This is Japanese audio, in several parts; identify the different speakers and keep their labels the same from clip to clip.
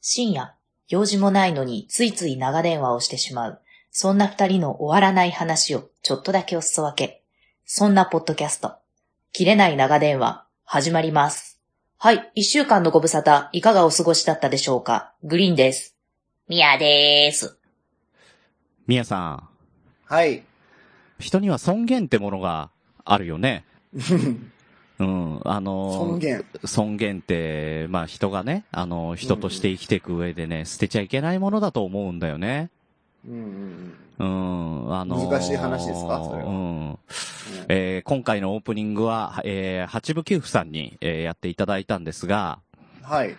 Speaker 1: 深夜、用事もないのについつい長電話をしてしまう。そんな二人の終わらない話をちょっとだけお裾分け。そんなポッドキャスト。切れない長電話、始まります。はい、一週間のご無沙汰、いかがお過ごしだったでしょうかグリーンです。ミヤでーす。
Speaker 2: みやさん、
Speaker 3: はい。
Speaker 2: 人には尊厳ってものがあるよね。うん、あのー
Speaker 3: 尊厳。
Speaker 2: 尊厳って、まあ人がね、あのー人として生きていく上でね、捨てちゃいけないものだと思うんだよね。
Speaker 3: うんうんうん
Speaker 2: うん、あのー
Speaker 3: 難しい話ですかそれは
Speaker 2: うん。えー今回のオープニングは、えー八部九夫さんに、えーやっていただいたんですが、
Speaker 3: はい。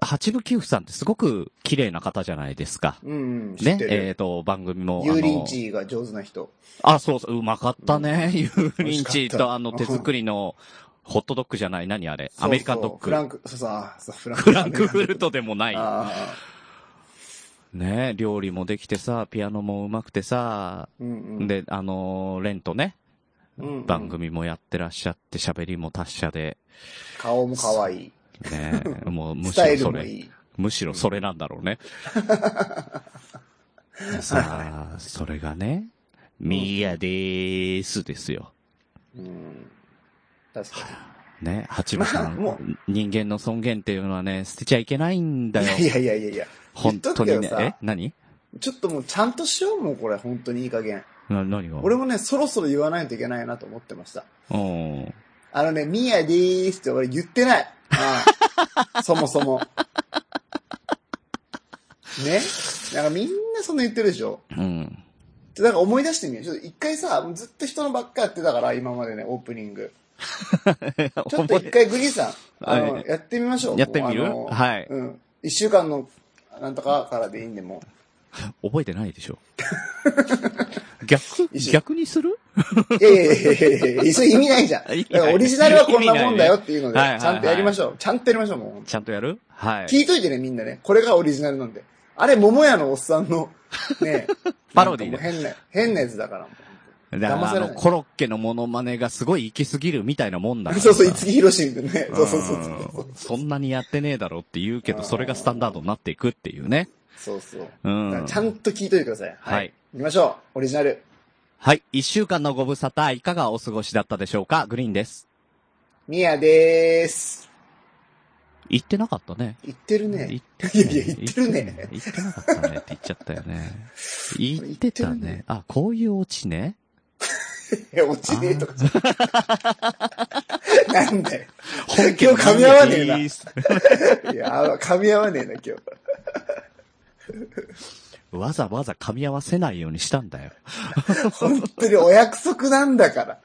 Speaker 2: 八部九夫さんってすごく綺麗な方じゃないですか。
Speaker 3: うんうん。知っ
Speaker 2: ね、
Speaker 3: て
Speaker 2: え
Speaker 3: る。
Speaker 2: っ、と、番組も。
Speaker 3: 油
Speaker 2: あの
Speaker 3: 淋鶏が上手な人。
Speaker 2: あ、そうそう、うまかったね。油
Speaker 3: 美
Speaker 2: 淋
Speaker 3: 味しかった
Speaker 2: 鶏とあの手作りのホットドッグじゃない、何あれアメリカンドッ
Speaker 3: そうそう
Speaker 2: グ。
Speaker 3: フランク、そうそうあそう、フランク。
Speaker 2: フランクフルトでも ない。
Speaker 3: あ
Speaker 2: ね料理もできてさ、ピアノもうまくてさ、
Speaker 3: ーうんうん、
Speaker 2: で、あのーレンとね、
Speaker 3: うんうん
Speaker 2: 番。組もやってらっしゃって、喋りも達者で、
Speaker 3: 顔も可愛い。
Speaker 2: ねもうむ
Speaker 3: ス
Speaker 2: し
Speaker 3: タ
Speaker 2: ろ
Speaker 3: イル
Speaker 2: そ
Speaker 3: も
Speaker 2: れ、
Speaker 3: いい。
Speaker 2: むしろそれなんだろう ね。さあ、それがね、ミーヤでーすですよ。
Speaker 3: うん。確か
Speaker 2: ね、八部さん、
Speaker 3: まあも
Speaker 2: 人間の尊厳っていうのはね、捨てちゃいけないんだ
Speaker 3: に。い
Speaker 2: よ。
Speaker 3: やいやいやいや。
Speaker 2: 本当に
Speaker 3: 言っとくけ
Speaker 2: ね
Speaker 3: ど。さ
Speaker 2: え何
Speaker 3: ちょっともうちゃんとしよう、もうこれ、本当にいい加減。
Speaker 2: な何が
Speaker 3: 俺もね、そろそろ言わないといけないなと思ってました。
Speaker 2: うん。
Speaker 3: あのね、ミヤでーすって俺言ってない。ああそもそも。ねなんかみんなそんな言ってるでしょ
Speaker 2: うん。
Speaker 3: だから思い出してみよう。ちょっと一回さ、ずっと人のばっかやってたから、今までね、オープニング。ちょっと一回グリーンさん、あの、
Speaker 2: はい
Speaker 3: やってみましょう。
Speaker 2: やってみる
Speaker 3: もうあの
Speaker 2: はい
Speaker 3: うん。一週間の、なんとかからでいいんでも
Speaker 2: 覚えてないでしょ。逆、
Speaker 3: 一緒
Speaker 2: 逆にする
Speaker 3: う。いやいやいやいやいやいやそれ意味ないじゃん。
Speaker 2: 意味ない
Speaker 3: だからオリジナルはこんなもんだよっていうので、
Speaker 2: 意味ないね
Speaker 3: ちゃんとやりましょう。ちゃんとやりましょう、もう。
Speaker 2: ちゃんとやるはい。、
Speaker 3: 聞いといてね、みんなね。これがオリジナルなんで。あれ、桃屋のおっさんの、ね
Speaker 2: パロディー
Speaker 3: な
Speaker 2: だ
Speaker 3: んかもう変な、変なやつだからも
Speaker 2: だから
Speaker 3: 騙されない
Speaker 2: あの、コロッケのモノマネがすごい行き過ぎるみたいなもんだか
Speaker 3: う。
Speaker 2: ら。
Speaker 3: そうそう、五木ひろしみたいなね。
Speaker 2: うん
Speaker 3: そうそうそうそう。
Speaker 2: そんなにやってねえだろって言うけど、
Speaker 3: うん
Speaker 2: それがスタンダードになっていくっていうね。
Speaker 3: そうそう。
Speaker 2: うん
Speaker 3: だからちゃんと聞いといてください。
Speaker 2: はい。
Speaker 3: 行きましょう。オリジナル。
Speaker 2: はい。一週間のご無沙汰、いかがお過ごしだったでしょうかグリーンです。
Speaker 3: ミヤでーす。
Speaker 2: 言ってなかったね。
Speaker 3: 言ってる
Speaker 2: 言っ
Speaker 3: ね。
Speaker 2: てた
Speaker 3: いやいや言ってるね
Speaker 2: 言ってなかったねって言っちゃったよね。言ってた
Speaker 3: 言ってる
Speaker 2: ね。
Speaker 3: ね
Speaker 2: あ、こういうオチね。
Speaker 3: え、落ちねえとか。 なんだよ。
Speaker 2: 本
Speaker 3: 今日噛み合わねえな
Speaker 2: でーす
Speaker 3: いや、噛み合わねえな、今日。
Speaker 2: わざわざ噛み合わせないようにしたんだよ。
Speaker 3: 本当にお約束なんだから。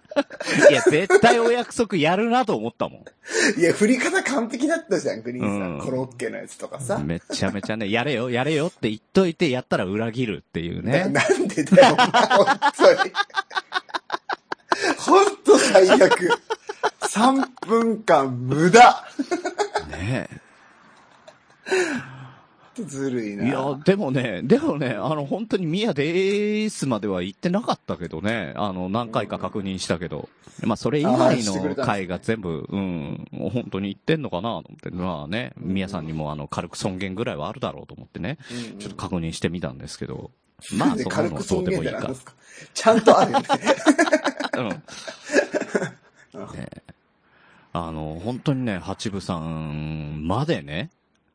Speaker 2: いや、絶対お約束やるなと思ったも
Speaker 3: いや、振り方完璧だったじゃん、グリーンさん。
Speaker 2: うん
Speaker 3: コロッケのやつとかさ。
Speaker 2: ん。めちゃめちゃね、やれよ、やれよって言っといて、やったら裏切るっていうね。
Speaker 3: なんでだよ、お前本当に。本当最悪。3分間無駄。
Speaker 2: ね
Speaker 3: ずるい
Speaker 2: い
Speaker 3: な。
Speaker 2: や、でもね、でもね、あの、本当にミヤでーすまでは言ってなかったけどね。あの、何回か確認したけど。まあ、それ以
Speaker 3: あー
Speaker 2: 外
Speaker 3: してく
Speaker 2: の
Speaker 3: れたんですね
Speaker 2: 回が全部、うん、本当に言ってんのかなと思って。まあね、ミヤさんにもあの、軽く尊厳ぐらいはあるだろうと思ってね。
Speaker 3: うんうん
Speaker 2: ちょっと確認してみたんですけど。まあ、
Speaker 3: で
Speaker 2: そんな
Speaker 3: 軽
Speaker 2: の
Speaker 3: く
Speaker 2: どう
Speaker 3: 尊
Speaker 2: で
Speaker 3: 厳
Speaker 2: も
Speaker 3: っ
Speaker 2: いい
Speaker 3: て何
Speaker 2: か
Speaker 3: で。すかちゃんとある よね。
Speaker 2: うん。 ねあの、本当にね、八部さんまでね、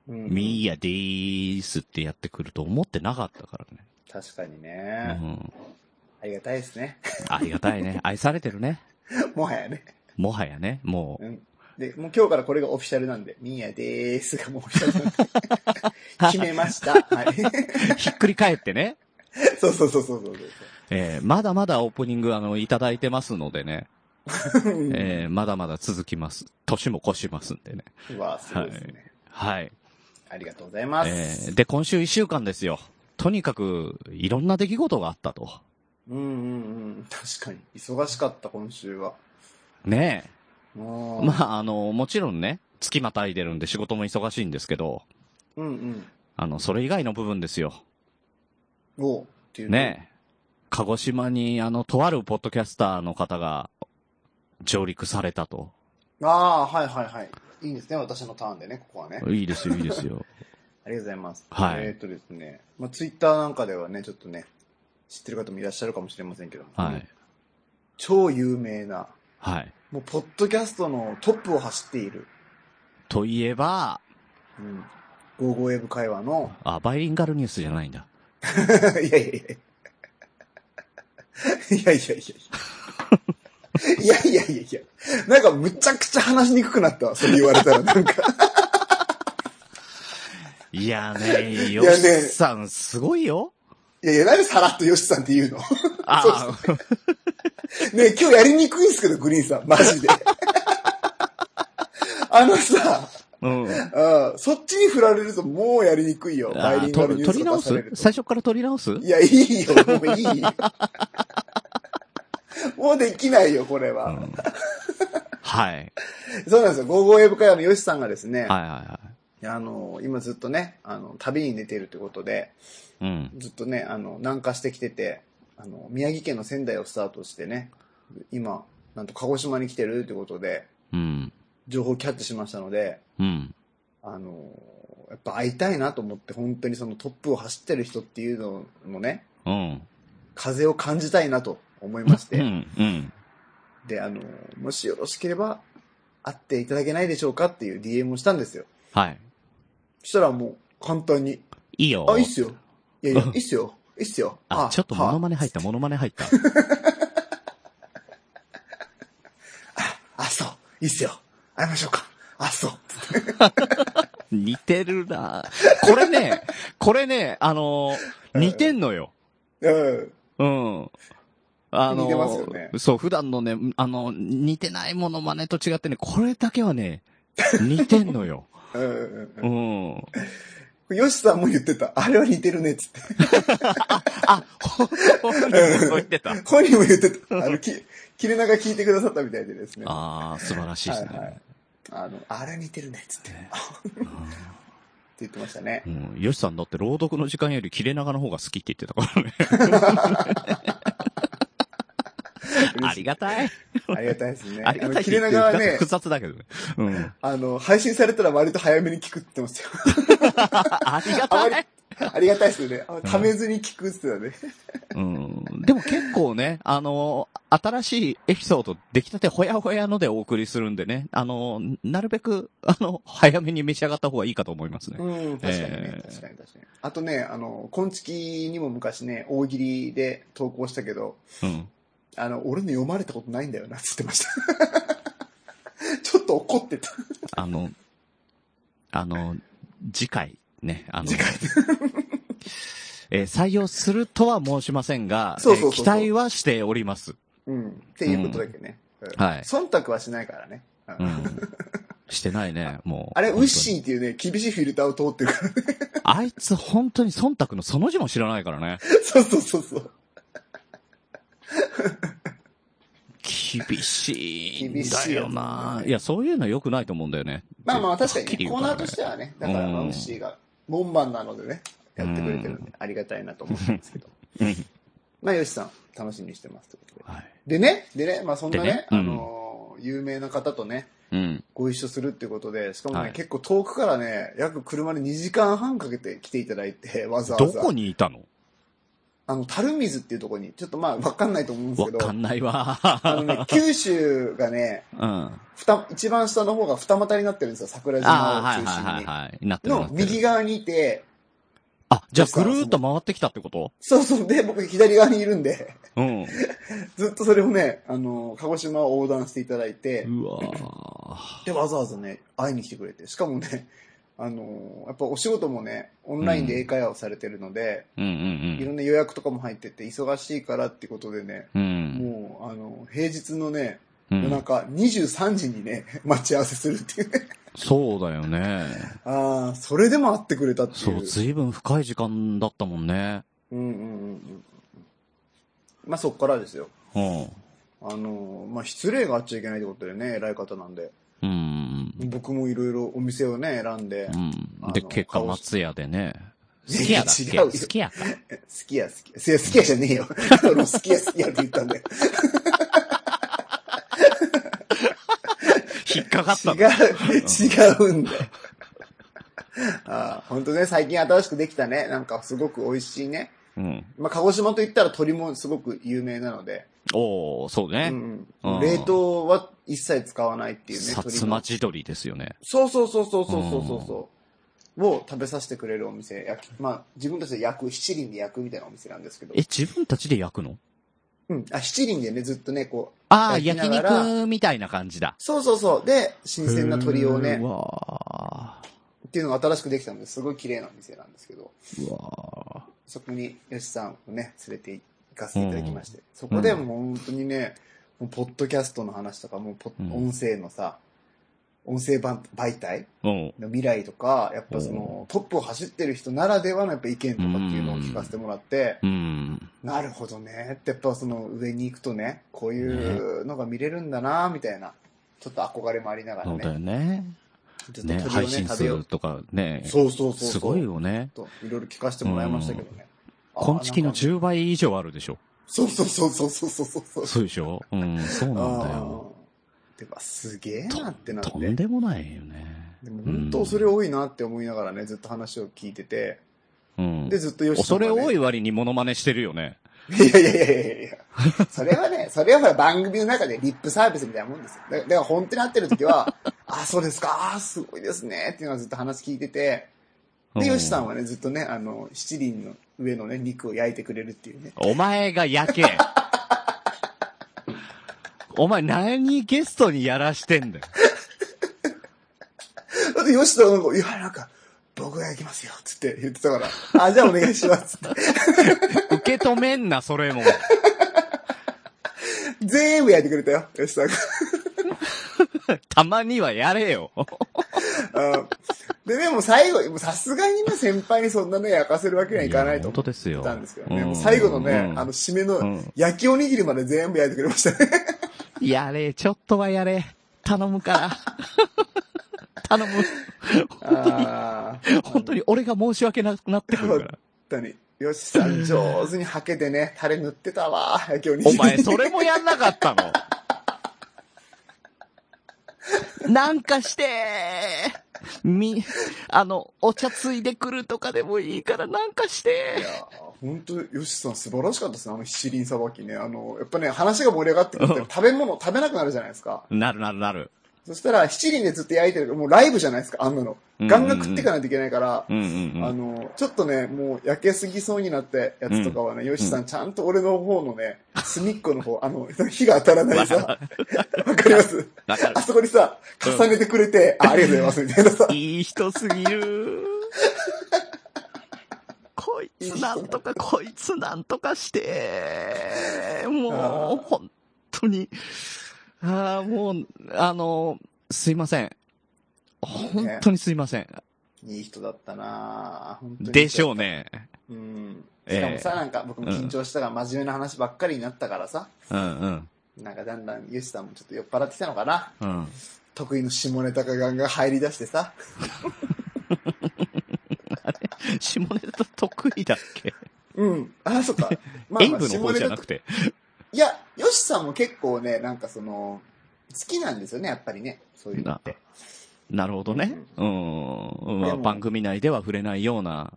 Speaker 3: うん
Speaker 2: ミーヤでーすってやってくると思ってなかったからね。
Speaker 3: 確かに
Speaker 2: う
Speaker 3: ね。
Speaker 2: ん。
Speaker 3: ありがたいですね。
Speaker 2: ありがたいね。愛されてるね。
Speaker 3: もはやね。
Speaker 2: もはやね、もう
Speaker 3: う。ん。で、もう今日からこれがオフィシャルなんで、ミーヤでーすがもうオフィシャルなんで。決め ました。はい。
Speaker 2: ひっくり返ってね。
Speaker 3: そうそうそうそうそう
Speaker 2: えーまだまだオープニング、あの、いただいてますのでね。
Speaker 3: そう。うん
Speaker 2: えーまだまだ続きます。年も越しますんでね。
Speaker 3: うわ、すごいですね。
Speaker 2: はい。
Speaker 3: ありがとうございます。
Speaker 2: えーで、今週一週間ですよ。とにかく、いろんな出来事があったと。
Speaker 3: うんうんうん。確かに。忙しかった、今週は。
Speaker 2: ねえ。
Speaker 3: もう。
Speaker 2: まあ、あの、もちろんね、月またいでるんで仕事も忙しいんですけど、
Speaker 3: うんうん。
Speaker 2: あの、それ以外の部分ですよ。
Speaker 3: おうっていうの。
Speaker 2: ねえ。鹿児島に、あの、とあるポッドキャスターの方が、上陸されたと。
Speaker 3: ああ、はいはいはい。いいんですね、私のターンでね、ここはね。
Speaker 2: いいですよ、いいですよ。
Speaker 3: ありがとうございます。
Speaker 2: はい
Speaker 3: えーっとですね、まあ、ツイッターなんかではね、ちょっとね、知ってる方もいらっしゃるかもしれませんけども、
Speaker 2: はい。
Speaker 3: 超有名な、
Speaker 2: はい。
Speaker 3: もう、ポッドキャストのトップを走っている、
Speaker 2: といえば、
Speaker 3: うん、ゴーゴーウェブ会話の、
Speaker 2: あ、バイリンガルニュースじゃないんだ。
Speaker 3: いやいやいや。いやいやいやいや。いやいやいやいや。なんかむちゃくちゃ話しにくくなったわ、それ言われたら。なんか、
Speaker 2: いやね、
Speaker 3: い
Speaker 2: ヨ
Speaker 3: やね
Speaker 2: シさん、すごいよ。
Speaker 3: いやいや、なんでさらっとヨシさんって言うのね
Speaker 2: あ
Speaker 3: え今日やりにくいんですけど、グリーンさん、マジで。 あのさ、
Speaker 2: うん。
Speaker 3: うんそっちに振られるともうやりにくいよ。バイリンガルニュー
Speaker 2: 取り
Speaker 3: スを
Speaker 2: 直
Speaker 3: 出され
Speaker 2: す
Speaker 3: ると。
Speaker 2: 最初から取り直す
Speaker 3: いや、いいよ、もういいよ。もうできないよ、これ
Speaker 2: う
Speaker 3: は。
Speaker 2: んはい。
Speaker 3: そうなんですよ。ゴーゴーウェブ会話のヨシさんがですね、
Speaker 2: はいは
Speaker 3: あの、今ずっとね、あの、旅に出ているということで、
Speaker 2: いはい。うん。
Speaker 3: ずっとね、あの、南下してきてて、あの、宮城県の仙台をスタートしてね、今、なんと鹿児島に来てるということで、
Speaker 2: うん。
Speaker 3: 情報をキャッチしましたので、
Speaker 2: うん。
Speaker 3: あの、やっぱ会いたいなと思って、本当にそのトップを走ってる人っていうののね、
Speaker 2: うん。
Speaker 3: 風を感じたいなと思いまし
Speaker 2: う
Speaker 3: て、
Speaker 2: ん。うん。
Speaker 3: で、あの、もしよろしければ、会っていただけないでしょうかっていう DM をしたんですよ。
Speaker 2: はい。
Speaker 3: そしたらもう、簡単に、
Speaker 2: いいよ。
Speaker 3: あ、いいっすよ。いやいや、いいっすよ。いいっすよ。
Speaker 2: あ、ちょっとモノマネ入った、モノマネ入った。
Speaker 3: あ、そう。いいっすよ。会いましょうか。あ、そう。
Speaker 2: 似てるなこれね、これね、あのー、似てんのよ。
Speaker 3: うん。
Speaker 2: うん。あのー、
Speaker 3: 似てますよね
Speaker 2: そう、普段のね、あの、似てないものまねと違ってね、これだけはね、似てんの よ。
Speaker 3: うんうん
Speaker 2: う
Speaker 3: うん
Speaker 2: ん。
Speaker 3: うん。ヨシさんも言ってた。あれは似てるね、つって。
Speaker 2: あ、本当にそう言って た。
Speaker 3: 本人も言って た。あの、き、切れ長聞いてくださったみたいでですね。は
Speaker 2: ああ、素晴らしい
Speaker 3: い
Speaker 2: です
Speaker 3: は
Speaker 2: ね
Speaker 3: い。。あの、あれは似てるね、つって。って言ってましたね
Speaker 2: う。ん。よしさんだって朗読の時間より切れ長の方が好きって言ってたからね。ありがたい。
Speaker 3: ありがたいですね。
Speaker 2: ありが
Speaker 3: あ
Speaker 2: たい
Speaker 3: の
Speaker 2: って
Speaker 3: 切れ
Speaker 2: 言って
Speaker 3: 長はね
Speaker 2: 複、雑だけどね。うん。
Speaker 3: あの、配信されたら割と早めに聞くって言ってますよ。
Speaker 2: ありが
Speaker 3: あ
Speaker 2: た
Speaker 3: まり
Speaker 2: い。、
Speaker 3: ありがたいですよ ね。あためずに聞くって言ってたね。
Speaker 2: うん。でも結構ね、あの、新しいエピソード出来たてほやほやのでお送りするんでね、あの、なるべく、あの、早めに召し上がった方がいいかと思いますね。
Speaker 3: うん、確かにね、
Speaker 2: えー
Speaker 3: 確かに確かに。あとね、あの、昆虫にも昔ね、大喜利で投稿したけど、
Speaker 2: うん。
Speaker 3: あの、俺の読まれたことないんだよな、つってました。 ちょっと怒ってた。
Speaker 2: あの、あの、次回、ね、あの、
Speaker 3: 次回
Speaker 2: えー採用するとは申しませんが、
Speaker 3: そうそうそうそう
Speaker 2: えー期待はしております。
Speaker 3: うん。っていうことだけね。うん
Speaker 2: はい
Speaker 3: 忖度はしないからね。うん
Speaker 2: うん。してないね、もう。
Speaker 3: あれ、ウ
Speaker 2: 本当
Speaker 3: ッ
Speaker 2: に
Speaker 3: シーっていうね、厳しいフィルターを通ってるからね。
Speaker 2: あいつ本当に忖度のその字も知らないからね。
Speaker 3: そうそうそうそう。
Speaker 2: 厳しいん
Speaker 3: 厳し
Speaker 2: だ
Speaker 3: いや
Speaker 2: よ
Speaker 3: つだ
Speaker 2: な
Speaker 3: ね
Speaker 2: いや、そういうの良くないと思うんだよね。
Speaker 3: まあまあ、確か
Speaker 2: はっき
Speaker 3: に
Speaker 2: り
Speaker 3: ね、
Speaker 2: 言
Speaker 3: コ
Speaker 2: う
Speaker 3: ー
Speaker 2: ら
Speaker 3: ナ
Speaker 2: ね
Speaker 3: ーとしてはね、だから、まあ
Speaker 2: うん
Speaker 3: ウッシーが門番なのでね、やってくれてるん
Speaker 2: う
Speaker 3: で、ありがたいなと思ったん ですけど
Speaker 2: うん。
Speaker 3: まあ、ヨシさん、楽しみにしてますということで。
Speaker 2: はい。
Speaker 3: でね、でね、まあそんなね、
Speaker 2: でねうん
Speaker 3: あのー、有名な方とね、
Speaker 2: うん。
Speaker 3: ご一緒するってことで、しかもね、
Speaker 2: はい
Speaker 3: 結構遠くからね、約車で2時間半かけて来ていただい て、わざわ
Speaker 2: ど
Speaker 3: ざ。
Speaker 2: こにいたの
Speaker 3: あの、樽水っていうとこに、ちょっとまあわかんないと思うんです
Speaker 2: わ
Speaker 3: けど、
Speaker 2: かんないわ。
Speaker 3: あのね、九州がね、
Speaker 2: うん。あ
Speaker 3: 二一番下の方が二股になってるんですよ、桜島
Speaker 2: あ
Speaker 3: を
Speaker 2: ー、は
Speaker 3: 中
Speaker 2: いはい
Speaker 3: 心
Speaker 2: はい
Speaker 3: に。
Speaker 2: はい。なってるな
Speaker 3: の
Speaker 2: ってる
Speaker 3: 右側にいて、
Speaker 2: あ、じゃあぐるーっと回ってきたってこと
Speaker 3: そうそう、で、僕左側にいるんで、
Speaker 2: うん。
Speaker 3: ずっとそれをね、あの、鹿児島を横断していただいて、
Speaker 2: うわー
Speaker 3: で、わざわざね、会いに来てくれて、しかもね、あのーやっぱお仕事もね、オンラインで英会話をされてるので、
Speaker 2: うんう
Speaker 3: いろ
Speaker 2: ん
Speaker 3: んな予約とかも入ってて、忙しいからってことでね、
Speaker 2: うん。うん。
Speaker 3: もう、あの、平日のね、
Speaker 2: う
Speaker 3: 夜
Speaker 2: ん、
Speaker 3: 中23時にね、 待ち合わせするってい うね。
Speaker 2: そうだよね。
Speaker 3: ああ、それでも会ってくれたってい。
Speaker 2: そうう、ずいぶん深い時間だったもんね。
Speaker 3: うんうんうんうん。まあそっからですよ。
Speaker 2: うん。
Speaker 3: あのー、まあ失礼があっちゃいけないってことでね、偉い方なんで。
Speaker 2: うん。
Speaker 3: 僕もいろいろお店をね、選んで、
Speaker 2: う
Speaker 3: 好
Speaker 2: ん。
Speaker 3: あ
Speaker 2: で、
Speaker 3: の
Speaker 2: 結果、松屋でね。
Speaker 3: いや
Speaker 2: 好きやだっけ
Speaker 3: 違うよ
Speaker 2: 好きやか。
Speaker 3: きや好きや。いや好きやじゃねえよ。 俺も好きや好きやって言ったんだよ。
Speaker 2: 引っかかったの
Speaker 3: 違う、違うんだよ。あ本当ね、最近新しくできたね、なんかすごく美味しいね。
Speaker 2: うん。
Speaker 3: まあ、鹿児島と言ったら鳥もすごく有名なので、
Speaker 2: おー、そう
Speaker 3: う
Speaker 2: ね。
Speaker 3: ん
Speaker 2: うん
Speaker 3: 冷凍は一切使わないっていうね、
Speaker 2: さつ
Speaker 3: 鳥
Speaker 2: ま
Speaker 3: の。
Speaker 2: 地鶏ですよね。
Speaker 3: そうそうそうそうそうそうそうそう。を食べさせてくれるお店、焼き、まあ、自分たちで焼く、七輪で焼くみたいなお店なんですけど
Speaker 2: え、。自分たちで焼くの
Speaker 3: うん。あ、七輪でね、ずっとね、こう。
Speaker 2: ああ、
Speaker 3: 焼
Speaker 2: 焼
Speaker 3: きながら
Speaker 2: 肉みたいな感じだ。
Speaker 3: そうそうそう。で、新鮮な鳥を
Speaker 2: うー
Speaker 3: ね、
Speaker 2: わ
Speaker 3: っていうのが新しくできたので、すごい綺麗なお店なんですけど、
Speaker 2: ーうわ
Speaker 3: そこに吉さんをね、連れて行かせていただきまして、そこでもう本当にね、もうポッドキャストの話とか、もうポッ
Speaker 2: うん
Speaker 3: 音声のさ、音声版媒体
Speaker 2: ーうん。
Speaker 3: の未来とか、やっぱその、トップを走ってる人ならではのやっぱ意見とかっていうのを聞かせてもらって、
Speaker 2: うん。
Speaker 3: なるほどねって、やっぱその上に行くとね、こういうのが見れるんだなみたいな、ちょっと憧れもありながら
Speaker 2: そうだ
Speaker 3: ね、
Speaker 2: よね。
Speaker 3: ずっと
Speaker 2: ね、
Speaker 3: 鳥を
Speaker 2: 配
Speaker 3: ね、
Speaker 2: 信
Speaker 3: 食
Speaker 2: す
Speaker 3: べよ
Speaker 2: る
Speaker 3: う。
Speaker 2: とかね。
Speaker 3: そうそうそうそう。
Speaker 2: すごいよね。
Speaker 3: といろいろ聞かせてもらいましたけどね。あ
Speaker 2: 昆虫の
Speaker 3: なんか
Speaker 2: 10倍以上あるでしょ。
Speaker 3: そうそうそうそうそうそうそう。
Speaker 2: そうでしょうん、そうなんだよ。
Speaker 3: あー。てか、すげえなってなって。
Speaker 2: とんでもないよね。
Speaker 3: でも本当恐れ多いなって思いながらね、ずっと話を聞いてて。
Speaker 2: うん。
Speaker 3: で、ずっと吉
Speaker 2: 恐
Speaker 3: さんが
Speaker 2: れ
Speaker 3: ね、
Speaker 2: 多い割にモノマネしてるよね。
Speaker 3: いやいやいやいやいや。それは ね、それはほら番組の中でリップサービスみたいなもんですよ。だだから本当に会ってる 時は、あ、そうですか、あー、すごいですね、っていうのはずっと話聞いてて。で、
Speaker 2: うん
Speaker 3: 吉さんはね、ずっとね、あの、七輪の上のね、肉を焼いてくれるっていうね。
Speaker 2: お前が焼け。お前何ゲストにやらしてんだよ。
Speaker 3: だって、吉田なんか、いや、なんか、僕が行きますよ、つって言ってたから、あ、じゃあお願いします、つって。
Speaker 2: 受け止めんな、それも。
Speaker 3: 全部焼いてくれたよ、吉田が。
Speaker 2: たまにはやれよ。
Speaker 3: うんでね、もう最後、もうさすがにね、先輩にそんなね、焼かせるわけにはいかないと思
Speaker 2: 本当
Speaker 3: っ
Speaker 2: ですよ。
Speaker 3: たんですけどね、
Speaker 2: うん
Speaker 3: もう最後のね、
Speaker 2: うん
Speaker 3: あの、締め
Speaker 2: う
Speaker 3: の、
Speaker 2: ん
Speaker 3: 焼きおにぎりまで全部焼いてくれましたね。
Speaker 2: やれ、ちょっとはやれ。頼むから。頼む。
Speaker 3: あー
Speaker 2: 本当に俺が申し訳なくなってくるから。
Speaker 3: 本当に。吉さん上手にはけてね、タレ塗ってたわ、焼きおにぎ
Speaker 2: お
Speaker 3: り。
Speaker 2: 前、それもやんなかったの なんかしてみ、あの、お茶ついでくるとかでもいいからなんかし
Speaker 3: い
Speaker 2: て
Speaker 3: や本当、吉さん素晴らしかったですね、あの七輪さばきね。あの、やっぱね、話が盛り上がってくると食べ物食べなくなるじゃないですか。
Speaker 2: なるなるなる。
Speaker 3: そしたら、七輪でずっと焼いてる、もうライブじゃないですか、あんなの。
Speaker 2: うん
Speaker 3: ガンガン食っていかないといけないから、
Speaker 2: うんうんう
Speaker 3: あ
Speaker 2: ん。
Speaker 3: の、ちょっとね、もう焼けすぎそうになったやつとかはね、ヨシさんちゃんと俺の方のね、隅っこの方、 あの、火が当たらないさ、 わかります
Speaker 2: わかる
Speaker 3: あ。そこにさ、重ねてくれ て、あありがとうございます、みたいなさ。
Speaker 2: いい人すぎ る。こいつなんとか、こいつなんとかして。もう、本当に。ああ、もう、あの、すいません。本当にすいません。
Speaker 3: いい人だったなぁ本当に
Speaker 2: でしょうね。
Speaker 3: うん。しかもさ、
Speaker 2: ええ
Speaker 3: なんか僕も緊張したから、真面目な話ばっかりになったからさ、
Speaker 2: うんうん。
Speaker 3: なんかだんだんヨシさんもちょっと酔っ払ってきたのかな。
Speaker 2: うん。
Speaker 3: 得意の下ネタがガンガン入り出してさ、
Speaker 2: 下ネタ得意だっけ、
Speaker 3: うん。あ、そっか。
Speaker 2: エイブの方じゃなくて。
Speaker 3: いや、ヨシさんも結構ね、なんかその、好きなんですよね、やっぱりね。そういうのって。
Speaker 2: なるほどね。うん。ま
Speaker 3: で
Speaker 2: あ、
Speaker 3: も
Speaker 2: 番組内では触れないような。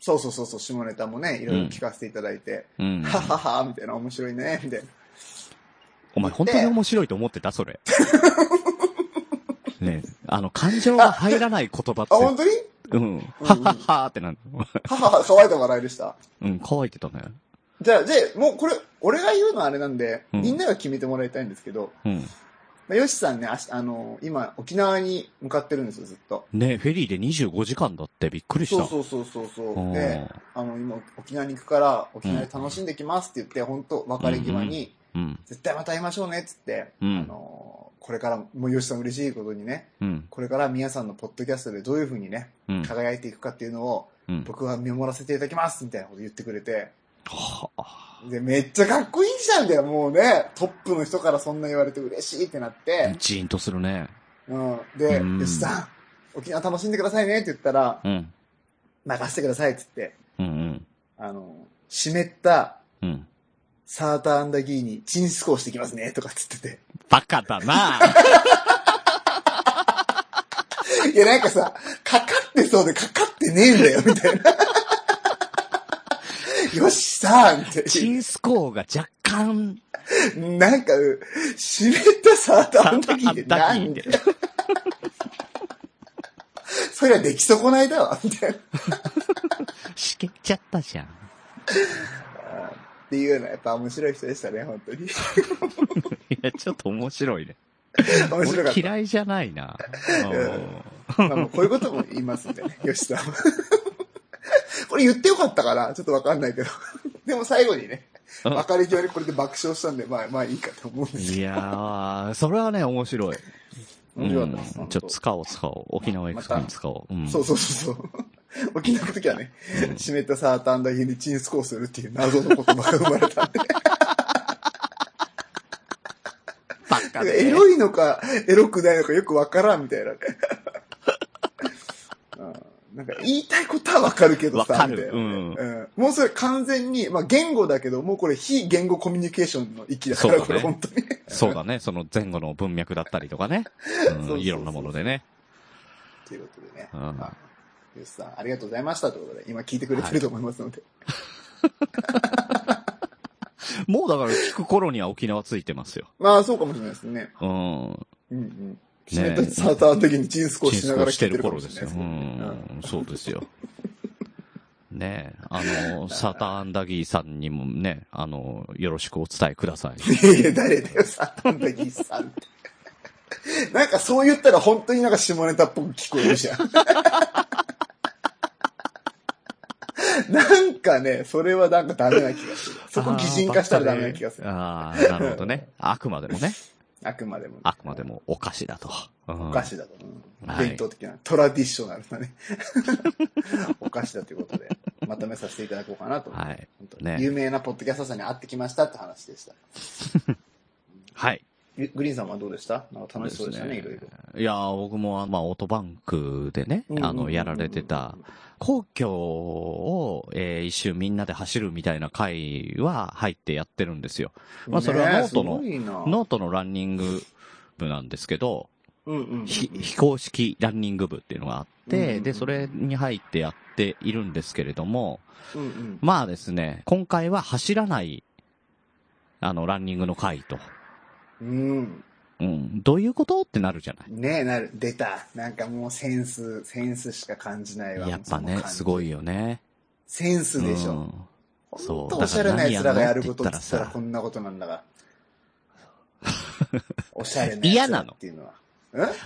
Speaker 3: そうそうそうそう、下ネタもね、いろいろ聞かせていただいて、
Speaker 2: うん。
Speaker 3: はははは、みたいな、面白 いね、みたいな。
Speaker 2: お前本当に面白いと思ってたそ れ。ねえあの、感情が入らない言葉っ
Speaker 3: あ、本
Speaker 2: て、
Speaker 3: 当に
Speaker 2: うん。はっはっはーってなんだ。
Speaker 3: ははは、乾いた笑いでした。
Speaker 2: うん、乾いてたね。
Speaker 3: じゃあ、で、もうこれ、俺が言うのはあれなんで、
Speaker 2: うん
Speaker 3: みんなが決めてもらいたいんですけど、
Speaker 2: うん。
Speaker 3: まあヨシさんね、あしあの、今、沖縄に向かってるんですよ、ずっと。
Speaker 2: ねえフェリーで25時間だってびっくりした。
Speaker 3: そうそうそうそうそう。で
Speaker 2: う、
Speaker 3: あの、今、沖縄に行くから、沖縄で楽しんできますって言って、本当別れ際に、
Speaker 2: ん。
Speaker 3: 絶対また会いましょうね、っつって、
Speaker 2: うん
Speaker 3: あの、これから、もう吉さん嬉しいことにね、
Speaker 2: うん。
Speaker 3: これから皆さんのポッドキャストでどういうふうにね、
Speaker 2: うん。
Speaker 3: 輝いていくかっていうのを、
Speaker 2: うん。
Speaker 3: 僕は見守らせていただきますみたいなこと言ってくれて、
Speaker 2: はあ
Speaker 3: で、めっちゃかっこいいじゃんだよ、もうね。トップの人からそんな言われて嬉しいってなって、
Speaker 2: ジーンとするね。
Speaker 3: うん。で
Speaker 2: うん、
Speaker 3: 吉さん、沖縄楽しんでくださいねって言ったら、
Speaker 2: うん。
Speaker 3: 任せてくださいって言って、
Speaker 2: うん
Speaker 3: あの、湿った
Speaker 2: うん。うん。
Speaker 3: サーターアンダギーにチンスコーしてきます ね、とかっつってて。
Speaker 2: バカだな
Speaker 3: いや、なんかさ、かかってそうでかかってねえんだよ、みたい な。よしさーみたい
Speaker 2: チンスコーが若干、
Speaker 3: な。なんか、湿ったさ、あん時で、
Speaker 2: あ
Speaker 3: なん
Speaker 2: 時
Speaker 3: ん
Speaker 2: で
Speaker 3: で。そりゃ出来損ないだわ、みたいな。っ
Speaker 2: しけっちゃったじゃん。
Speaker 3: ていうのはやっぱ面白い人でしたね、本 当に。
Speaker 2: いや、ちょっと面白いね。
Speaker 3: 面白かっ
Speaker 2: 俺嫌いじゃないな。
Speaker 3: た。まあ、もうこういうことも言いますんでね、よしさんは。 これ言ってよかったかなちょっとわかんないけど。でも最後にね、
Speaker 2: うん
Speaker 3: 別れ際にこれで爆笑したんで、まあまあいいかと思うんです
Speaker 2: い
Speaker 3: けど。
Speaker 2: やー、それはね、面白い。
Speaker 3: 面白かったです
Speaker 2: うん
Speaker 3: 本
Speaker 2: ちょ
Speaker 3: 当
Speaker 2: っと使おう、使おう。沖縄行く際に使おう。うん
Speaker 3: そうそうそう そう。沖縄の時はね、湿ったサーターアンダギーにチンスコーするっていう謎の言葉が生まれたんで。
Speaker 2: バカで
Speaker 3: エロいのか、エロくないのかよくわからんみたいな ね。うんなんか言いたいことはわかるけど
Speaker 2: わ
Speaker 3: さ、
Speaker 2: か
Speaker 3: みたい
Speaker 2: る。
Speaker 3: な
Speaker 2: う
Speaker 3: ね
Speaker 2: ん。
Speaker 3: うんもうそれ完全に、まあ言語だけど、もうこれ非言語コミュニケーションの域だから、
Speaker 2: そうだね
Speaker 3: これ本当に。
Speaker 2: そうだね。その前後の文脈だったりとかね。
Speaker 3: そうそう
Speaker 2: う
Speaker 3: そ
Speaker 2: ん。
Speaker 3: う
Speaker 2: いろんなものでね。
Speaker 3: ということでね。
Speaker 2: うん
Speaker 3: まあよしさん、ありがとうございましたということで、今聞いてくれてると思いますので。
Speaker 2: もうだから聞く頃には沖縄ついてますよ。
Speaker 3: まあそうかもしれないですね。
Speaker 2: うん。
Speaker 3: うんうん。湿ったサーターアンダギーにチンスコーしながら聞いてるかもしれな
Speaker 2: よ。
Speaker 3: いです
Speaker 2: う
Speaker 3: けどね。うん
Speaker 2: ん。そうですよ。ねえ、あの、サターアンダギーさんにもね、あの、よろしくお伝えください。
Speaker 3: いや いや、誰だよ、サタンダギーさんって。なんかそう言ったら本当になんか下ネタっぽく聞こえるじゃん。 なんかね、それはなんかダメな気がする。そこ擬人化したらダメな気がする。
Speaker 2: あーバカねあー、なるほどね。あくまでもね、
Speaker 3: あくまでもね、
Speaker 2: あくまでもお菓子だと。うん
Speaker 3: お菓子だと、うん
Speaker 2: はい
Speaker 3: 伝統的な、トラディショナルなね。 お菓子だということで、まとめさせていただこうかなと。
Speaker 2: はい。
Speaker 3: 本当に
Speaker 2: ね
Speaker 3: 有名なポッドキャスターさんに会ってきましたって話でした。
Speaker 2: はい。
Speaker 3: ググリーンさんはどうでしたなんか楽しそうでしたね、い
Speaker 2: そ
Speaker 3: ろ
Speaker 2: う
Speaker 3: い
Speaker 2: で
Speaker 3: ろ
Speaker 2: す。ねいやー、僕も、まあ、オートバンクでね、あの、やられてた、皇居を、えー一周みんなで走るみたいな会は入ってやってるんですよ。
Speaker 3: うん。
Speaker 2: まあそれはノートの
Speaker 3: ねえすごいな
Speaker 2: ノートのランニング部なんですけど、
Speaker 3: うんうんうん
Speaker 2: ひ非公式ランニング部っていうのがあっ
Speaker 3: うんうんう
Speaker 2: て、
Speaker 3: ん
Speaker 2: で、それに入ってやっているんですけれども、
Speaker 3: うんうん
Speaker 2: まあですね、今回は走らない、あの、ランニングの会と。
Speaker 3: うん。
Speaker 2: うん、どういうことってなるじゃない
Speaker 3: ねえ、なる。出た。なんかもうセンス、センスしか感じないわ。
Speaker 2: やっぱ
Speaker 3: その
Speaker 2: ね、
Speaker 3: 感じ
Speaker 2: すごいよね。
Speaker 3: センスでし
Speaker 2: う
Speaker 3: ょ。
Speaker 2: ん
Speaker 3: ほん
Speaker 2: そ
Speaker 3: と
Speaker 2: う
Speaker 3: おしゃれな奴らがやることっ
Speaker 2: だから何やんのって言ったら
Speaker 3: つ
Speaker 2: さ
Speaker 3: ったらこんなことなんだ が。おしゃれな
Speaker 2: 嫌
Speaker 3: 奴ら
Speaker 2: なの
Speaker 3: っていうのは。ん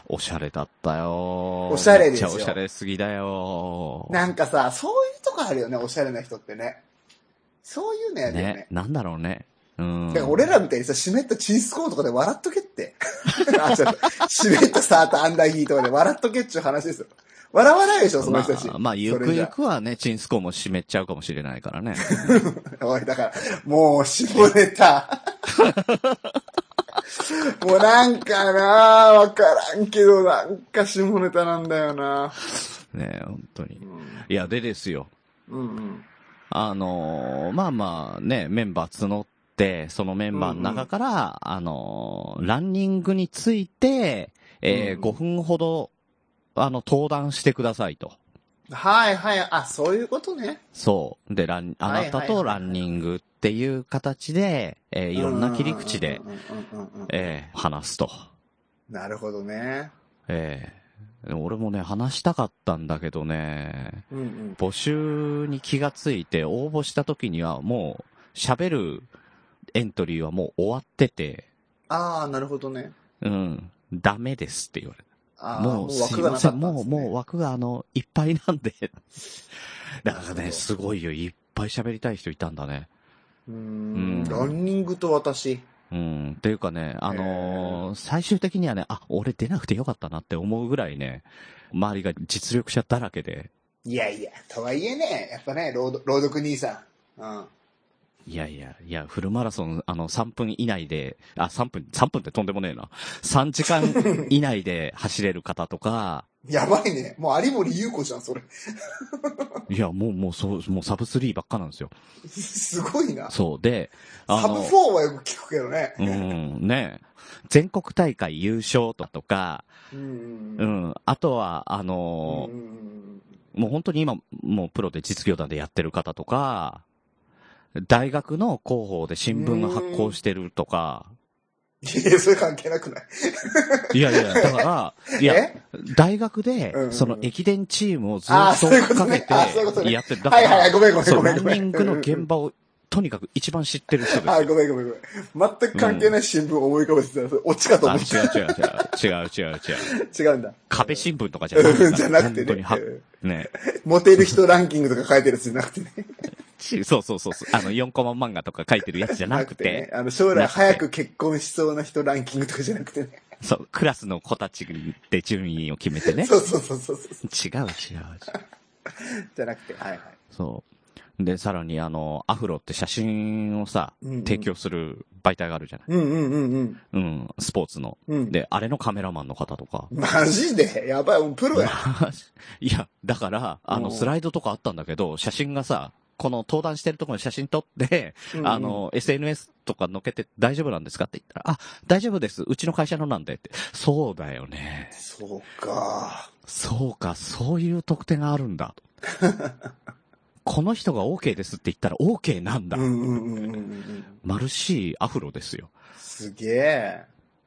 Speaker 2: おしゃれだったよ
Speaker 3: おしゃれですよ
Speaker 2: めっちゃおしゃれすぎだよ
Speaker 3: なんかさ、そういうとこあるよね、おしゃれな人ってね。そういうのやるよ
Speaker 2: ね
Speaker 3: ね。、
Speaker 2: なんだろうね。うん。
Speaker 3: だから俺らみたいにさ、湿ったチースコーンとかで笑っとけって。 あちょっと湿ったサーターアンダーギーとかで笑っとけっちゅう話ですよ。笑わないでしょ、その人たち。
Speaker 2: まあ、まあ、ゆ
Speaker 3: そ
Speaker 2: く
Speaker 3: れじ
Speaker 2: ゆ
Speaker 3: ゃ
Speaker 2: くはね、チンスコーも湿っちゃうかもしれないからね。
Speaker 3: おい、だから、もう、絞れた。 もうなんかなわからんけど、なんか下ネタなんだよな
Speaker 2: ね、本当に
Speaker 3: う。ん
Speaker 2: いや、でですよ。
Speaker 3: うんうん。
Speaker 2: あのーまあまあね、メンバー募って、そのメンバーの中から、あのーランニングについて、えー
Speaker 3: うん
Speaker 2: 5分ほど、あの、登壇してくださいと。
Speaker 3: はいはい、あ、そういうことね。
Speaker 2: そう。で、ラン、あなたとランニングっていう形で、えーいろんな切り口で
Speaker 3: う、んうんうんうんうんうん。
Speaker 2: えー話すと。
Speaker 3: なるほどね。
Speaker 2: えーでも俺もね、話したかったんだけどね、
Speaker 3: うんうん。
Speaker 2: 募集に気がついて応募した時にはもう、喋るエントリーはもう終わってて、
Speaker 3: ああ、なるほどね。
Speaker 2: うん、ダメですって言われ
Speaker 3: あ
Speaker 2: た。
Speaker 3: あ、
Speaker 2: もうすいません、もう、もう枠があの、いっぱいなんで。 だからね、すごいよ、いっぱい喋りたい人いたんだね。
Speaker 3: う。うー
Speaker 2: うん
Speaker 3: ん、ランニングと私。
Speaker 2: うん。っていうかね、あのー最終的にはね、あ、俺出なくてよかったなって思うぐらいね、周りが実力者だらけで、
Speaker 3: いやいや、とはいえね、やっぱね、朗読朗読兄さん。うん。
Speaker 2: いやいや、いや、フルマラソン、あの、3分以内で、あ、3分、3分ってとんでもねえな。3時間以内で走れる方とか、
Speaker 3: やばいね。もう有森優子じゃん、それ。
Speaker 2: いや、もう、もう、そう、もうサブ3ばっかなんですよ。
Speaker 3: すごいな。サ
Speaker 2: そう。で、
Speaker 3: ブ
Speaker 2: あの、
Speaker 3: 4はよく聞くけどね。
Speaker 2: うん、ね全国大会優勝ととか、
Speaker 3: うんうん
Speaker 2: う
Speaker 3: うん。
Speaker 2: ん、あとは、あ
Speaker 3: うん
Speaker 2: の
Speaker 3: うんうん
Speaker 2: もう本当に今、もうプロで実業団でやってる方とか、大学の広報で新聞が発行してるとか、
Speaker 3: いやいや、それ関係なくない。
Speaker 2: いやいや、だから、いや、
Speaker 3: え
Speaker 2: 大学
Speaker 3: うんう
Speaker 2: で、
Speaker 3: ん
Speaker 2: その駅伝チームをずっ
Speaker 3: あー
Speaker 2: と
Speaker 3: そう
Speaker 2: 追
Speaker 3: いう
Speaker 2: っ
Speaker 3: こと
Speaker 2: か
Speaker 3: ね
Speaker 2: け
Speaker 3: あーそういうこと
Speaker 2: て
Speaker 3: ね
Speaker 2: やってる。だか
Speaker 3: はいはいはい、
Speaker 2: ら、
Speaker 3: ごめんごめん
Speaker 2: そ
Speaker 3: ご
Speaker 2: う、ラ
Speaker 3: めん
Speaker 2: ン
Speaker 3: ごめ
Speaker 2: ニ
Speaker 3: ん。
Speaker 2: ングの現場をとにかく一番知ってる人ですよ。
Speaker 3: あ、ごめんごめんごめん。全く関係ない新聞を思い浮かべてた。オチかと
Speaker 2: あ
Speaker 3: 思
Speaker 2: 違
Speaker 3: っ
Speaker 2: う違う違う。違う違う 違う。
Speaker 3: た。違うんだ。
Speaker 2: 壁新聞とかじゃないか
Speaker 3: う
Speaker 2: ら
Speaker 3: んじゃなくて
Speaker 2: 本当に
Speaker 3: ね
Speaker 2: は。
Speaker 3: う、ん
Speaker 2: ね。
Speaker 3: モテる人ランキングとか書いてるやつじゃなくてね。
Speaker 2: ちそうそうそうそう。あの、4コマ漫画とか書いてるやつじゃなく
Speaker 3: ね
Speaker 2: て、
Speaker 3: あの、将来早く結婚しそうな人ランキングとかじゃなくてね。
Speaker 2: そう、クラスの子たちで順位を決めてね。
Speaker 3: そうそうそうそうそう。
Speaker 2: 違う違う違う。
Speaker 3: じゃなくて、はいはい。
Speaker 2: そう。で、さらにあの、アフロって写真をさ、
Speaker 3: うんうん
Speaker 2: 提供する媒体があるじゃない。
Speaker 3: うんうんうん
Speaker 2: う
Speaker 3: うん。
Speaker 2: ん、スポーツの。
Speaker 3: うん。
Speaker 2: で、あれのカメラマンの方とか。
Speaker 3: マジでやばい、もうプロや。
Speaker 2: いや、だから、あ
Speaker 3: お
Speaker 2: の、
Speaker 3: う
Speaker 2: スライドとかあったんだけど、写真がさ、この登壇してるところに写真撮って、あの、SNS とか載っけて大丈夫なんですかって言ったら、あ、大丈夫です。うちの会社のなんでって。そうだよね。
Speaker 3: うんうん、そうか。
Speaker 2: そうか、そういう特典があるん だ。この人が OK ですって言ったら OK なんだ。
Speaker 3: うんうんうんうんうん。
Speaker 2: マルシーアフロですよ。
Speaker 3: すげえ。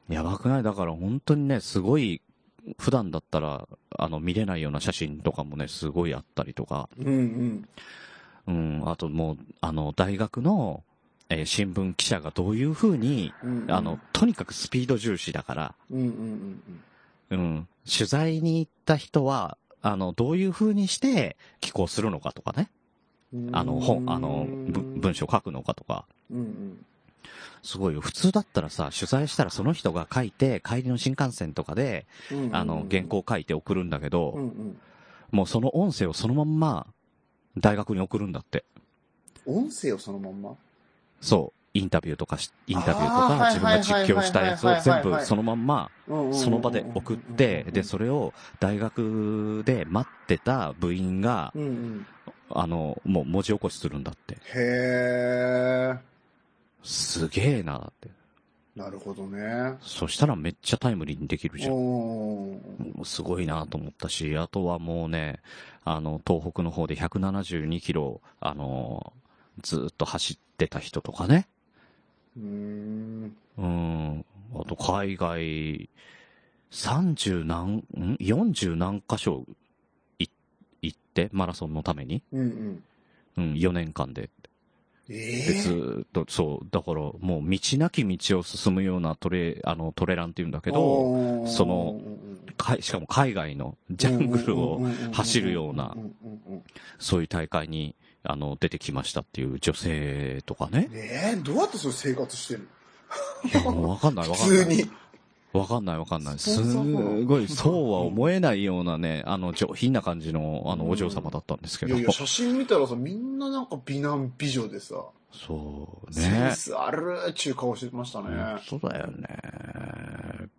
Speaker 2: やばくないだから本当にね、すごい、普段だったら、あの、見れないような写真とかもね、すごいあったりとか、
Speaker 3: うんうん。
Speaker 2: うん、あともう、あの、大学の、えー新聞記者がどういう風に、
Speaker 3: うんうん
Speaker 2: あの、、とにかくスピード重視だから、
Speaker 3: うんうんうんうん。
Speaker 2: うん、取材に行った人は、あの、どういう風にして寄稿するのかとかね、あの、本、あの、ぶ文章書くのかとか、
Speaker 3: うんうん。
Speaker 2: すごいよ。普通だったらさ、取材したらその人が書いて、帰りの新幹線とかで、
Speaker 3: うんうんうん
Speaker 2: あの、原。稿書いて送るんだけど、
Speaker 3: うんうん。
Speaker 2: もうその音声をそのまんま、大学に送るんだって。
Speaker 3: 音声をそのまんま
Speaker 2: そう。インタビューとかし、インタビューと
Speaker 3: あー
Speaker 2: か、
Speaker 3: はい
Speaker 2: 自分が実況したやつを
Speaker 3: はいはい
Speaker 2: 全
Speaker 3: はいはいはいは
Speaker 2: 部
Speaker 3: い
Speaker 2: そのまんま、その場で送って、で、そ
Speaker 3: れ。
Speaker 2: れを大学で待ってた部員が
Speaker 3: う、んうん。
Speaker 2: あの、もう文字起こしするんだって。
Speaker 3: へえ。
Speaker 2: すげえな、だって。
Speaker 3: なるほどね。
Speaker 2: そしたらめっちゃタイムリーにできるじゃん。
Speaker 3: おー
Speaker 2: すごいなと思ったし、あとはもうね、あの、東北の方で172キロ、あの、ずーっと走ってた人とかね。
Speaker 3: うーん。
Speaker 2: うん。あと、海外、30何、ん ?40 何箇所い行って、マラソンのために。
Speaker 3: うんうん。
Speaker 2: うん、4年間で。
Speaker 3: え
Speaker 2: で、ず
Speaker 3: え。
Speaker 2: ーっと、そう、だから、もう道なき道を進むようなトレ、あの、トレランっていうんだけど、
Speaker 3: おー
Speaker 2: その、かいしかも海外のジャングルを走るような
Speaker 3: うんうんうんうん。
Speaker 2: そういう大会に、あの、出てきましたっていう女性とかね。
Speaker 3: ねえ、どうやってそれ生活してる
Speaker 2: いや、もうわかんない
Speaker 3: の
Speaker 2: わ
Speaker 3: 普
Speaker 2: かんな
Speaker 3: 通
Speaker 2: い。
Speaker 3: に。
Speaker 2: わかんないわかんない。
Speaker 3: ス
Speaker 2: す
Speaker 3: ポンサーか
Speaker 2: んごい、そうは思えないようなね、 あの、上品な感じの、あの、お嬢様だったんですけ
Speaker 3: い
Speaker 2: ど
Speaker 3: やい。や、写真見たらさ、みんななんか美男美女でさ、
Speaker 2: そう
Speaker 3: セン
Speaker 2: ね。
Speaker 3: スあるーっちゅう顔してましたね。
Speaker 2: そうだよね。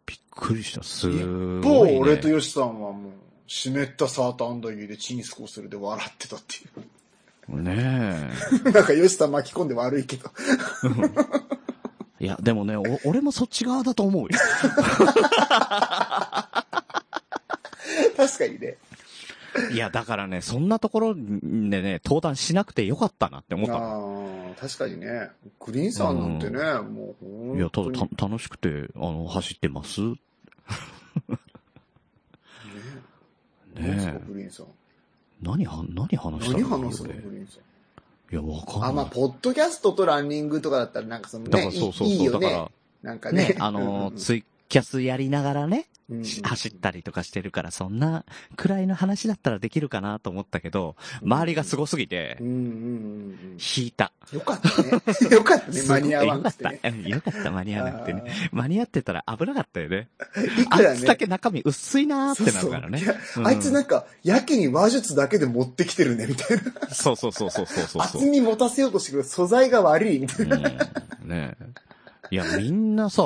Speaker 2: びっくりした。す
Speaker 3: 某
Speaker 2: ごい、ね。
Speaker 3: 俺とヨシさんはもう、湿ったサーターアンダギーでチンスコするで笑ってたってい
Speaker 2: ね
Speaker 3: う。 なんかヨシさん巻き込んで悪いけど。
Speaker 2: え。いや、でもね、お俺もそっち側だと思うよ。
Speaker 3: 確かにね。
Speaker 2: いや、だからね、そんなところでね、登壇しなくてよかったなって思ったの。
Speaker 3: ああ、確かにね。グリーンさんなんてね、もう
Speaker 2: いや、ただ
Speaker 3: 本当にね、
Speaker 2: た楽しくて、あの、走ってますね
Speaker 3: 何ですか、
Speaker 2: え。
Speaker 3: グリーンさん。
Speaker 2: 何は、何話した
Speaker 3: 何話す
Speaker 2: の
Speaker 3: の、
Speaker 2: 俺
Speaker 3: グリーンさん。
Speaker 2: いや、わか
Speaker 3: あ、
Speaker 2: んな
Speaker 3: まあ、
Speaker 2: い。
Speaker 3: ポッドキャストとランニングとかだったら、なんかその
Speaker 2: だ
Speaker 3: ね、
Speaker 2: からそうそう
Speaker 3: いいい
Speaker 2: そ、
Speaker 3: いう
Speaker 2: だ
Speaker 3: よ
Speaker 2: か
Speaker 3: ね。
Speaker 2: なん、
Speaker 3: からね
Speaker 2: ね、あの、ツイキャスやりながらね、
Speaker 3: うんうん
Speaker 2: 走ったりとかしてるから、そんなくらいの話だったらできるかなと思ったけど、周りがすごすぎて
Speaker 3: うん、うんうん
Speaker 2: 引いた。
Speaker 3: うん。よかったね。 よかったね、
Speaker 2: すご
Speaker 3: 間
Speaker 2: い
Speaker 3: に合わなくて
Speaker 2: よ。かっ
Speaker 3: ね
Speaker 2: た。うんよかった、間に合わなくてね。間に合ってたら危なかったよね。
Speaker 3: あーい
Speaker 2: あ
Speaker 3: くら
Speaker 2: いつだ
Speaker 3: ね。
Speaker 2: け中身薄いなーってなるからね
Speaker 3: そう。
Speaker 2: う
Speaker 3: あいつなんんか、やけに話術だけで持ってきてるね、みたいな。
Speaker 2: そうそうそうそうそうそうそう
Speaker 3: 厚。み持たせようとしてくる素材が悪い、みたい
Speaker 2: うんねえ。いや、みんなさ、あ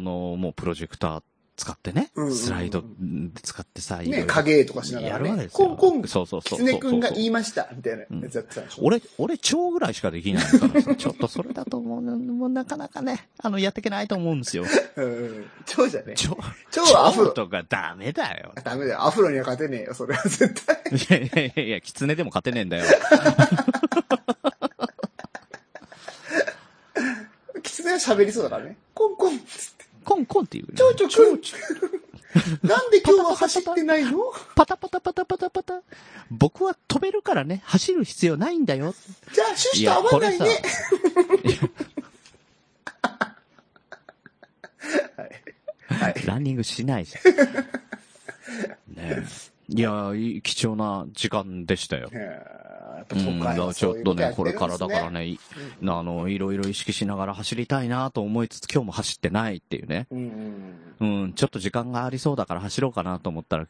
Speaker 2: の、もうプロジェクター使ってね、
Speaker 3: うんうんうん
Speaker 2: スライドうん使ってさ、いろい
Speaker 3: ね、
Speaker 2: ろ
Speaker 3: 影絵とかしながら、ね。
Speaker 2: やるわけです
Speaker 3: コ
Speaker 2: よ。
Speaker 3: ンコン、
Speaker 2: そうそうそう。
Speaker 3: キツネ君が言い
Speaker 2: い。
Speaker 3: ました、みたいなやつやってたんでしょ。
Speaker 2: 俺、俺、蝶ぐらいしかできないからさ、ちょっとそれだともう、もうなかなかね、あの、やっていけないと思うん ですよ。
Speaker 3: うんうん。蝶じゃね。
Speaker 2: 蝶、
Speaker 3: 蝶はアフロ
Speaker 2: とかダメだよ。
Speaker 3: ダメだよ。アフロには勝てねえよ、それは絶対。
Speaker 2: いやいやいやいや、キツネでも勝てねえんだよ。
Speaker 3: キツネは喋りそうだからね。コンコン、つって。
Speaker 2: コンコンっていう、ね。
Speaker 3: 蝶々くん。なんで今日は走ってないの
Speaker 2: パタパタパタパタパタ。僕は飛べるからね、走る必要ないんだよ。
Speaker 3: じゃあ、シュッシュと合わないね。 はい。
Speaker 2: ランニングしないじゃん。ねえいや、いい貴重な時間でしたよ。
Speaker 3: いやーやっぱ
Speaker 2: う
Speaker 3: 都
Speaker 2: ん、だ
Speaker 3: 会
Speaker 2: か
Speaker 3: は
Speaker 2: らちょ
Speaker 3: そう
Speaker 2: っ
Speaker 3: いう
Speaker 2: と
Speaker 3: や
Speaker 2: ね、
Speaker 3: って
Speaker 2: こ
Speaker 3: る
Speaker 2: れ
Speaker 3: んです
Speaker 2: からだからね、いあの、いろいろ意識しながら走りたいなと思いつつ、今日も走ってないっていうね。
Speaker 3: うんうん
Speaker 2: うん、ちょっと時間がありそうだから走ろうかなと思ったら、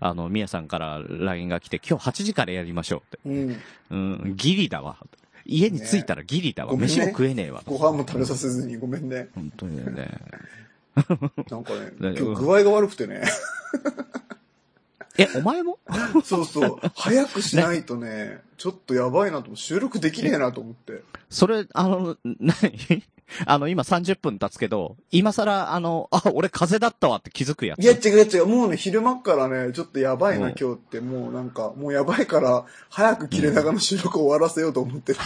Speaker 2: あの、みやさんから LINE が来て、今日8時からやりましょうって。
Speaker 3: うん。うん。
Speaker 2: うん、ギリだわ。家に着いたらギリだわ。
Speaker 3: ね
Speaker 2: 飯も食えねえわ。
Speaker 3: ご飯も食べさせずにごめんね。
Speaker 2: 本当にね。
Speaker 3: なん かね、今
Speaker 2: 大
Speaker 3: 日
Speaker 2: 丈夫
Speaker 3: 具合が悪くてね。
Speaker 2: え、お前も
Speaker 3: そうそう。早くしないと ね、ちょっとやばいなと思って、収録できねえなと思って。
Speaker 2: それ、あの、何 あの、今30分経つけど、今更、あの、あ、俺風邪だったわって気づくやつ。
Speaker 3: いや、違う違う。もうね、昼間っからね、ちょっとやばいな、
Speaker 2: うん
Speaker 3: 今日って。もうなんか、もうやばいから、早く切れ長の収録を終わらせようと思ってる。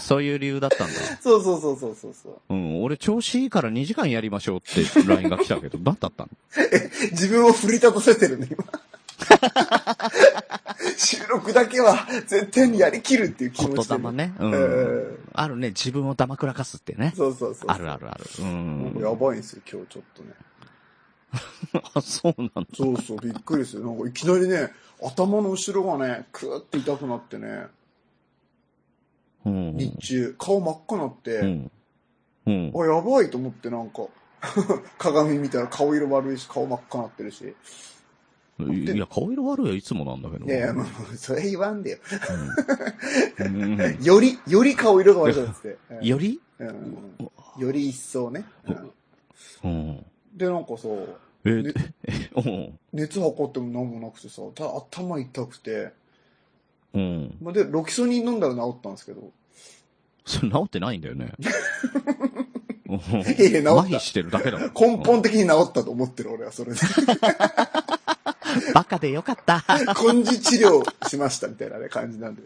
Speaker 2: そういう理由だったんだ。
Speaker 3: そうそうそうそうそうそう。
Speaker 2: うん、俺調子いいから2時間やりましょうって LINE が来たけど、 何だったの
Speaker 3: 自分を振り立たせてるね、 今。収録だけは絶対にやりきるっていう気持
Speaker 2: 言
Speaker 3: ちで、
Speaker 2: 霊ね。う。
Speaker 3: うんん。
Speaker 2: あるね、自分を黙くらかすってね。
Speaker 3: そうそうそう。
Speaker 2: あるあるある。う
Speaker 3: なんか
Speaker 2: ん。
Speaker 3: やばいんですよ、今日ちょっとね。
Speaker 2: あ、そうなんだ。
Speaker 3: そうそう、びっくりする。なんかいきなりね、頭の後ろがね、クーって痛くなってね、
Speaker 2: うん。
Speaker 3: 日中、顔真っ赤になって、
Speaker 2: うん。うん。
Speaker 3: あ、やばいと思ってなんか、 鏡見たら顔色悪いし、顔真っ赤になってるし。
Speaker 2: いや、顔色悪いはいつもなんだけど。
Speaker 3: いやいや、もう、それ言わんでよ。
Speaker 2: うんうん
Speaker 3: より、より顔色が悪くなってて。う ん
Speaker 2: より
Speaker 3: うんより一層ね。
Speaker 2: う
Speaker 3: うん
Speaker 2: ん。
Speaker 3: で、なんかそう、
Speaker 2: え
Speaker 3: ね
Speaker 2: ー、 うん。
Speaker 3: 熱測っても何もなくてさ、ただ頭痛くて、
Speaker 2: うん。
Speaker 3: まあ、で、ロキソニン飲んだら治ったんですけど、
Speaker 2: それ治ってないんだよ ね。うん
Speaker 3: いや治った
Speaker 2: 麻痺してるだけだもん。
Speaker 3: 根本的に治ったと思ってる俺はそれで。
Speaker 2: うん。バカでよか った。え
Speaker 3: 根治治療しましたみたいなね、感じなんだ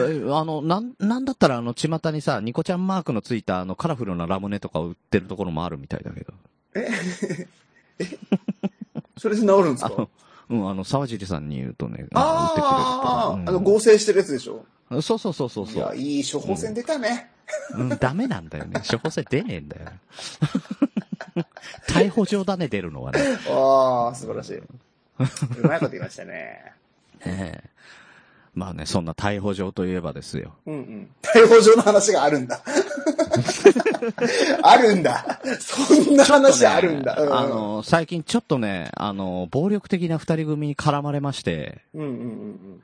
Speaker 3: よ。
Speaker 2: あの、なん、なんだったらあの、巷にさ、ニコちゃんマークのついたあの、カラフルなラムネとか売ってるところもあるみたいだけど。
Speaker 3: それで治るんです
Speaker 2: あ
Speaker 3: か
Speaker 2: の、うん、あの、沢尻さんに言うとね、
Speaker 3: あ
Speaker 2: の売ってく
Speaker 3: ー、
Speaker 2: れると
Speaker 3: あの、
Speaker 2: うん
Speaker 3: 合成してるやつでしょ
Speaker 2: そうそうそうそう
Speaker 3: い
Speaker 2: そ
Speaker 3: や、
Speaker 2: う。
Speaker 3: いい処方箋出たね。
Speaker 2: うん、ダメなんだよね。処方箋出ねえんだよね。 逮捕状だね、出るのはね。
Speaker 3: ああ、素晴らしい。うまいこと言いましたね。
Speaker 2: ええまあね、そんな逮捕状といえばですよ。
Speaker 3: うんうん。逮捕状の話があるん だ。あるんだ。そんな話あるんだ。
Speaker 2: ちょっとね
Speaker 3: うん
Speaker 2: あ、の、最近ちょっとね、あの、暴力的な二人組に絡まれまして、
Speaker 3: うんうんうん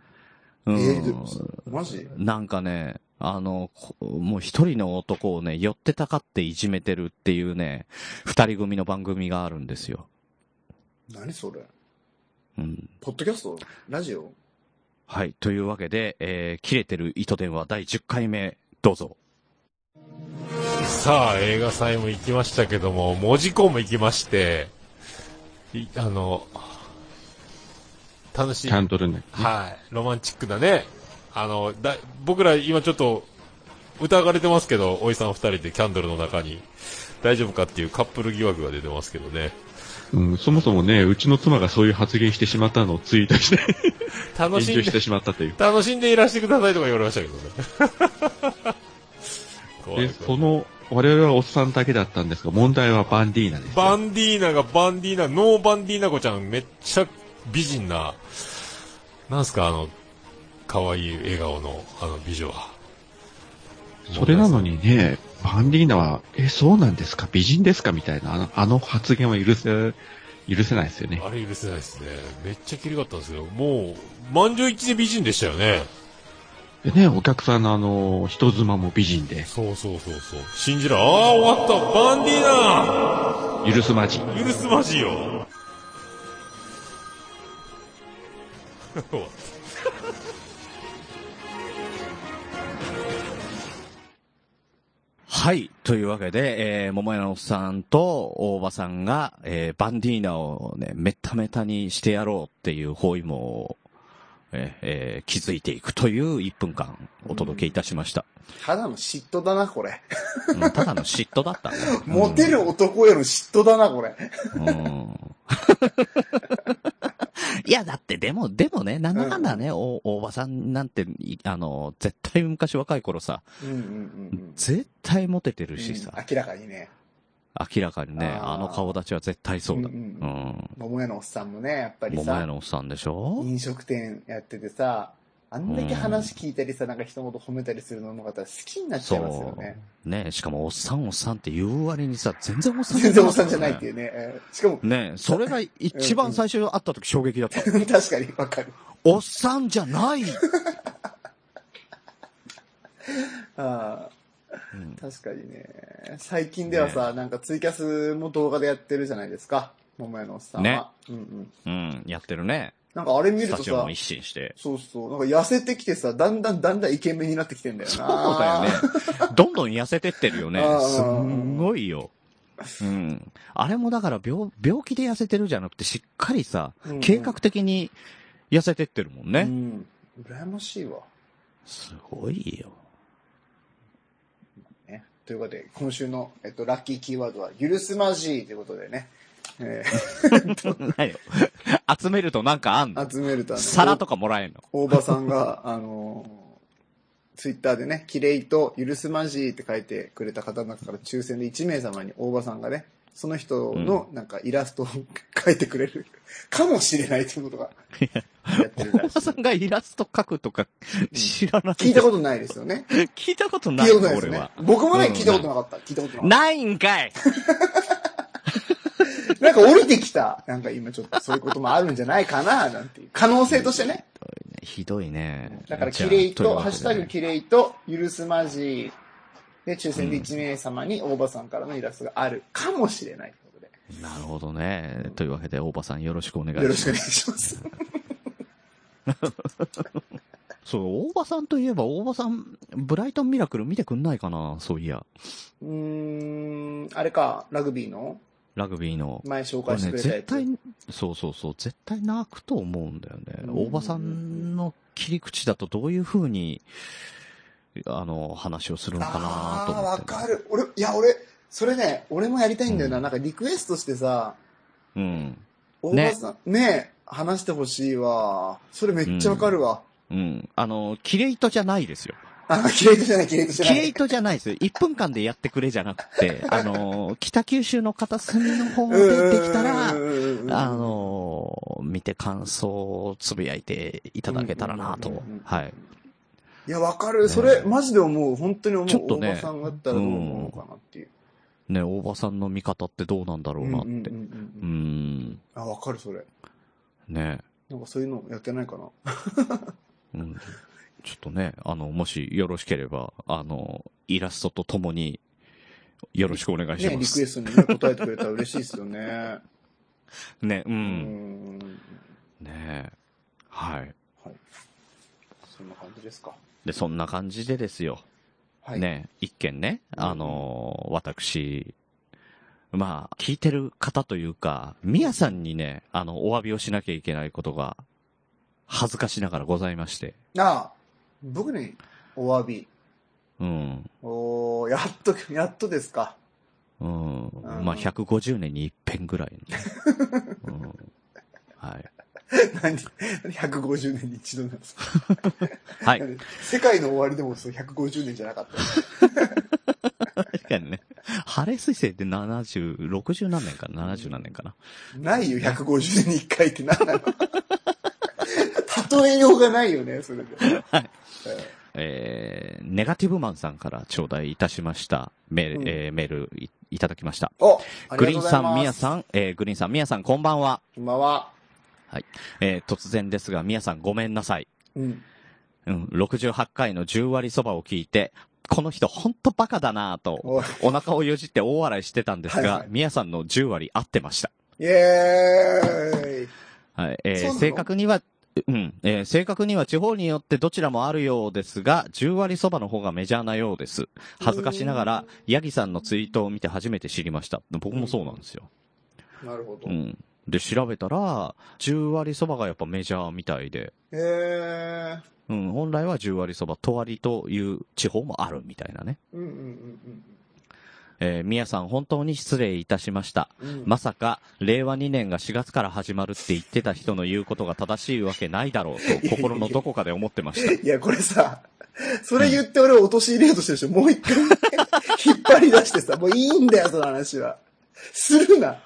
Speaker 2: う
Speaker 3: うんん。えー、でもさマジ
Speaker 2: なんかね、あの、こもう一人の男をね、寄ってたかっていじめてるっていうね、二人組の番組があるんですよ。
Speaker 3: 何それ
Speaker 2: うん。
Speaker 3: ポッドキャストラジオ
Speaker 2: はい。というわけで、えー、切れてる糸電話第10回目、どうぞ。
Speaker 4: さあ、映画祭も行きましたけども、文字工も行きまして、いあの、楽しい。
Speaker 5: タントルネックね。
Speaker 4: はい。ロマンチックだね。あの、だ、僕ら今ちょっと、疑われてますけど、おいさん二人でキャンドルの中に、大丈夫かっていうカップル疑惑が出てますけどね。
Speaker 5: うん、そもそもね、うちの妻がそういう発言してしまったのをツイートして、
Speaker 4: 楽
Speaker 5: 炎
Speaker 4: しん
Speaker 5: 上し
Speaker 4: で
Speaker 5: て、しまったという。
Speaker 4: 楽しんでいらしてくださいとか言われました けどね。怖い
Speaker 5: で、その、我々はおっさんだけだったんですが、問題はバンディーナです。
Speaker 4: バンディーナがバンディーナ、ノーバンディーナ子ちゃんめっちゃ美人な、なんすかあの、可愛い笑顔のあの美女は。
Speaker 5: それなのにね、バンディーナは、え、そうなんですか美人ですかみたいな、あの、あの発言は許せ、許せないですよね。
Speaker 4: あれ許せないですね。めっちゃ綺麗かったんですけど、もう、満場一致で美人でしたよね。
Speaker 5: でね、お客さんのあの、人妻も美人で、
Speaker 4: そうそうそうそう。信じら、ああー、終わったバンディーナ
Speaker 5: 許すまじ。
Speaker 4: 許すまじよ。 終わっ
Speaker 2: はい。というわけで、えー、桃屋のおっさんと大場さんが、えー、バンディーナをね、めっためたにしてやろうっていう包囲網を、えーえー気づいていくという1分間お届けいたしま した。
Speaker 3: ただの嫉妬だな、これ。
Speaker 2: うんただの嫉妬だったね。
Speaker 3: モテる男への嫉妬だな、これ。
Speaker 2: うん いや、だって、でも、でもね、なんだかんだね、お大場さんなんて、いあの、絶対昔若い頃さ、
Speaker 3: うんうんうん
Speaker 2: 絶対モテて
Speaker 3: うん。
Speaker 2: るしさ、
Speaker 3: うん明らかにね。
Speaker 2: 明らかにね、
Speaker 3: あー
Speaker 2: あの顔立ちは絶対そうだ。
Speaker 3: う
Speaker 2: うん
Speaker 3: うん
Speaker 2: ん。
Speaker 3: う桃屋のおっさんもね、やっぱり
Speaker 2: 桃屋
Speaker 3: さ、
Speaker 2: のおっさんでしょ
Speaker 3: 飲食店やっててさ、あんだけ話聞いたりさ、なんか人のこと褒めたりするのも方好きになっちゃいますよね。
Speaker 2: ねしかもおっさんおっさんって言う割にさ、全然おっさん
Speaker 3: 全然おっさんじゃないって
Speaker 2: いう。
Speaker 3: いうね。えーしかも、
Speaker 2: ねそれが一番最初会った時衝撃だった。
Speaker 3: 確かにわかる。
Speaker 2: おっさんじゃない、
Speaker 3: あ
Speaker 2: うん
Speaker 3: ー確かにね。最近ではさ、なんかツイキャスも動画でやってるじゃないですか。桃屋のおっさんは。
Speaker 2: ね
Speaker 3: うん
Speaker 2: う
Speaker 3: うん。
Speaker 2: ん、やってるね。
Speaker 3: なんかあれ見る
Speaker 2: ス
Speaker 3: と
Speaker 2: タ
Speaker 3: さ、
Speaker 2: ジオも一新して。
Speaker 3: そうそう。なんか痩せてきてさ、だんだんだんだんイケメンになってきてんだよな。
Speaker 2: そうだよね。どんどん痩せてってるよね
Speaker 3: あ。ー
Speaker 2: すんごいよ。うん。あれもだから病、病気で痩せてるじゃなくて、しっかりさ、
Speaker 3: うんうん
Speaker 2: 計画的に痩せてってるもんね。
Speaker 3: うん。羨ましいわ。
Speaker 2: すごいよ。
Speaker 3: ね。ということで、今週の、えっと、ラッキーキーワードは、許すまじいということでね。え
Speaker 2: 何よ。 集めるとなんかあんの
Speaker 3: ー集めるとあの、
Speaker 2: 皿とかもら えんの
Speaker 3: 大場さんが、あのーツイッターでね、キレイと許すまじいって書いてくれた方の中から抽選で1名様に大場さんがね、その人のなんかイラストを書いてくれるかもしれないとい うことがやってる
Speaker 2: お
Speaker 3: ら
Speaker 2: ば
Speaker 3: し
Speaker 2: さん
Speaker 3: い。
Speaker 2: がイラスト描くとか知らない。
Speaker 3: 聞いたことないですよね。
Speaker 2: 聞いたこと
Speaker 3: 聞
Speaker 2: ないい
Speaker 3: た
Speaker 2: よ
Speaker 3: ことないです
Speaker 2: 俺
Speaker 3: ね
Speaker 2: は。。
Speaker 3: 僕もね、
Speaker 2: うん
Speaker 3: 聞いたことなかった。聞いたことなかった。
Speaker 2: ないんか い
Speaker 3: なんか降りてきた。なんか今ちょっとそういうこともあるんじゃないかな、なんていう。可能性としてね。
Speaker 2: ひどいね。
Speaker 3: だから、キレイ
Speaker 2: じゃあ
Speaker 3: と、ハッシュタグ。キレイと、許すまじい。で、抽選で1名様に大場さんからのイラストがあるかもしれないということで。
Speaker 2: いうわけでねなるほどね。というわけで、大場さんよろしくお願いし
Speaker 3: よ
Speaker 2: ま
Speaker 3: ろ
Speaker 2: す
Speaker 3: し。くお願いします。
Speaker 2: そう、大場さんといえば、大場さん、ブライトンミラクル見てくんないかなそういや。
Speaker 3: うーん、あれか、ラグビーの
Speaker 2: ラグビーの。
Speaker 3: 前紹
Speaker 2: こ
Speaker 3: 介
Speaker 2: れ
Speaker 3: して
Speaker 2: ね、
Speaker 3: くれたや
Speaker 2: 絶
Speaker 3: つ。
Speaker 2: 対、そうそうそう、絶対泣くと思うんだよね。
Speaker 3: うん
Speaker 2: 大場さんの切り口だとどういう風に、あの、話をするのかなと
Speaker 3: ああー、
Speaker 2: 思っ
Speaker 3: わ
Speaker 2: て、
Speaker 3: かる。俺、いや、俺、それね、俺もやりたいんだよな。
Speaker 2: うん
Speaker 3: なんかリクエストしてさ、
Speaker 2: うん。
Speaker 3: 大場さん、ね話してほしいわ。それめっちゃわかるわ。
Speaker 2: うん。あの、キレイトじゃないですよ。
Speaker 3: あ、キレイトじゃない、キレイトじゃな
Speaker 2: キ
Speaker 3: い。
Speaker 2: レイトじゃないですよ。1分間でやってくれじゃなく て、あの、北九州の片隅の方でできたら、
Speaker 3: うんうんうんうんうん
Speaker 2: あ、の、見て感想をつぶやいていただけたらな
Speaker 3: うんう
Speaker 2: と
Speaker 3: んうんうん。
Speaker 2: はい。
Speaker 3: いや、わかる。
Speaker 2: ね
Speaker 3: それ、マジで思う。本当に思う。
Speaker 2: ちょっとね
Speaker 3: 大場さんだったらどう思うかなっていう。
Speaker 2: ね、大場さんの見方ってどうなんだろうなって。
Speaker 3: うんう
Speaker 2: う
Speaker 3: んう
Speaker 2: んー
Speaker 3: うん
Speaker 2: ん。
Speaker 3: あ、わかる、それ。
Speaker 2: ね。
Speaker 3: なんかそういうのやってないかな。
Speaker 2: うん。ちょっとね、あの、もしよろしければ、あの、イラストとともに、よろしくお願いしま
Speaker 3: ね、リクエ
Speaker 2: す。
Speaker 3: ストにね、答えてくれたら嬉しいですよね。
Speaker 2: ね、う。
Speaker 3: うんん。
Speaker 2: ねはい。
Speaker 3: はい。そんな感じですか。
Speaker 2: で、そんな感じでですよ。
Speaker 3: はい。。
Speaker 2: ね、一件ね、あのー私、まあ、聞いてる方というか、みやさんにね、あの、お詫びをしなきゃいけないことが、恥ずかしながらございまして。
Speaker 3: ああ、僕にお詫び。
Speaker 2: うん。
Speaker 3: おー、やっと、やっとですか。
Speaker 2: うん。
Speaker 3: ん
Speaker 2: まあ、150年に一遍ぐらいの、 うん。はい。
Speaker 3: 何 ?150 年に一度なんですか。
Speaker 2: はい。
Speaker 3: 世界の終わりでもそう150年じゃなかった。
Speaker 2: 確かにね。ハレー彗星って70、60何年かな ?70 何年かな
Speaker 3: ないよ、150年に1回って何なの 例えようがないよね、それで。
Speaker 2: はいえー、ネガティブマンさんから頂戴いたしました。メール、
Speaker 3: うん
Speaker 2: えーメールいいただきました。
Speaker 3: おあ
Speaker 2: グ
Speaker 3: り
Speaker 2: リー
Speaker 3: がとうご
Speaker 2: ンさん、
Speaker 3: ざいます
Speaker 2: ミヤさん、えー、グリーンさん、ミヤさん、こんばんは。
Speaker 3: こんばんは。
Speaker 2: えー、突然ですが、ミヤさん、ごめんなさい。
Speaker 3: うん。
Speaker 2: うん、68回の10割そばを聞いて、この人ほんとバカだなぁと、
Speaker 3: おい
Speaker 2: お腹をよじって大笑いしてたんです
Speaker 3: はいは
Speaker 2: が
Speaker 3: い、
Speaker 2: ミヤさんの10割合ってました。
Speaker 3: イエーイ
Speaker 2: はい。えー
Speaker 3: そうなの
Speaker 2: 正確には、うん、えー正確には地方によってどちらもあるようですが、10割そばの方がメジャーなようです。恥ずかしながら、ヤギさんのツイートを見て初めて知りました。僕もそうなんですよ。
Speaker 3: なるほど。
Speaker 2: う
Speaker 3: へ
Speaker 2: ん。で、調べたら、10割そばがやっぱメジャーみたいで、
Speaker 3: えー。
Speaker 2: うん、本来は10割そば、とわりという地方もあるみたいなね。
Speaker 3: うんうんうん
Speaker 2: えー、宮さん本当に失礼いたしました。
Speaker 3: うんうん。
Speaker 2: まさか、令和2年が4月から始まるって言ってた人の言うことが正しいわけないだろうと、 心のどこかで思ってました。
Speaker 3: いや、これさ、それ言って俺を落とし入れようとしてるでしょ。もう 一回引っ張り出してさ、もういいんだよ、その話は。するな。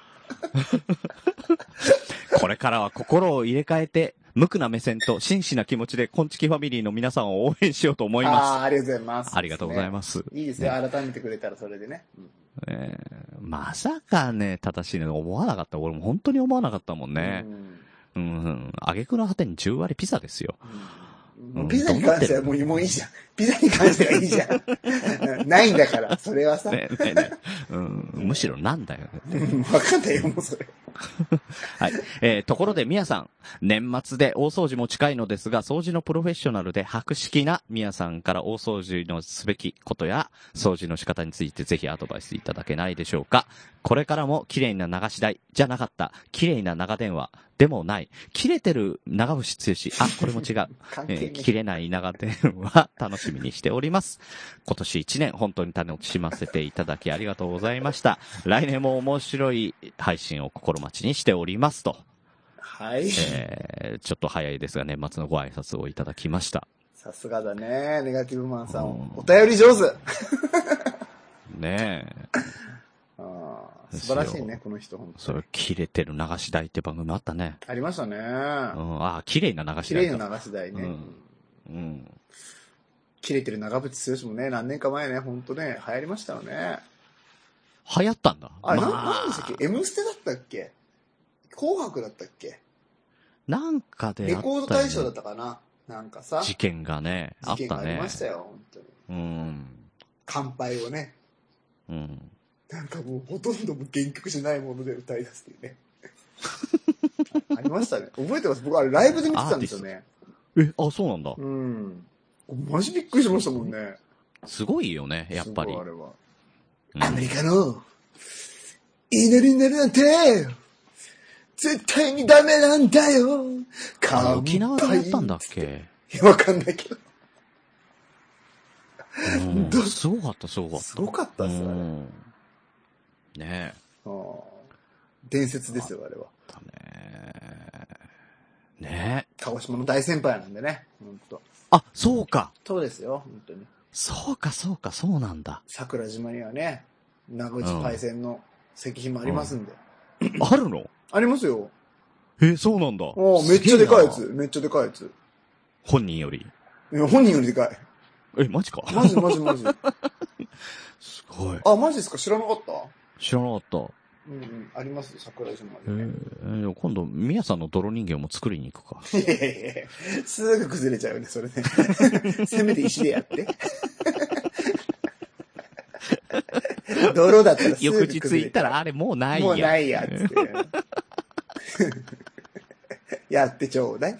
Speaker 2: これからは心を入れ替えて、無垢な目線と真摯な気持ちで、コンチキファミリーの皆さんを応援しようと思い
Speaker 3: あ
Speaker 2: ま
Speaker 3: あー、ありがとうございます
Speaker 2: す。。ありがとうございます。
Speaker 3: す。いいですね。改めてくれたらそれでね。うん
Speaker 2: えーまさかね、正しいね、思わなかった。俺も本当に思わなかったもんね
Speaker 3: う。ん
Speaker 2: うん、うん。あげくの果てに10割ピザですよ。
Speaker 3: うんもうピザに関してはもうもういいじゃん。ピザに関してはいいじゃんう ん。ないんだから、それはさ。
Speaker 2: ねねね、うん、むしろなんだよ。
Speaker 3: うんわかんないよ、もうそれ。
Speaker 2: はい。えーところで、みやさん。年末で大掃除も近いのですが、掃除のプロフェッショナルで博識なみやさんから大掃除のすべきことや、掃除の仕方についてぜひアドバイスいただけないでしょうか。これからも綺麗な流し台じゃなかった、綺麗な長電話でもない、切れてる長渕剛、あ、これも違う。
Speaker 3: 関係
Speaker 2: えー
Speaker 3: ね
Speaker 2: 切れない長電話楽しみにしております。今年1年本当に楽しませていただきありがとうございました。来年も面白い配信を心待ちにしておりますと。
Speaker 3: はい。
Speaker 2: えーちょっと早いですが年末のご挨拶をいただきました。
Speaker 3: さすがだね、ネガティブマンさん。
Speaker 2: うん
Speaker 3: お便り上手
Speaker 2: ねえ。
Speaker 3: あー
Speaker 2: です
Speaker 3: 素晴
Speaker 2: よ
Speaker 3: らしいね、この人、本当
Speaker 2: それ、切れてる流し台って番組あったね。
Speaker 3: ありましたね
Speaker 2: う。ん。ああ、綺麗な流し
Speaker 3: 綺
Speaker 2: 台
Speaker 3: 麗
Speaker 2: だ。
Speaker 3: な流し台ね。
Speaker 2: うんうん。
Speaker 3: 切れてる長渕剛もね、何年か前ね、本当ね、流行りましたよね。
Speaker 2: 流行ったんだ。
Speaker 3: あれ、なん
Speaker 2: ま
Speaker 3: なんでしたっけ ?M ステだったっけ紅白だったっけ
Speaker 2: なんかで
Speaker 3: レ
Speaker 2: あったよね、
Speaker 3: コード大賞だったかななんかさ、
Speaker 2: 事
Speaker 3: 事
Speaker 2: 件がね、あっ
Speaker 3: 件
Speaker 2: た
Speaker 3: があり
Speaker 2: ね
Speaker 3: ま。したよ、本当に。
Speaker 2: うん。
Speaker 3: 乾杯をね、
Speaker 2: うん。
Speaker 3: なんかもうほとんどもう原曲じゃないもので歌い出すっ ていうね。ありましたね。覚えてます僕、あれライブで見てたんですよね。
Speaker 2: え、あ、そうなんだ。
Speaker 3: うん。マジびっくりしましたもんね。
Speaker 2: すごいよね、やっぱり
Speaker 3: すごいあ。れは。
Speaker 2: うん
Speaker 3: アメリカの祈りになるなんて絶対にダメなんだよ乾杯
Speaker 2: 沖縄でやったんだっけ、
Speaker 3: いやわかんないけど。
Speaker 2: うん
Speaker 3: ど
Speaker 2: すごかった、すごかった。
Speaker 3: すごかったっすよあれ
Speaker 2: うんねえ。
Speaker 3: あー伝説ですよ、あれは。
Speaker 2: だねねえ。
Speaker 3: 鹿児島の大先輩なんでね。本当。
Speaker 2: あ、そうか。
Speaker 3: そうですよ、本当に。
Speaker 2: そうか、そうか、そうなんだ。
Speaker 3: 桜島にはね、名口パイセンの石碑もありますんで。
Speaker 2: あるの
Speaker 3: ありますよ。
Speaker 2: え、そうなんだ。
Speaker 3: おーめっちゃでかいやつ。。めっちゃでかいやつ。
Speaker 2: 本人より。
Speaker 3: いや、本人よりでかい。
Speaker 2: え、マジか。
Speaker 3: マジマジマジ。
Speaker 2: すごい。
Speaker 3: あ、マジですか知らなかった
Speaker 2: 知らなかった。
Speaker 3: うんうん、あります桜島
Speaker 2: え
Speaker 3: にね。
Speaker 2: ー今度、みやさんの泥人形も作りに行く か。
Speaker 3: いやいやいや、すぐ崩れちゃうよね、 それね。せめて石で やって。泥だったらすぐ
Speaker 2: 翌
Speaker 3: 崩れ
Speaker 2: 日行ったら、あれもうないや。
Speaker 3: もうないや、つって。やってちょうだい。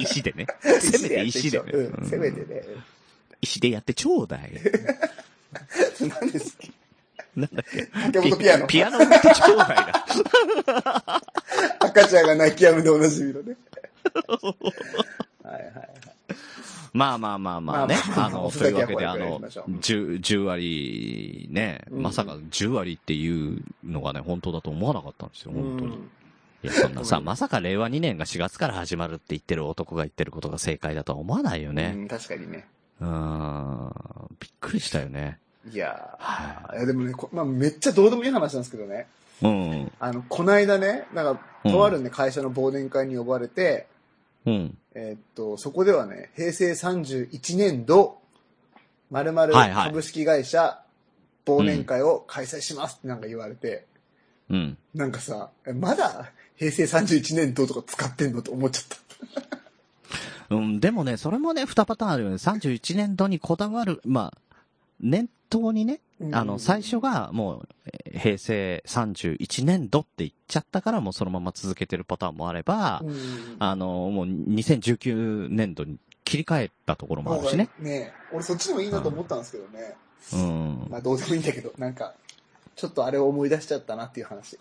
Speaker 2: 石 でね。せめて石でね。
Speaker 3: うん、せめてね。
Speaker 2: 石でやってちょうだい。
Speaker 3: 何ですか
Speaker 2: なんだっけ
Speaker 3: 竹本ピアノ。
Speaker 2: ピアノやってちょうだいだ。
Speaker 3: 赤ちゃんが泣き止むでおなじみのね。はいはいはい。
Speaker 2: まあまあまあまあね。
Speaker 3: まあま
Speaker 2: あ
Speaker 3: あお
Speaker 2: の、
Speaker 3: ふ
Speaker 2: とい
Speaker 3: ざ
Speaker 2: う
Speaker 3: け
Speaker 2: わけ
Speaker 3: は
Speaker 2: で、あ
Speaker 3: これくらい
Speaker 2: の
Speaker 3: にしましょう、
Speaker 2: 10、10割ね、
Speaker 3: うん
Speaker 2: まさか10割っていうのがね、本当だと思わなかったんですよ、本当
Speaker 3: う
Speaker 2: に。
Speaker 3: ん
Speaker 2: いや、そんなさ、まさか令和2年が4月から始まるって言ってる男が言ってることが正解だとは思わないよ
Speaker 3: う
Speaker 2: ね。
Speaker 3: ん確かにね。
Speaker 2: うーん、びっくりしたよね。
Speaker 3: いや
Speaker 2: は
Speaker 3: ーいやでもね、こまあ、めっちゃどうでもいい話なんですけどね。
Speaker 2: うん、
Speaker 3: あの、こないだね、なんか、
Speaker 2: うん
Speaker 3: とあるね、会社の忘年会に呼ばれて、
Speaker 2: うん。
Speaker 3: えーっと、そこではね、平成31年度、まるまる
Speaker 2: はいはい
Speaker 3: 株式会社忘年会を開催しますってなんか言われて、
Speaker 2: うん。
Speaker 3: なんかさ、えまだ平成31年度とか使ってんのと思っちゃっ
Speaker 2: うん、でもね、それもね、2パターンあるよね。31年度にこだわる、まあ、年頭にね、
Speaker 3: うん
Speaker 2: あの、最初がもう、えー平成31年度って言っちゃったから、もうそのまま続けてるパターンもあれば
Speaker 3: う、ん
Speaker 2: あの、もう2019年度に切り替えたところもあるしね。
Speaker 3: ね俺そっちでもいいなと思ったんですけどね。
Speaker 2: うん。
Speaker 3: まあどうでもいいんだけど、なんか、ちょっとあれを思い出しちゃったなっていう話。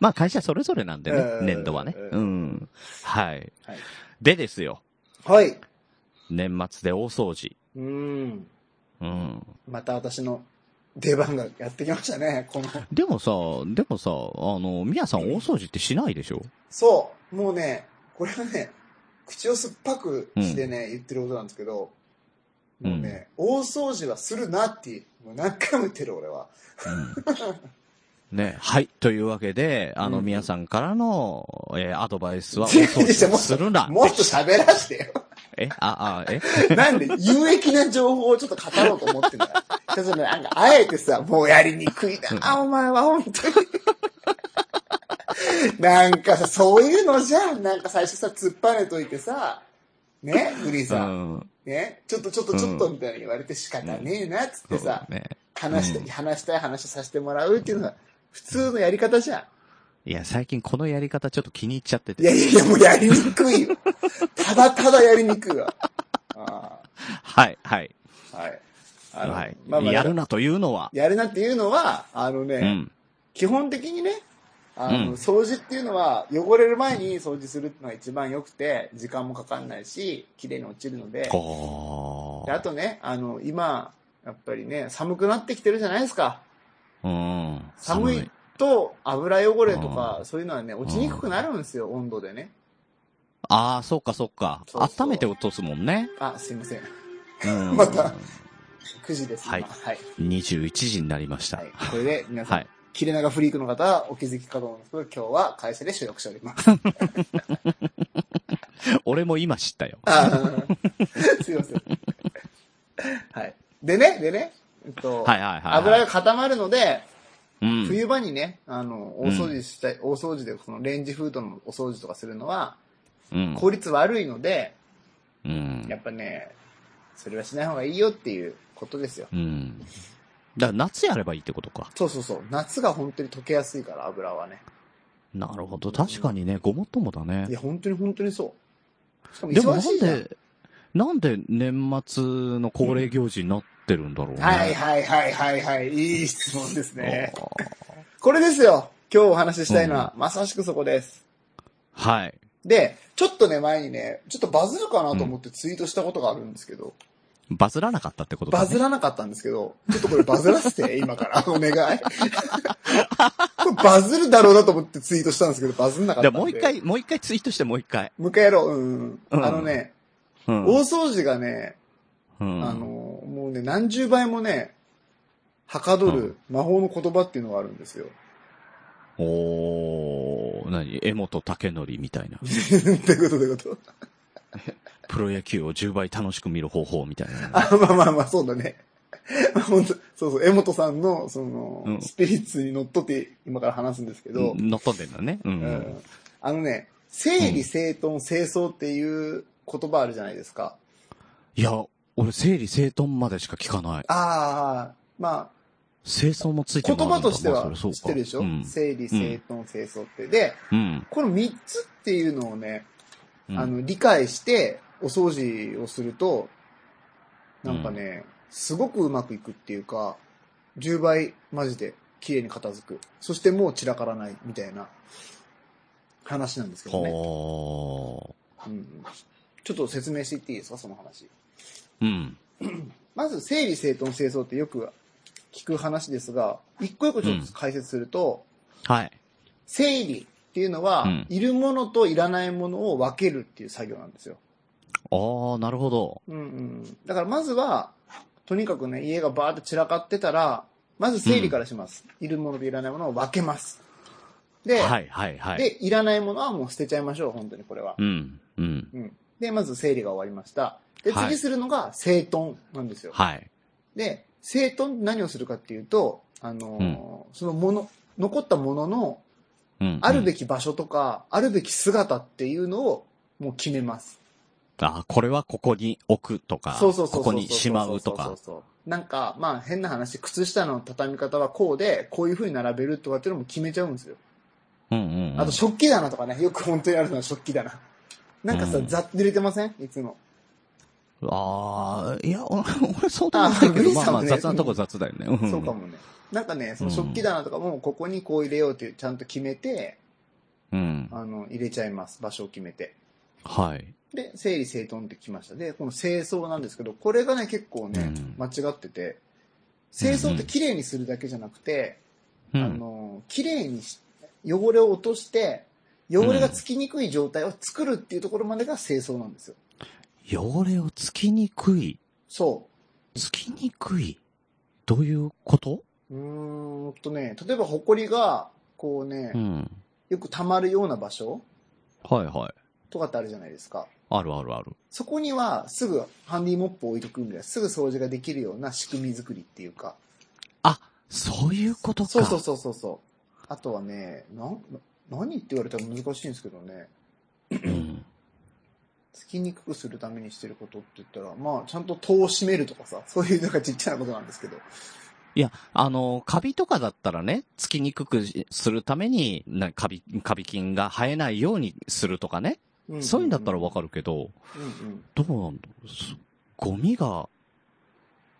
Speaker 2: まあ会社それぞれなんでね、
Speaker 3: うん
Speaker 2: 年度はね。
Speaker 3: う
Speaker 2: うん。はい
Speaker 3: はい。
Speaker 2: でですよ、
Speaker 3: はい。
Speaker 2: 年末で大掃除。
Speaker 3: うん。
Speaker 2: うん。
Speaker 3: また私の出番がやってきましたね、この。
Speaker 2: でもさ、でもさ、あの、みやさん大掃除ってしないでしょ
Speaker 3: そう、もうね、これはね、口を酸っぱくしてね、言ってることなんですけど、もうね、大掃除はするなって、もう何回も言ってる俺は。
Speaker 2: うん、ね、はい。というわけで、あの、
Speaker 3: うん
Speaker 2: 皆さんからの、えーアドバイス は、お
Speaker 3: 全然
Speaker 2: 掃
Speaker 3: でし
Speaker 2: 除
Speaker 3: たも
Speaker 2: を
Speaker 3: う
Speaker 2: するな。
Speaker 3: もっと喋らせて よ。
Speaker 2: え、あ、あ、え、
Speaker 3: なんで、有益な情報をちょっと語ろうと思ってんだよ。ちょっとねなんか、あえてさ、もうやりにくいな、お前は、本当に。なんかさ、そういうのじゃん。なんか最初さ、突っ張れといてさ、ね、グリーン
Speaker 2: う
Speaker 3: さん。
Speaker 2: ん。
Speaker 3: ね、ちょっとちょっとちょっとみたいに言われて仕方ねえな、つってさ
Speaker 2: そう、ね。
Speaker 3: 話した
Speaker 2: う
Speaker 3: い、
Speaker 2: ん
Speaker 3: 話したい話させてもらうっていうのは、普通のやり方じゃ
Speaker 2: いや、最近このやり方ちょっと気に入っちゃって
Speaker 3: ん。いや
Speaker 2: て。
Speaker 3: いやいや、もうやりに くいよ。ただただやりにくいわ。あ
Speaker 2: はい、はい、
Speaker 3: あはい。あの
Speaker 2: はい。
Speaker 3: まあまあ、
Speaker 2: やるなというのは、
Speaker 3: やるなっていうのは、あのね、
Speaker 2: うん。
Speaker 3: 基本的にね、あの、
Speaker 2: うん
Speaker 3: 掃除っていうのは、汚れる前に掃除するっていうのが一番良くて、時間もかかんないし、綺麗に落ちるので、
Speaker 2: こ
Speaker 3: であとね、あの、今、やっぱりね、寒くなってきてるじゃないですか。
Speaker 2: う。うん。
Speaker 3: 寒い。と油汚れとか、
Speaker 2: うん
Speaker 3: そういうのはね、落ちにくくなるんですよ、温度でね。
Speaker 2: ああ、そうか、そうか。
Speaker 3: そうそう
Speaker 2: 温めて落とすもんね。
Speaker 3: あ、すいません。
Speaker 2: うん。
Speaker 3: また9時です。今
Speaker 2: は
Speaker 3: はいい。はい。
Speaker 2: 21時になりました。はい。
Speaker 3: これで皆さん、切れ長フリークの方はお気づきかと思うんですけど、今日は会社で収録しており ます。
Speaker 2: 俺も今知ったよ。
Speaker 3: あーすいません。はい。でね、でね、えっと、
Speaker 2: はいはいはいはい
Speaker 3: 油が固まるので、
Speaker 2: うん。
Speaker 3: 冬場にね、あの、大掃除したい、大掃除で、そのレンジフードのお掃除とかするのは、
Speaker 2: うん。
Speaker 3: 効率悪いので、
Speaker 2: うん
Speaker 3: やっぱね、それはしない方がいいよっていうことですよ。
Speaker 2: うん。だから夏やればいいってことか。
Speaker 3: そうそうそう。夏が本当に溶けやすいから、油はね。
Speaker 2: なるほど。確かにね、ごもっともだね
Speaker 3: い。や、本当に本当にそう。しかも
Speaker 2: でも
Speaker 3: 忙
Speaker 2: な
Speaker 3: しい
Speaker 2: ん
Speaker 3: じゃん。
Speaker 2: で、なんで年末の恒例行事になってるんだろうね。
Speaker 3: はいはいはいはいはい。いい質問ですね。
Speaker 2: あー
Speaker 3: これですよ。今日お話ししたいのは、まさしくそこです。
Speaker 2: はい。
Speaker 3: で、ちょっとね、前にね、ちょっとバズるかなと思ってツイートしたことがあるんですけど、
Speaker 2: バズらなかったってことか、ね。
Speaker 3: バズらなかったんですけど、ちょっとこれバズらせ て、今から。お願い。これバズるだろうなと思ってツイートしたんですけど、バズんなかっ
Speaker 2: で
Speaker 3: たんで。
Speaker 2: もう一。回、もう一回ツイートしてもう一回。
Speaker 3: もう一回やろう。うん。
Speaker 2: うん
Speaker 3: あのね、
Speaker 2: うん。
Speaker 3: 大掃除がね、
Speaker 2: うん
Speaker 3: あの、もうね、何十倍もね、はかどる魔法の言葉っていうのがあるんですよ。
Speaker 2: おー、なに、江本武則みたいな。
Speaker 3: ってことでこと。
Speaker 2: プロ野球を10倍楽しく見る方法みたいな。
Speaker 3: あ、まあまあまあ、そうだね。まあ本当そうそう、江本さんの、その、
Speaker 2: うん
Speaker 3: スピリッツにのっとって今から話すんですけど、
Speaker 2: 乗っ取ってんだね。う
Speaker 3: うん
Speaker 2: ん。
Speaker 3: あのね、整理整頓、清掃っていう言葉あるじゃないですか。
Speaker 2: いや、俺、整理整頓までしか聞かない。
Speaker 3: ああ、まあ、
Speaker 2: 清掃もついて
Speaker 3: 言
Speaker 2: るのある
Speaker 3: 葉
Speaker 2: んだ
Speaker 3: として
Speaker 2: ま
Speaker 3: は
Speaker 2: あ
Speaker 3: 知
Speaker 2: それ
Speaker 3: ってるでしょ、
Speaker 2: そうかうん
Speaker 3: 整理整頓、清掃って。で、
Speaker 2: うん。
Speaker 3: この3つっていうのをね、
Speaker 2: うん
Speaker 3: あの、理解して、お掃除をすると、なんかね、すごくうまくいくっていうか、10倍、マジで、綺麗に片付く。そしてもう散らからない、みたいな、話なんですけどね。
Speaker 2: ほ
Speaker 3: うんうんちょっと説明していっていいですか、その話。
Speaker 2: ー。うん。
Speaker 3: まず、整理整頓清掃ってよく聞く話ですが、一個一個ちょっと解説すると、
Speaker 2: はい。
Speaker 3: 整理っていうのは、
Speaker 2: うん
Speaker 3: いるものといらないものを分けるっていう作業なんですよ。
Speaker 2: あー、なるほど。
Speaker 3: うんうん、だからまずは、とにかくね、家がバーッと散らかってたら、まず整理からします。いるものといらないものを分けます。で、
Speaker 2: はい、はい、はい。
Speaker 3: で、いらないものはもう捨てちゃいましょう、本当にこれは
Speaker 2: う。ん、うん。
Speaker 3: うん。で、まず整理が終わりました。で、
Speaker 2: はい
Speaker 3: 次するのが整頓なんですよ。
Speaker 2: はい。
Speaker 3: で、整頓って何をするかっていうと、あのーそのもの、残ったものの
Speaker 2: うん
Speaker 3: あるべき場所とか、あるべき姿っていうのをもう決めます。
Speaker 2: あ、これはここに置くとか、
Speaker 3: そうそうそうそう。
Speaker 2: ここにしまうとか
Speaker 3: そう。そうそう。なんか、まあ変な話、靴下の畳み方はこうで、こういう風に並べるとかっていうのも決めちゃうんですよ。
Speaker 2: うんうんうん。
Speaker 3: あと食器棚とかね、よく本当にあるのは食器棚。なんかさ、
Speaker 2: うん
Speaker 3: ざっと入れてませんいつも。
Speaker 2: ああ、いや、俺、 俺そうでもないけ
Speaker 3: あ
Speaker 2: ど、
Speaker 3: グリーン
Speaker 2: まあ
Speaker 3: さん
Speaker 2: ま
Speaker 3: も
Speaker 2: あ
Speaker 3: ね
Speaker 2: 雑なとこ雑だよね。ん
Speaker 3: そうか。もね。なんかね、その食器棚とかもここにこう入れようっていうちゃんと決めて、
Speaker 2: うん。
Speaker 3: あの、入れちゃいます。場所を決めて。
Speaker 2: はい。
Speaker 3: で、整理整頓ってきました。で、この清掃なんですけど、これがね、結構ね、
Speaker 2: うん
Speaker 3: 間違ってて、清掃って綺麗にするだけじゃなくて、
Speaker 2: う
Speaker 3: あ
Speaker 2: ん。
Speaker 3: の、綺麗にし、汚れを落として、汚れがつきにくい状態を作るっていうところまでが清掃なんですよ。
Speaker 2: 汚れをつきにくい。
Speaker 3: そ
Speaker 2: つきにくい。どういうこと
Speaker 3: う。うーんとね、例えば、ホコリが、こうね、
Speaker 2: うん。
Speaker 3: よく溜まるような場所
Speaker 2: はいはい。
Speaker 3: とかってあるじゃないですか。
Speaker 2: あるあるある。
Speaker 3: そこには、すぐハンディモップを置いとくんで、すぐ掃除ができるような仕組み作りっていうか。
Speaker 2: あ、そういうことか。
Speaker 3: そうそうそうそうそう。あとはね、なん、何って言われたら難しいんですけどね。
Speaker 2: うん。
Speaker 3: つきにくくするためにしてることって言ったら、まあ、ちゃんと戸を閉めるとかさ、そういうなんかちっちゃなことなんですけど。
Speaker 2: いや、あの、カビとかだったらね、つきにくくするために、なカビ、カビ菌が生えないようにするとかね。そういうんだったらわかるけど、
Speaker 3: る。うんうん。
Speaker 2: どうなんだろうす。ゴミが、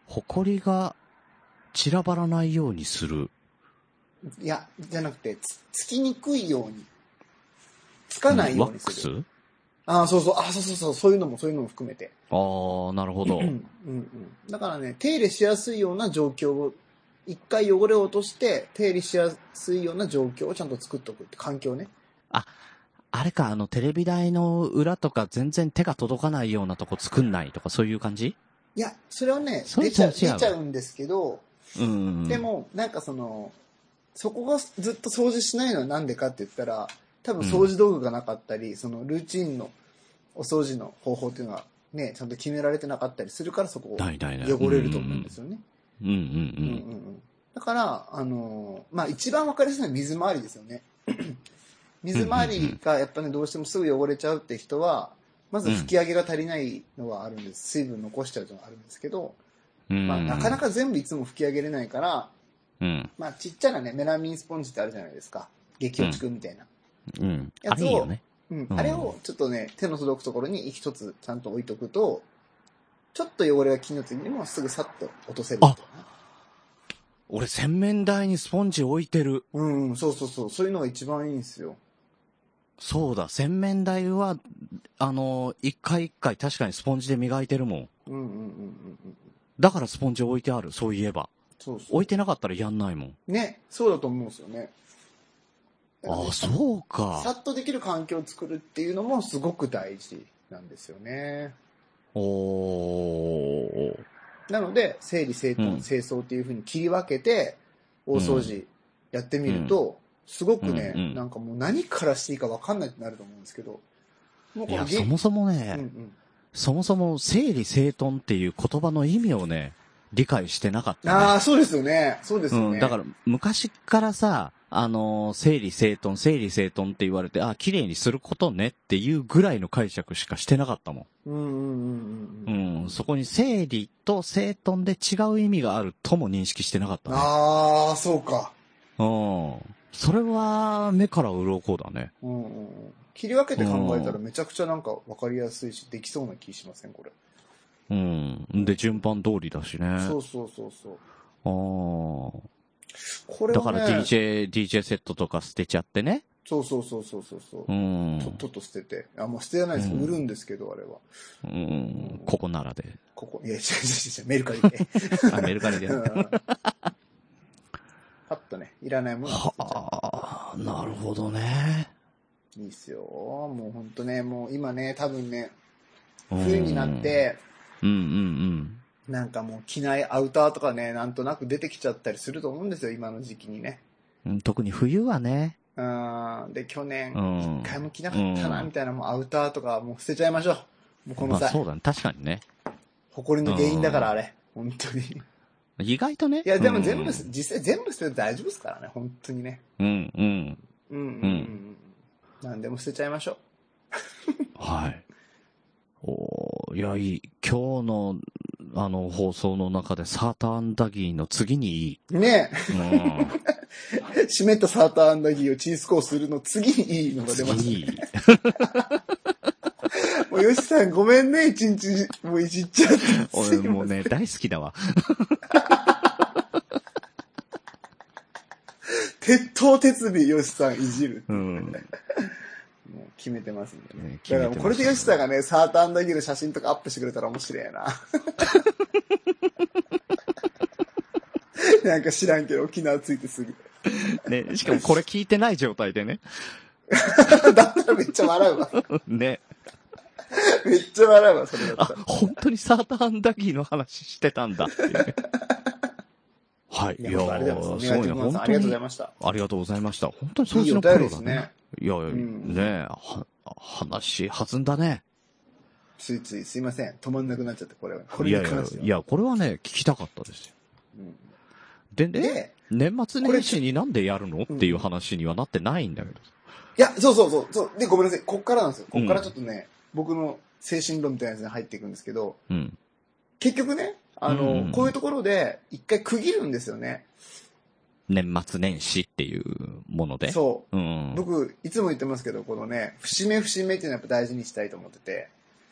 Speaker 2: ホコリが散らばらないようにする。
Speaker 3: いや、じゃなくて、つ、つきにくいように。つかないよ
Speaker 2: ワ
Speaker 3: う
Speaker 2: ッ
Speaker 3: にす
Speaker 2: ク
Speaker 3: る。
Speaker 2: ス
Speaker 3: ああ、そうそう、あそうそうそう、そういうのも、そういうのも含めて。
Speaker 2: ああ、なるほど。
Speaker 3: うんうん。だからね、手入れしやすいような状況を、一回汚れを落として、手入れしやすいような状況をちゃんと作っておくって環境ね。
Speaker 2: あれか、あの、テレビ台の裏とか全然手が届かないようなとこ作んないとか、そういう感じ
Speaker 3: いや、それはね、
Speaker 2: それ
Speaker 3: 出ちゃう、
Speaker 2: 違う
Speaker 3: 出ちゃうんですけど、
Speaker 2: うん。
Speaker 3: で、も、なんかその、そこがずっと掃除しないのはなんでかって言ったら、多分掃除道具がなかったり、そのルーチンのお掃除の方法っていうのはね、ちゃんと決められてなかったりするからそこ
Speaker 2: ないないない。
Speaker 3: 汚れると思うんですよね。
Speaker 2: うんうんう。
Speaker 3: うん
Speaker 2: う
Speaker 3: んうん
Speaker 2: ん
Speaker 3: うんだから、あのーまあ一番わかりやすいのは水回りです よね。水回りがやっぱね、どうしてもすぐ汚れちゃうって人は、まず吹き上げが足りないのはあるんです。水分残しちゃうというのはあるんですけど、
Speaker 2: うん。
Speaker 3: まあなかなか全部いつも吹き上げれないから、
Speaker 2: うん。
Speaker 3: まあ、ちっちゃなね、メラミンスポンジってあるじゃないですか。激落ちくんみたいな。
Speaker 2: うん。
Speaker 3: や
Speaker 2: あ
Speaker 3: つ
Speaker 2: れい
Speaker 3: を
Speaker 2: いよね。
Speaker 3: うん。
Speaker 2: うん
Speaker 3: あれをちょっとね、手の届くところに一つちゃんと置いとくと、ちょっと汚れが気になった時にもすぐさっと落とせるみたいな。
Speaker 2: 俺、洗面台にスポンジ置いてる。
Speaker 3: うんうん、そうそうそう。そういうのが一番いいんですよ。
Speaker 2: そうだ、洗面台は、あの、一回一回確かにスポンジで磨いてるもん。
Speaker 3: うんうんうんうんうん。
Speaker 2: だからスポンジ置いてある、そういえば。
Speaker 3: そうそ
Speaker 2: 置いてなかったらやんないもん。
Speaker 3: う。ね、そうだと思うんですよね。
Speaker 2: ああ、そう
Speaker 3: さ
Speaker 2: か。
Speaker 3: っとできる環境を作るっていうのもすごく大事なんですよね。
Speaker 2: おー。
Speaker 3: なので、整理整
Speaker 2: うん
Speaker 3: 頓、清掃っていうふうに切り分けて、大掃除やってみると、すごくね、
Speaker 2: うんうん
Speaker 3: なんかもう何からしていいか分かんないってなると思うんですけど、もう
Speaker 2: いや、
Speaker 3: げ
Speaker 2: そもそも
Speaker 3: うんう
Speaker 2: ね、
Speaker 3: ん
Speaker 2: そもそも整理整頓っていう言葉の意味をね、理解してなかった、ね。
Speaker 3: ああ、そうですよね。そうですよね。
Speaker 2: うん、だから昔からさ、あのー整理整頓、整理整頓って言われて、あ、綺麗にすることねっていうぐらいの解釈しかしてなかったも。
Speaker 3: うんうんうんうんん。
Speaker 2: うん、そこに整理と整頓で違う意味があるとも認識してなかったね。
Speaker 3: ああ、そうか。
Speaker 2: うん。それは目から鱗だね。
Speaker 3: うんうんうん、切り分けて考えたらめちゃくちゃなんか分かりやすいし、できそうな気しません、これ。
Speaker 2: うん。で、順番通りだしね。
Speaker 3: そうそうそうそう。
Speaker 2: あ
Speaker 3: こ
Speaker 2: あ。
Speaker 3: れ
Speaker 2: だ
Speaker 3: は、
Speaker 2: か
Speaker 3: ね、
Speaker 2: ら DJ、DJ セットとか捨てちゃってね。
Speaker 3: そうそうそうそうそうそうう。
Speaker 2: ん。
Speaker 3: とっとと捨てて。あ、もう捨てじゃないです。
Speaker 2: うん
Speaker 3: 売るんですけど、あれは。
Speaker 2: うん。ここならで。
Speaker 3: ここ、いや、違う違う違う、メルカリ で。
Speaker 2: あ、メルカリで
Speaker 3: う。んパッとね、いらないものは捨てちゃう
Speaker 2: はあ、なるほどね。
Speaker 3: いいっすよ。もうほんとね、もう今ね、多分ね、
Speaker 2: うん
Speaker 3: 冬になっ。て、
Speaker 2: うんうん
Speaker 3: なんかもう着ないアウターとかね、なんとなく出てきちゃったりすると思うんですよ、今の時期にね。
Speaker 2: うんうん。特に冬はね。
Speaker 3: うん。で、去年
Speaker 2: う、ん。
Speaker 3: 一回も着なかったな、
Speaker 2: うん
Speaker 3: みたいな、もうアウターとかもう捨てちゃいましょう。もうこの
Speaker 2: まあ
Speaker 3: 際
Speaker 2: そ、うだね。確かにね。
Speaker 3: 誇りの原因だから、
Speaker 2: うん
Speaker 3: あれ。本当に。い
Speaker 2: 意外とね。
Speaker 3: や、でも全部、
Speaker 2: うん
Speaker 3: 実際全部捨てて大丈夫ですからね、本当にね。
Speaker 2: うんうん。
Speaker 3: うんうんうんうん。何でも捨てちゃいましょ
Speaker 2: はい。おーいや、いい。今日の、あの、放送の中で、サーターアンダギーの次にいい。
Speaker 3: う。ね
Speaker 2: うん。
Speaker 3: え、 湿ったサーターアンダギーをチンスコーするの次にいいのが出ま
Speaker 2: 次
Speaker 3: し
Speaker 2: にいい。
Speaker 3: た。もうよしさんごめんね、一日、もういじっちゃって。
Speaker 2: 俺もうね、大好きだわ。
Speaker 3: 鉄塔鉄尾よしさんいじる。
Speaker 2: うん。ね
Speaker 3: もう決めてますね。
Speaker 2: 決
Speaker 3: だ
Speaker 2: め
Speaker 3: か
Speaker 2: て
Speaker 3: ら
Speaker 2: ま
Speaker 3: も
Speaker 2: す
Speaker 3: うこれでよしさんがね、サーターアンダギーの写真とかアップしてくれたら面白いな。 なんか知らんけど、沖縄ついてすぐ。
Speaker 2: ね、しかもこれ聞いてない状態でね。
Speaker 3: だったらめっちゃ笑うわ。
Speaker 2: ね。
Speaker 3: めっちゃ笑うわ、それだ
Speaker 2: あ
Speaker 3: ったら。、
Speaker 2: 本当にサーターアンダギーの話してたんだっていうね。はい。い
Speaker 3: い
Speaker 2: や
Speaker 3: や、本当ありがとうご
Speaker 2: ー
Speaker 3: ざ
Speaker 2: す
Speaker 3: いま
Speaker 2: ご
Speaker 3: す。
Speaker 2: いね。
Speaker 3: 本
Speaker 2: 本
Speaker 3: 当
Speaker 2: 当
Speaker 3: ありがとうござい
Speaker 2: に。
Speaker 3: ました。
Speaker 2: ありがとうございました。本当に
Speaker 3: い
Speaker 2: 掃
Speaker 3: い
Speaker 2: 除
Speaker 3: お
Speaker 2: のプ
Speaker 3: 便
Speaker 2: ロだね。
Speaker 3: りですね。
Speaker 2: いや、ね
Speaker 3: ん
Speaker 2: え、は、話、弾んだね。
Speaker 3: ついついすいません。止まんなくなっちゃって、これは。こ
Speaker 2: い
Speaker 3: れ
Speaker 2: や
Speaker 3: に
Speaker 2: いや
Speaker 3: 関して、はい
Speaker 2: や、これはね、聞きたかったですよ。
Speaker 3: うん
Speaker 2: でね、
Speaker 3: で、
Speaker 2: 年末
Speaker 3: こ
Speaker 2: 年
Speaker 3: れ
Speaker 2: 始になんでやるのっていう話にはなってないんだけど。
Speaker 3: いや、そうそうそうそう。で、ごめんなさい。こっからなんですよ。こっからちょっとね、僕の精神論みたいなやつに入っていくんですけど、
Speaker 2: うん。
Speaker 3: 結局ね、あの、
Speaker 2: うん
Speaker 3: こういうところで一回区切るんですよね。
Speaker 2: 年末年始っていうもので。。
Speaker 3: そうう。
Speaker 2: ん。うん
Speaker 3: 僕、いつも言ってますけど、このね、節目節目っていうのはやっぱ大事にしたいと思ってて、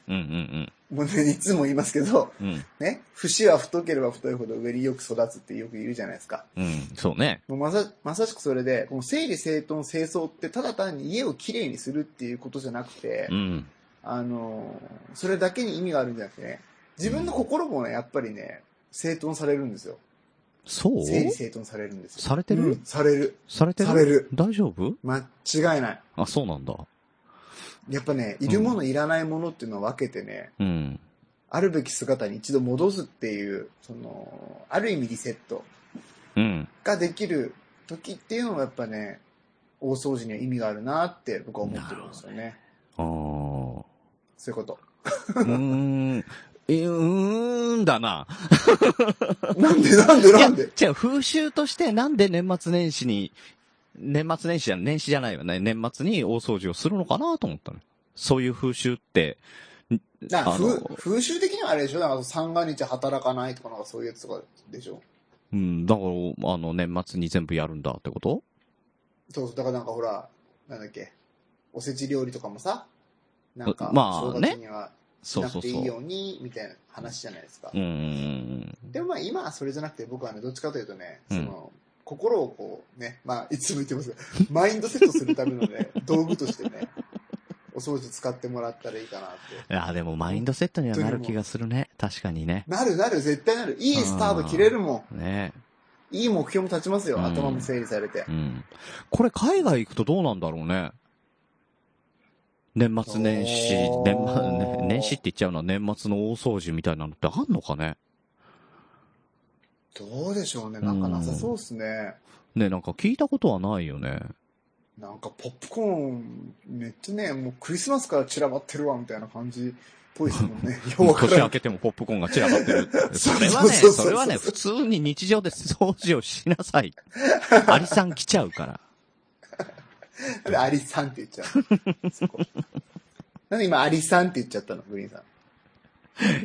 Speaker 2: うん
Speaker 3: もうね、いつも言いますけど、
Speaker 2: うん。うん。
Speaker 3: ね、節は太ければ太いほど上によく育つってよく言うじゃないですか。
Speaker 2: うん。そうね。
Speaker 3: もうまさまさしくそれで、この整理整頓清掃ってただ単に家をきれいにするっていうことじゃなくて、
Speaker 2: うん。
Speaker 3: あのーそれだけに意味があるんじゃなくてね、自分の心もね、やっぱりね、整頓されるんですよ。
Speaker 2: そう
Speaker 3: 整理整頓されるんですよ。
Speaker 2: されてる
Speaker 3: うんされる。
Speaker 2: されてる
Speaker 3: される
Speaker 2: 大丈夫
Speaker 3: 間違いない。
Speaker 2: あ、そうなんだ。
Speaker 3: やっぱね、いるもの、いらないものっていうのを分けてね、
Speaker 2: うん。
Speaker 3: あるべき姿に一度戻すっていう、その、ある意味リセット
Speaker 2: うん。
Speaker 3: ができる時っていうのがやっぱね、大掃除には意味があるなって僕は思ってるんですよね。
Speaker 2: あー。
Speaker 3: そういうこと。
Speaker 2: うーん。えーうーんだな。
Speaker 3: なんでなんで
Speaker 2: い
Speaker 3: な
Speaker 2: や、
Speaker 3: んで
Speaker 2: じゃあ風習としてなんで年末年始に、年末年始じゃ、年始じゃないよね。年末に大掃除をするのかなと思ったの。そういう風習って、
Speaker 3: な
Speaker 2: あ
Speaker 3: 風
Speaker 2: の
Speaker 3: 風習的にはあれでしょなんか三が日働かないとかなんかそういうやつとかでしょ
Speaker 2: うん、だから、あの、年末に全部やるんだってこと
Speaker 3: そうそう、だからなんかほら、なんだっけ、おせち料理とかもさ、なんか、
Speaker 2: まあ
Speaker 3: 正月にはし
Speaker 2: そう
Speaker 3: な
Speaker 2: そ
Speaker 3: く
Speaker 2: う
Speaker 3: て
Speaker 2: そ
Speaker 3: いいうよ。うに、みたいな話じゃないですか
Speaker 2: う。ん。
Speaker 3: でもまあ今はそれじゃなくて、僕はね、どっちかというとね、
Speaker 2: う
Speaker 3: そ
Speaker 2: ん
Speaker 3: の、心をこうね、まあいつも言ってますけど、マインドセットするための ね、道具としてね、お掃除使ってもらったらいいかなって。
Speaker 2: あ、でもマインドセットにはなる気がするね。確かにね。
Speaker 3: なるなる、絶対なる。いいスタート切れるも
Speaker 2: ね
Speaker 3: ん。いい目標も立ちます
Speaker 2: う
Speaker 3: よ。
Speaker 2: ん
Speaker 3: 頭も整理されて
Speaker 2: え。う。ん。これ海外行くとどうなんだろうね。年末年始、
Speaker 3: おー
Speaker 2: 年末、ね年始って言っちゃうのは年末の大掃除みたいなのってあんのかね
Speaker 3: どうでしょうね。なんかなさそうっすね。
Speaker 2: ねえなんか聞いたことはないよね。
Speaker 3: なんかポップコーン、めっちゃね、もうクリスマスから散らばってるわ、みたいな感じっぽいですもん ね。ようわか
Speaker 2: 年
Speaker 3: ら
Speaker 2: 明
Speaker 3: ん。
Speaker 2: けてもポップコーンが散らばってる。
Speaker 3: そう
Speaker 2: それはね、
Speaker 3: そうそうそう
Speaker 2: それはね、普通に日常で掃除をしなさ い。アリさん来ちゃうから。
Speaker 3: なんでアリさんって言っちゃう のそこなんで今アリさんって言っちゃったの、グリーンさん。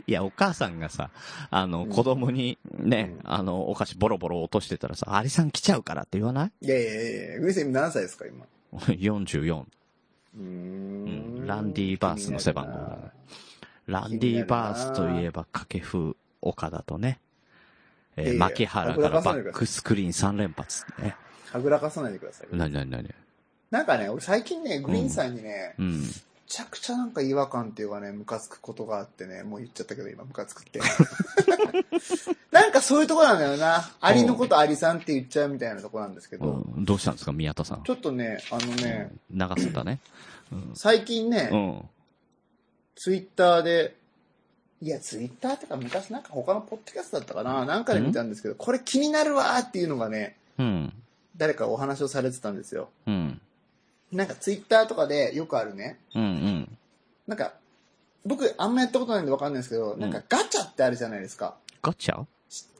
Speaker 2: いや、お母さんがさ、あの、
Speaker 3: うん
Speaker 2: 子供にね、
Speaker 3: うん
Speaker 2: あの、お菓子ボロボロ落としてたらさ、アリさん来ちゃうからって言わない
Speaker 3: いやいやいやいや、グリーンさん今何歳ですか、今。
Speaker 2: ?44。
Speaker 3: うーん
Speaker 2: ランディバースの背番号だね。ランディーバースといえば、掛布、岡田とね、
Speaker 3: いや
Speaker 2: えー、
Speaker 3: いや
Speaker 2: 牧原からバックスクリーン3連発ね。
Speaker 3: はぐらかさないでください。
Speaker 2: なになになに
Speaker 3: なんかね、俺最近ね、グリーンさんにね、
Speaker 2: う
Speaker 3: め
Speaker 2: ん。
Speaker 3: ちゃくちゃなんか違和感っていうかね、ムカつくことがあってね、もう言っちゃったけど今ムカつ くって。 なんかそういうとこなんだよな。アリのことアリさんって言っちゃうみたいなとこなんですけど、
Speaker 2: うんどうしたんですか、宮田さん
Speaker 3: ち。ょっとね、あのね、
Speaker 2: 流せたね。
Speaker 3: 最近ね、
Speaker 2: うん。
Speaker 3: ツイッターで、いや、ツイッターとか昔なんか他のポッドキャストだったかな、なんかで見たんですけど、これ気になるわーっていうのがね、
Speaker 2: うん。
Speaker 3: 誰かお話をされてたんですよ。
Speaker 2: うん。
Speaker 3: なんかツイッターとかでよくあるね、
Speaker 2: うん。うん。
Speaker 3: なんか、僕あんまやったことないんでわかんないんですけど、なんかガチャってあるじゃないですか。
Speaker 2: ガチャ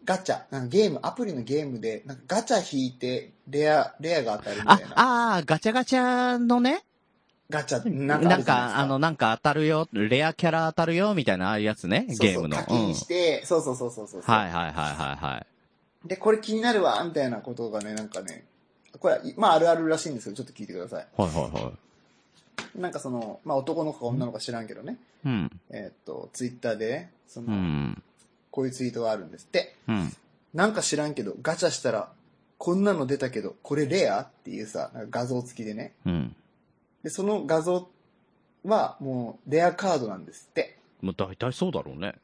Speaker 3: ガチャ、なんかゲーム、アプリのゲームで、なんかガチャ引いて、レア、レアが当たるみた
Speaker 2: あ
Speaker 3: い、な。
Speaker 2: あーガチャガチャのね、
Speaker 3: ガチャ、
Speaker 2: な
Speaker 3: なん
Speaker 2: か、
Speaker 3: んかあるじゃないですか。
Speaker 2: あの、なんか当たるよ、レアキャラ当たるよ、みたいな、ああいうやつね、
Speaker 3: そう
Speaker 2: ゲー
Speaker 3: そう
Speaker 2: ムの。
Speaker 3: 課
Speaker 2: うん
Speaker 3: 金して、そうそうそうそうそう。
Speaker 2: はいはいはいはいはい。
Speaker 3: で、これ気になるわ、みたいなことがね、なんかね、これ、まああるあるらしいんですけど、ちょっと聞いてください。
Speaker 2: はいはいはい。
Speaker 3: なんかその、まあ男の子か女の子か知らんけどね、
Speaker 2: うん。
Speaker 3: えーっと、ツイッターでね、その、
Speaker 2: うん。
Speaker 3: こういうツイートがあるんですって、
Speaker 2: うん。
Speaker 3: なんか知らんけど、ガチャしたら、こんなの出たけど、これレアっていうさ、なんか画像付きでね。
Speaker 2: うん。
Speaker 3: で、その画像は、もう、レアカードなんですって。
Speaker 2: もう大体そうだろうね。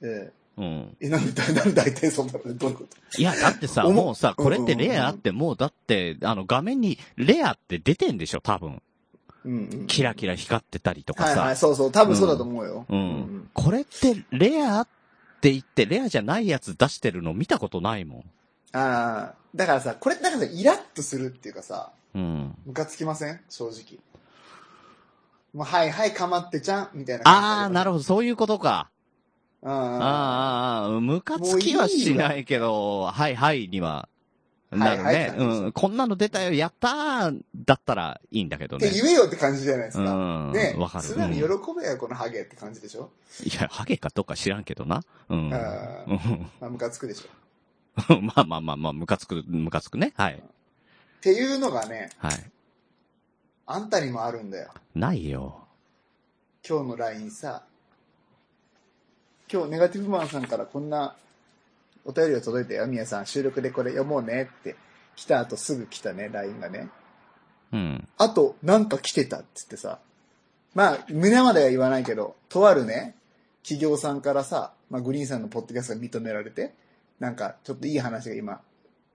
Speaker 3: え
Speaker 2: うん。
Speaker 3: ー、え、なんで、なんで大体そうなのどういうこと
Speaker 2: いや、だってさ、
Speaker 3: 思う
Speaker 2: もうさ、これってレアってもうだって、あの画面にレアって出てんでしょ、多分。
Speaker 3: うん、うん。
Speaker 2: キラキラ光ってたりとか
Speaker 3: はいは
Speaker 2: さ
Speaker 3: い、。そうそう、多分そうだと思うよ。
Speaker 2: うん。これってレアって言って、レアじゃないやつ出してるの見たことないも
Speaker 3: ああ、だからさ、これってなんかさ、イラッとするっていうかさ、
Speaker 2: ん。うん。
Speaker 3: ムカつきません正直。もう、はいはい、かまってちゃん、みたいな
Speaker 2: ああ、なる
Speaker 3: ほ
Speaker 2: ほど、そういうことか。
Speaker 3: ど。あ
Speaker 2: ああ、ああ、ムカつきはしないけど、はいはいには、なるね、
Speaker 3: はいはいって感じ
Speaker 2: うん。こんなの出たよ、やったーだったらいいんだけど
Speaker 3: っ
Speaker 2: ね
Speaker 3: て。言えよって感じじゃないです
Speaker 2: う
Speaker 3: か。
Speaker 2: ん。
Speaker 3: ね
Speaker 2: わかる。
Speaker 3: 素直に喜
Speaker 2: うん
Speaker 3: べよ、このハゲって感じでしょ
Speaker 2: いや、ハゲかどうか知らんけどな。うん。
Speaker 3: あー
Speaker 2: う
Speaker 3: まあ、ムカつくでしょ。
Speaker 2: ん まあまあまあまあ、ムカつく、ムカつくね。はい。
Speaker 3: っていうのがね、
Speaker 2: はい。
Speaker 3: あんたにもあるんだよ。
Speaker 2: ないよ。
Speaker 3: 今日の LINE さ、今日ネガティブマンさんからこんなお便りが届いたよ、みやさん。収録でこれ読もうねって来た後すぐ来たね、LINE がね。
Speaker 2: うん。
Speaker 3: あと、なんか来てたっつってさ。まあ、胸までは言わないけど、とあるね、企業さんからさ、まあ、グリーンさんのポッドキャストが認められて、なんか、ちょっといい話が今、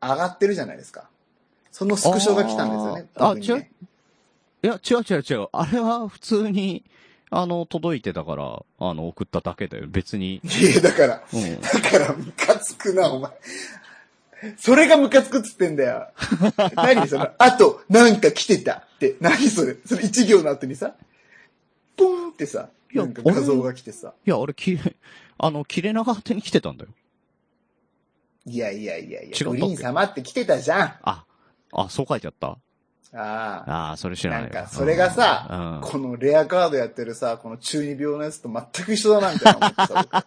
Speaker 3: 上がってるじゃないですか。そのスクショが来たんですよね。
Speaker 2: あー
Speaker 3: 僕にね
Speaker 2: あ違ういや、違う違う違う。あれは普通に、あの、届いてたから、あの、送っただけだよ。別に。
Speaker 3: いや、だから、
Speaker 2: うん。
Speaker 3: だから、ムカつくな、お前。それがムカつくっつってんだよ。何その、あと、なんか来てたって、何それ。その一行の後にさ、ポンってさ、
Speaker 2: いや
Speaker 3: なんか画像が来てさ、
Speaker 2: いや、俺、切れ、あの、切れ長手に来てたんだよ。
Speaker 3: いやいやいやい
Speaker 2: 違ったっけ
Speaker 3: や、グリーン様って来てたじゃん。
Speaker 2: あ、あ、そう書いちゃった
Speaker 3: あ
Speaker 2: ああ、それ知
Speaker 3: あ。
Speaker 2: らない
Speaker 3: な
Speaker 2: わ
Speaker 3: んか、それがさ、このレアカードやってるさ、この中二病のやつと全く一緒だな、みたいな思ってさ、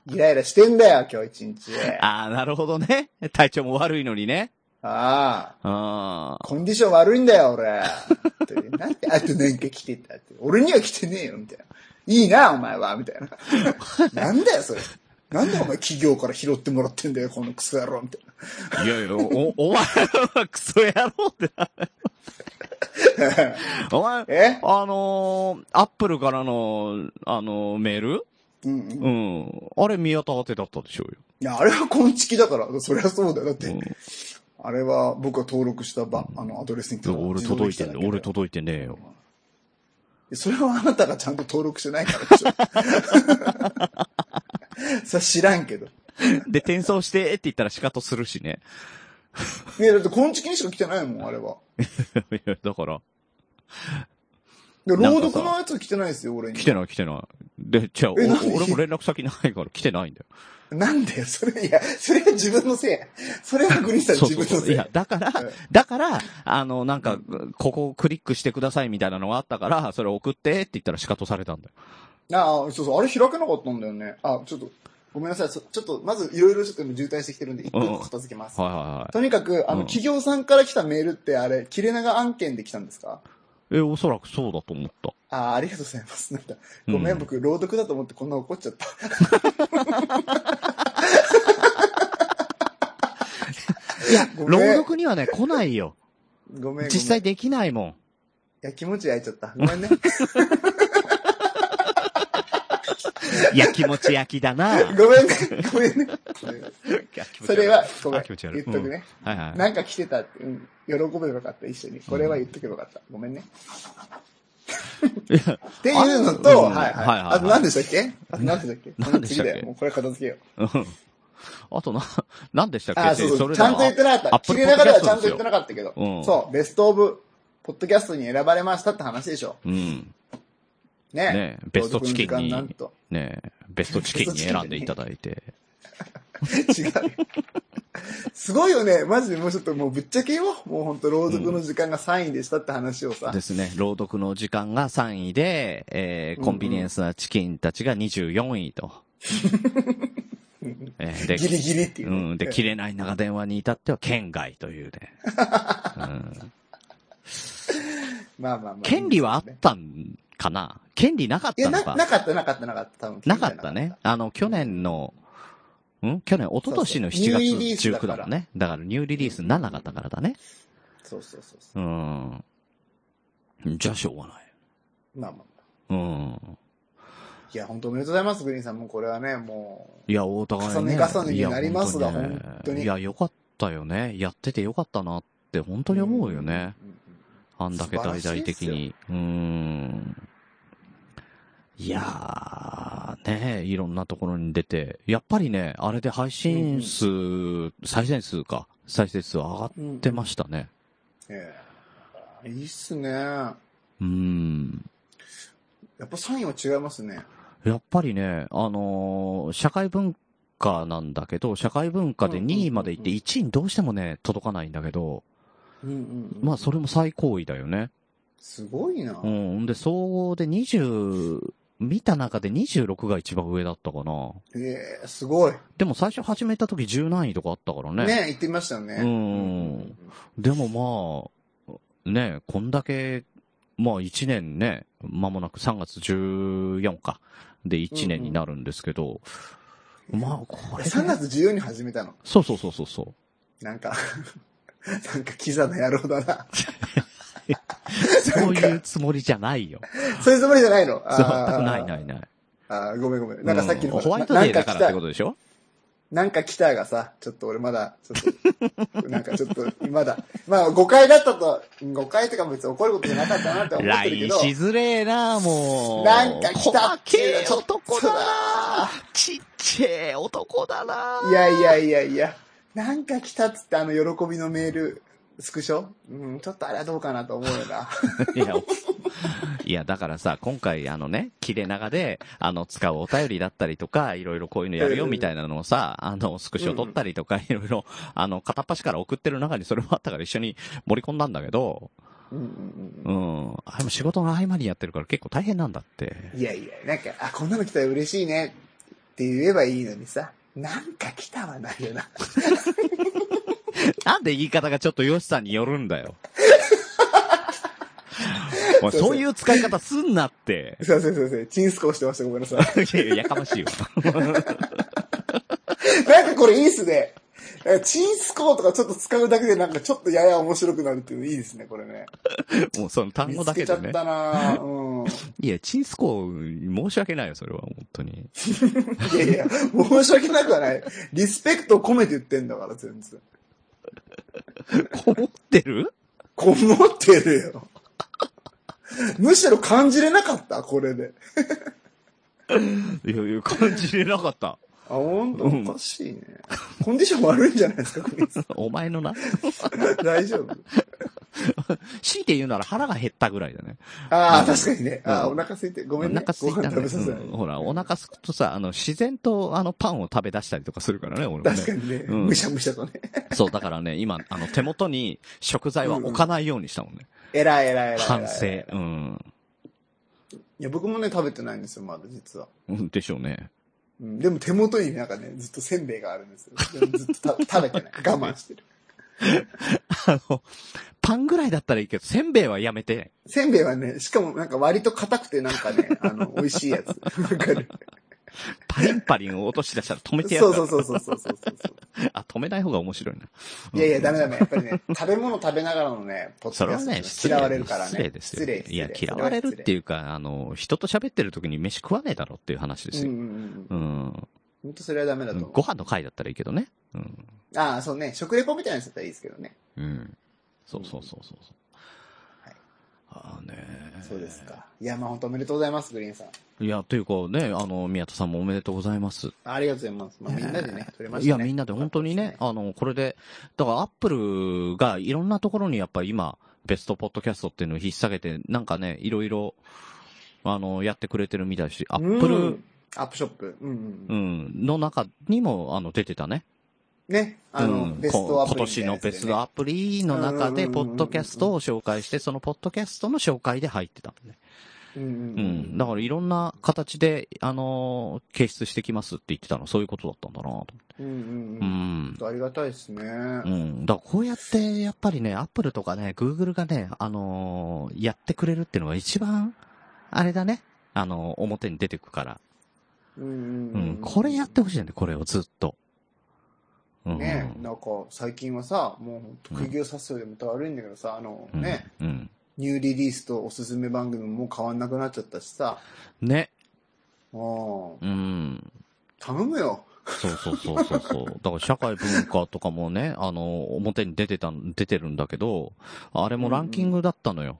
Speaker 3: 僕イライラしてんだよ、今日一日。
Speaker 2: うん
Speaker 3: あ
Speaker 2: ああ、なるほどね。体調も悪いのにね。
Speaker 3: あ。
Speaker 2: ああ。
Speaker 3: コンディション悪いんだよ、俺。というなんで、あとなんか来てたって。俺には来てねえよ、みたいな。いいな、お前は、みたい な。なんだよ、それ。なんでお前企業から拾ってもらってんだよ、このクソ野郎、みたい
Speaker 2: いやいや、お、お前はクソ野郎ってな。
Speaker 3: な。
Speaker 2: お前、
Speaker 3: え
Speaker 2: あのー、アップルからの、あのーメール
Speaker 3: うんうん。い
Speaker 2: うん。あれ、宮田宛てだったでしょうよ。
Speaker 3: や、あれはコンチキだから、そりゃそうだよ。だって、
Speaker 2: うん
Speaker 3: あれは僕が登録したば、あの、アドレスに
Speaker 2: でも俺
Speaker 3: 自動
Speaker 2: 届い
Speaker 3: で来た
Speaker 2: てね
Speaker 3: だけだよ
Speaker 2: 俺届いてねえよ。
Speaker 3: それはあなたがちゃんと登録してないからでしょ。 それ知らんけど。
Speaker 2: で、転送してって言ったら仕方するしね。
Speaker 3: いや、だって、コンチキにしか来てないもん、あれは。
Speaker 2: いや、だから、
Speaker 3: で、
Speaker 2: なんかさ
Speaker 3: 朗読のやつ来てないですよ、俺に
Speaker 2: 来。てない来てない。で、じゃあ、お
Speaker 3: えなんで
Speaker 2: 俺も連絡先ないから来てないんだよ。
Speaker 3: なんだよ、それ、いや、それは自分のせい。それはグリーンさん
Speaker 2: そう
Speaker 3: 自
Speaker 2: そうそ
Speaker 3: 分の
Speaker 2: う。
Speaker 3: せ
Speaker 2: い
Speaker 3: い。
Speaker 2: や、だから
Speaker 3: うん、
Speaker 2: だから、あの、なんか、ここをクリックしてくださいみたいなのがあったから、それ送ってって言ったら仕方されたんだよ。
Speaker 3: ああ、そうそう、あれ開けなかったんだよね。あ、ちょっと、ごめんなさい。そちょっと、まずいろいろちょっと今渋滞してきてるんで、一個一個片付けます。
Speaker 2: はいは
Speaker 3: とにかく、あの、
Speaker 2: うん
Speaker 3: 企業さんから来たメールって、あれ、切れ長案件で来たんですか
Speaker 2: いはい。え、おそらくそうだと思った。
Speaker 3: ああ、ありがとうございます。なんか、ごめん、
Speaker 2: うん
Speaker 3: 僕、朗読だと思ってこんな怒っちゃ った。
Speaker 2: いや、
Speaker 3: ご
Speaker 2: 朗
Speaker 3: めん
Speaker 2: 読にはね、来ないよ。
Speaker 3: ごめん。
Speaker 2: 実際
Speaker 3: で。い
Speaker 2: できないもん。
Speaker 3: や、気持ち焼いちゃった。ごめんね。
Speaker 2: いや、気持ち 焼きだ な。
Speaker 3: ごめんね。ごめんね。それは、ごめん。
Speaker 2: あ気
Speaker 3: 言
Speaker 2: 持ち悪
Speaker 3: っ
Speaker 2: い
Speaker 3: とくね。
Speaker 2: はいはい。
Speaker 3: なんか来てたって、うん。喜べばよかった、一緒に。これは言っとけばよかった。ごめんね。 っていうのと、
Speaker 2: あうん
Speaker 3: はい
Speaker 2: はいはい
Speaker 3: はい。
Speaker 2: はい
Speaker 3: あと何でしたっけあと何でしたっけ
Speaker 2: 何でしたっけ
Speaker 3: 次だよもうこれ片付けよう。
Speaker 2: うん あとな、何でしたっけ
Speaker 3: あ、そう
Speaker 2: で
Speaker 3: そ
Speaker 2: れ
Speaker 3: う。ちゃんと言ってなかった。切れながらはちゃんと言ってな
Speaker 2: かっ
Speaker 3: かったけど。
Speaker 2: うん
Speaker 3: そう。ベストオブ、ポッドキャストに選ばれましたって話でしょ。
Speaker 2: た。うん。
Speaker 3: ね
Speaker 2: ねベストチキンに
Speaker 3: 朗読の時間なんと。
Speaker 2: ねえベストチキンに選んでいただいて。
Speaker 3: 違う。 すごいよね。マジでもうちょっともうぶっちゃけよ。もうほんと朗読の時間が3位でしたって話をさ。
Speaker 2: ですね。朗読の時間が3位で、えー、コンビニエンスなチキンたちが24位 と。えーで
Speaker 3: ギリギリっていう
Speaker 2: う
Speaker 3: ね、
Speaker 2: ん。で、切れない長電話に至っては県外と いうね。うん、
Speaker 3: まあまあまあ。
Speaker 2: 権利はあっ
Speaker 3: いいですね
Speaker 2: たんかな権利なかっ
Speaker 3: い
Speaker 2: た
Speaker 3: や、
Speaker 2: の
Speaker 3: な、
Speaker 2: か
Speaker 3: なかった、なかった、なかった。多分
Speaker 2: なかったね。。あの、去年の、ん去年、一昨年の
Speaker 3: そうそうニューリ
Speaker 2: 7
Speaker 3: リー
Speaker 2: 月
Speaker 3: スだ
Speaker 2: 19
Speaker 3: から
Speaker 2: だもんね。だからニューリリースにならなかったからだね。
Speaker 3: そうそうそうそうう。
Speaker 2: ん。じゃあしょうがない。
Speaker 3: まあまあまあ。
Speaker 2: うん。
Speaker 3: いや、本当おめでとうございます、グリーンさん。もうこれはね、もう。
Speaker 2: いや、大高
Speaker 3: 重ね重ねになりますが本当に
Speaker 2: いや、よかったよね。やっててよかったなって、本当に思うよね。
Speaker 3: うん。うんうん
Speaker 2: あんだけ大々的に。うーん。いやー、ねいろんなところに出て、やっぱりね、あれで配信数、再生数か、再生数上がってましたね。
Speaker 3: ええいいっすね。や
Speaker 2: うーん。
Speaker 3: っぱサインは違いますね。
Speaker 2: やっぱりね、あのー社会文化なんだけど、社会文化で2位まで行って
Speaker 3: うんうん
Speaker 2: 1位にどうしてもね、届かないんだけど、
Speaker 3: うんうん、
Speaker 2: まあそれも最高位だよね。
Speaker 3: すごいな。
Speaker 2: うん。で、総合で20、見た中で26が一番上だったかな。
Speaker 3: ええすごい。
Speaker 2: でも最初始めた時10何位とかあったからね。
Speaker 3: ね行ってみましたよね。
Speaker 2: うん
Speaker 3: うんうん
Speaker 2: でもまあ、ね、こんだけ、まあ1年ね、間もなく3月14か。で1年になるんですけど、
Speaker 3: うん
Speaker 2: まあこれ、ね。
Speaker 3: 3月14に始めたの。
Speaker 2: そうそうそうそうそ
Speaker 3: なんか、 なんかキザな野郎だな。
Speaker 2: う。そういうつもりじゃないよ。
Speaker 3: そういうつもりじゃない
Speaker 2: そ
Speaker 3: の
Speaker 2: う
Speaker 3: あー
Speaker 2: 全くないないない。
Speaker 3: あーごめんごめん。なんかさっきの、
Speaker 2: うホワイト
Speaker 3: な
Speaker 2: デーだからってこ
Speaker 3: なんか来た
Speaker 2: とでしょ
Speaker 3: なんか来たがさ、ちょっと俺まだ、ちょっと、なんかちょっと、まだ、まあ誤解だったと、誤解とか別に怒ることじゃなかったなって思ってる
Speaker 2: LINE
Speaker 3: けど、
Speaker 2: しづれえな、もう。
Speaker 3: なんか来た
Speaker 2: 細
Speaker 3: って
Speaker 2: け
Speaker 3: いうのは
Speaker 2: え
Speaker 3: ちょっと
Speaker 2: 男だな。ちっちゃい男だな。
Speaker 3: いやいやいやいや、なんか来たっつってあの喜びのメール、スクショうん、ちょっとあれはどうかなと思うよな。
Speaker 2: いや、いや、だからさ、今回、あのね、切れ長で、あの、使うお便りだったりとか、いろいろこういうのやるよみたいなのをさ、あの、スクショ取ったりとか、いろいろ、あの、片っ端から送ってる中にそれもあったから一緒に盛り込んだんだけど、
Speaker 3: うんうんうん
Speaker 2: うん。あれも仕事の合間にやってるから結構大変なんだって。
Speaker 3: うん。いやいや、なんか、あ、こんなの来たら嬉しいねって言えばいいのにさ、なんか来たはないよな。
Speaker 2: なんで言い方がちょっとヨシさんによるんだ よ。おいそういう使い方すんなって。
Speaker 3: すいませんすいません、チンスコーしてました、ごめんなさい。
Speaker 2: いやいや、やかましいわ。
Speaker 3: なんかこれいいっすね。なんかチンスコーとかちょっと使うだけでなんかちょっとやや面白くなるっていうのいいですね、これね。
Speaker 2: もうその単
Speaker 3: 見
Speaker 2: 語
Speaker 3: つ
Speaker 2: だ
Speaker 3: け
Speaker 2: け
Speaker 3: ちゃ
Speaker 2: で
Speaker 3: っ
Speaker 2: ね。
Speaker 3: たなぁ。うん。
Speaker 2: いや、チンスコー、申し訳ないよ、それは、本当に。
Speaker 3: いやいや、申し訳なくはない。リスペクトを込めて言ってんだから、全然。
Speaker 2: こもってる
Speaker 3: こもってるよ。むしろ感じれなかった、これで。
Speaker 2: いやいや、感じれなかった。
Speaker 3: あ、ほんと
Speaker 2: うん
Speaker 3: おかしいね。コンディション悪いんじゃないですか、こいつ。
Speaker 2: お前のな。
Speaker 3: 大丈夫。
Speaker 2: 強いて言うなら腹が減ったぐらいだね。
Speaker 3: ああ、確かにね。ああ、
Speaker 2: う
Speaker 3: お
Speaker 2: ん
Speaker 3: 腹空いて、ご
Speaker 2: お
Speaker 3: めんね。
Speaker 2: 腹空いた
Speaker 3: ご飯
Speaker 2: ん
Speaker 3: 食
Speaker 2: だ
Speaker 3: べさせない。
Speaker 2: ほら、お腹空くとさ、あの、自然と、あの、パンを食べ出したりとかするからね、俺もね。
Speaker 3: 確かにね、
Speaker 2: うん
Speaker 3: むしゃむしゃとね。
Speaker 2: そう、だからね、今、あの、手元に食材は置かないようにしたもんね。
Speaker 3: えらいえらいえらい。
Speaker 2: 反省。うん。
Speaker 3: いや、僕もね、食べてないんですよ、まだ実は。
Speaker 2: うんでしょうね。
Speaker 3: うん、でも手元になんかね、ずっとせんべいがあるんですよ。でもずっと た食べてない。我慢してる。
Speaker 2: あの、パンぐらいだったらいいけど、せんべいはやめて。
Speaker 3: せんべいはね、しかもなんか割と硬くてなんかね、あの、美味しいやつ。わかる。
Speaker 2: パリンパリン落とし出したら止めてやる
Speaker 3: そ
Speaker 2: か
Speaker 3: う
Speaker 2: ら。
Speaker 3: そうそうそうそうそうそう。
Speaker 2: あ、止めない方が面白いな。
Speaker 3: いやいや、ダメダメ。やっぱりね、食べ物食べながらのね、ポッ
Speaker 2: そ
Speaker 3: ドキ
Speaker 2: れは
Speaker 3: ャストは
Speaker 2: ね
Speaker 3: ね、、
Speaker 2: 失礼
Speaker 3: 嫌われるからね。
Speaker 2: 失礼ですよ。いや、嫌われるって
Speaker 3: い
Speaker 2: いうか、あの、人と喋ってる時に飯食わねえだろっていう話です
Speaker 3: う
Speaker 2: よ。
Speaker 3: んうんうん。
Speaker 2: うん。
Speaker 3: 本当それはダメだと思う。
Speaker 2: ご飯の会だったらいいけどね。うん。
Speaker 3: ああ、そうね。食レポみたいなやつだったらいいですけどね。
Speaker 2: うん。そうそうそうそうそう。
Speaker 3: はい
Speaker 2: ああね
Speaker 3: そうですか。いや、まあ本当おめでとうございます、グリーンさん。
Speaker 2: いや、というかね、あの、宮田さんもおめでとうございます。
Speaker 3: ありがとうございます。まあみんなでね、取れましたね。
Speaker 2: いや、みんなで本当にね、あの、これで、だからアップルがいろんなところにやっぱり今、ベストポッドキャストっていうのを引っ提げて、なんかね、いろいろ、あの、やってくれてるみたいし、アップ
Speaker 3: う
Speaker 2: ル
Speaker 3: んアップショップ。うんうん
Speaker 2: う
Speaker 3: うん。
Speaker 2: ん、の中にも、あの、出てたね。
Speaker 3: ね、あの、
Speaker 2: うん
Speaker 3: ベストア
Speaker 2: こ今
Speaker 3: プリみたい
Speaker 2: 年
Speaker 3: なや
Speaker 2: の
Speaker 3: つでね、
Speaker 2: ベストアプリの中で、ポッドキャストを紹介して、そのポッドキャストの紹介で入ってたんだね。
Speaker 3: うんうん
Speaker 2: う
Speaker 3: うん
Speaker 2: ん。だからいろんな形で、あのー、掲出してきますって言ってたの、そういうことだったんだなと。
Speaker 3: うんうん
Speaker 2: う
Speaker 3: うん。
Speaker 2: ん。
Speaker 3: ありがたいですね。
Speaker 2: うん。だからこうやって、やっぱりね、アップルとかね、グーグルがね、あのーやってくれるっていうのが一番、あれだね。あのー表に出てくから。
Speaker 3: うんうん
Speaker 2: う
Speaker 3: うん
Speaker 2: ん。。これやってほしいよね、これをずっと。うん。
Speaker 3: ねなんか最近はさ、もうほんと釘を刺すようでまた悪いんだけどさ、あの
Speaker 2: うん
Speaker 3: ね、。
Speaker 2: うん。
Speaker 3: ニューリリースとおすすめ番組も変わんなくなっちゃったしさ、
Speaker 2: ね。
Speaker 3: もう
Speaker 2: うん。
Speaker 3: 頼むよ。
Speaker 2: そうそうそうそう そう。だから社会文化とかもね、あの、表に出てたん、出てるんだけど、あれもランキングだったのよ。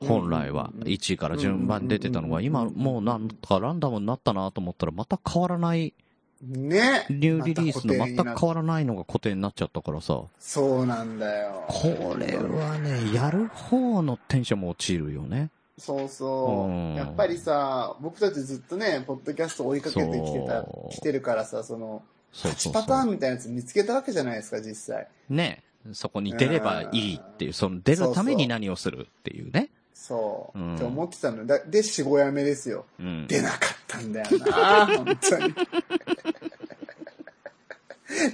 Speaker 2: 本来は
Speaker 3: うんうんうん
Speaker 2: 1位から順番に出てたのが、
Speaker 3: うんうんうん
Speaker 2: 今もうなんかランダムになったなと思ったら、また変わらない、
Speaker 3: ね
Speaker 2: ニューリリースの
Speaker 3: ま
Speaker 2: 全
Speaker 3: た固定にな
Speaker 2: く変わらないのが固定になっちゃったからさ、
Speaker 3: そうなんだよ。
Speaker 2: これはね、やる方のテンションも落ちるよね。
Speaker 3: そうそう
Speaker 2: うん。
Speaker 3: やっぱりさ、僕たちずっとね、ポッドキャスト追いかけてきてた
Speaker 2: そう、
Speaker 3: 来てるからさ、その、
Speaker 2: そうそ
Speaker 3: 8
Speaker 2: うそ
Speaker 3: パターン
Speaker 2: う。
Speaker 3: みたいなやつ見つけたわけじゃないですか、実際。
Speaker 2: ね。そこに出ればいいっていう、その出るために何をするっていうね。
Speaker 3: そう。
Speaker 2: うん
Speaker 3: って思ってたの。だで、4、5やめですよ。
Speaker 2: うん。
Speaker 3: 出なかったんだよ な、本当に。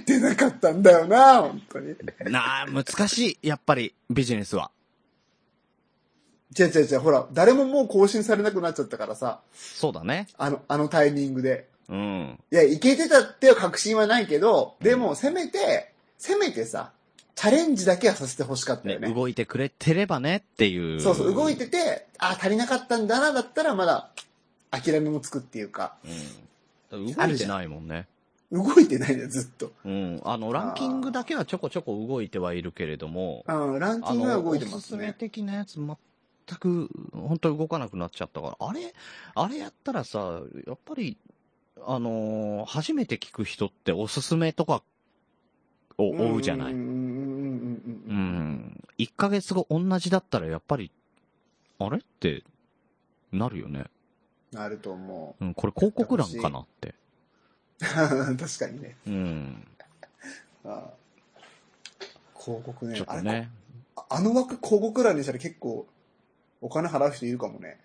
Speaker 3: 出なかったんだよな、本当に。
Speaker 2: なあ、難しい。やっぱり、ビジネスは。
Speaker 3: 違う違う違う、ほら、誰ももう更新されなくなっちゃったからさ、
Speaker 2: そうだね。
Speaker 3: あの、あのタイミングで。
Speaker 2: うん。
Speaker 3: いや、いけてたっていう確信はないけど、でも、せめて、せめてさ、チャレンジだけはさせてほしかった
Speaker 2: ね、
Speaker 3: よね。
Speaker 2: 動いてくれてればねっていう。
Speaker 3: そうそう、動いてて、あ、足りなかったんだな、だったらまだ、諦めもつくっていうか、
Speaker 2: うん。動いてないもんね。
Speaker 3: 動いてないんだよ、ずっと。
Speaker 2: うん。あの、ランキングだけはちょこちょこ動いてはいるけれども、
Speaker 3: うん、ラン
Speaker 2: あ
Speaker 3: キングは
Speaker 2: の、
Speaker 3: 動
Speaker 2: お
Speaker 3: いてますす
Speaker 2: すめ
Speaker 3: ね。
Speaker 2: 的なやつ全く、本当に動かなくなっちゃったから、あれ、あれやったらさ、やっぱり、あのー初めて聞く人っておすすめとかを追うじゃない。
Speaker 3: うんうんうん
Speaker 2: う
Speaker 3: うんうん
Speaker 2: ん。1ヶ月後同じだったらやっぱり、あれって、なるよね。
Speaker 3: うん。なると思う。
Speaker 2: うん、これ広告欄かなって。
Speaker 3: 確かにね。
Speaker 2: うん。
Speaker 3: あ広告ね。
Speaker 2: ちょっと
Speaker 3: あれ
Speaker 2: ね。
Speaker 3: ああの枠広告欄にしたら結構、お金払う人いるかもね。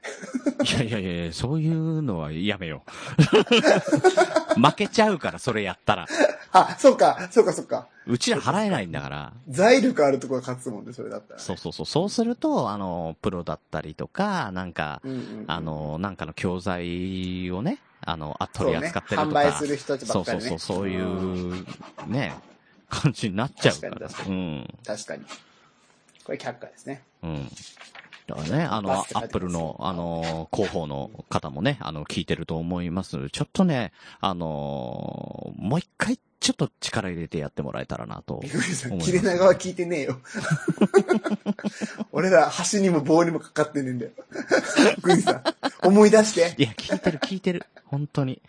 Speaker 2: い やいやいやいや、そういうのはやめよ う。負けちゃうから、それやったら。
Speaker 3: あ、そうか、そうか、そうか。
Speaker 2: うちら払えないんだから。
Speaker 3: 財力あるとこが勝つもんね、それだったらね。
Speaker 2: そうそうそう。そうすると、あの、プロだったりとか、なんか、
Speaker 3: うんうんうん
Speaker 2: あ、の、なんかの教材をね、あの、あ
Speaker 3: そう
Speaker 2: 取
Speaker 3: ね
Speaker 2: り扱ってると
Speaker 3: 販
Speaker 2: か。
Speaker 3: 売する人たち
Speaker 2: そ
Speaker 3: ば
Speaker 2: う
Speaker 3: っ
Speaker 2: そう
Speaker 3: かりね。
Speaker 2: そう、そうい
Speaker 3: ん。
Speaker 2: う、ね、感じになっちゃうから。
Speaker 3: 確かに確か
Speaker 2: うん。
Speaker 3: 確かに。これ却下ですね。
Speaker 2: うん。だからね、あの、ア
Speaker 3: バスって書い
Speaker 2: ッ
Speaker 3: て
Speaker 2: プル
Speaker 3: ます
Speaker 2: の、あの、広報の方もね、あの、聞いてると思いますので、ちょっとね、あの、もう一回、ちょっと力入れてやってもらえたらなと
Speaker 3: びっ。くりした。
Speaker 2: 思います
Speaker 3: 切れ長は聞いてねえよ。 俺ら、橋にも棒にもかかってねえんだよ。グリさん、思い出して。
Speaker 2: いや、聞いてる、聞いてる。本当に。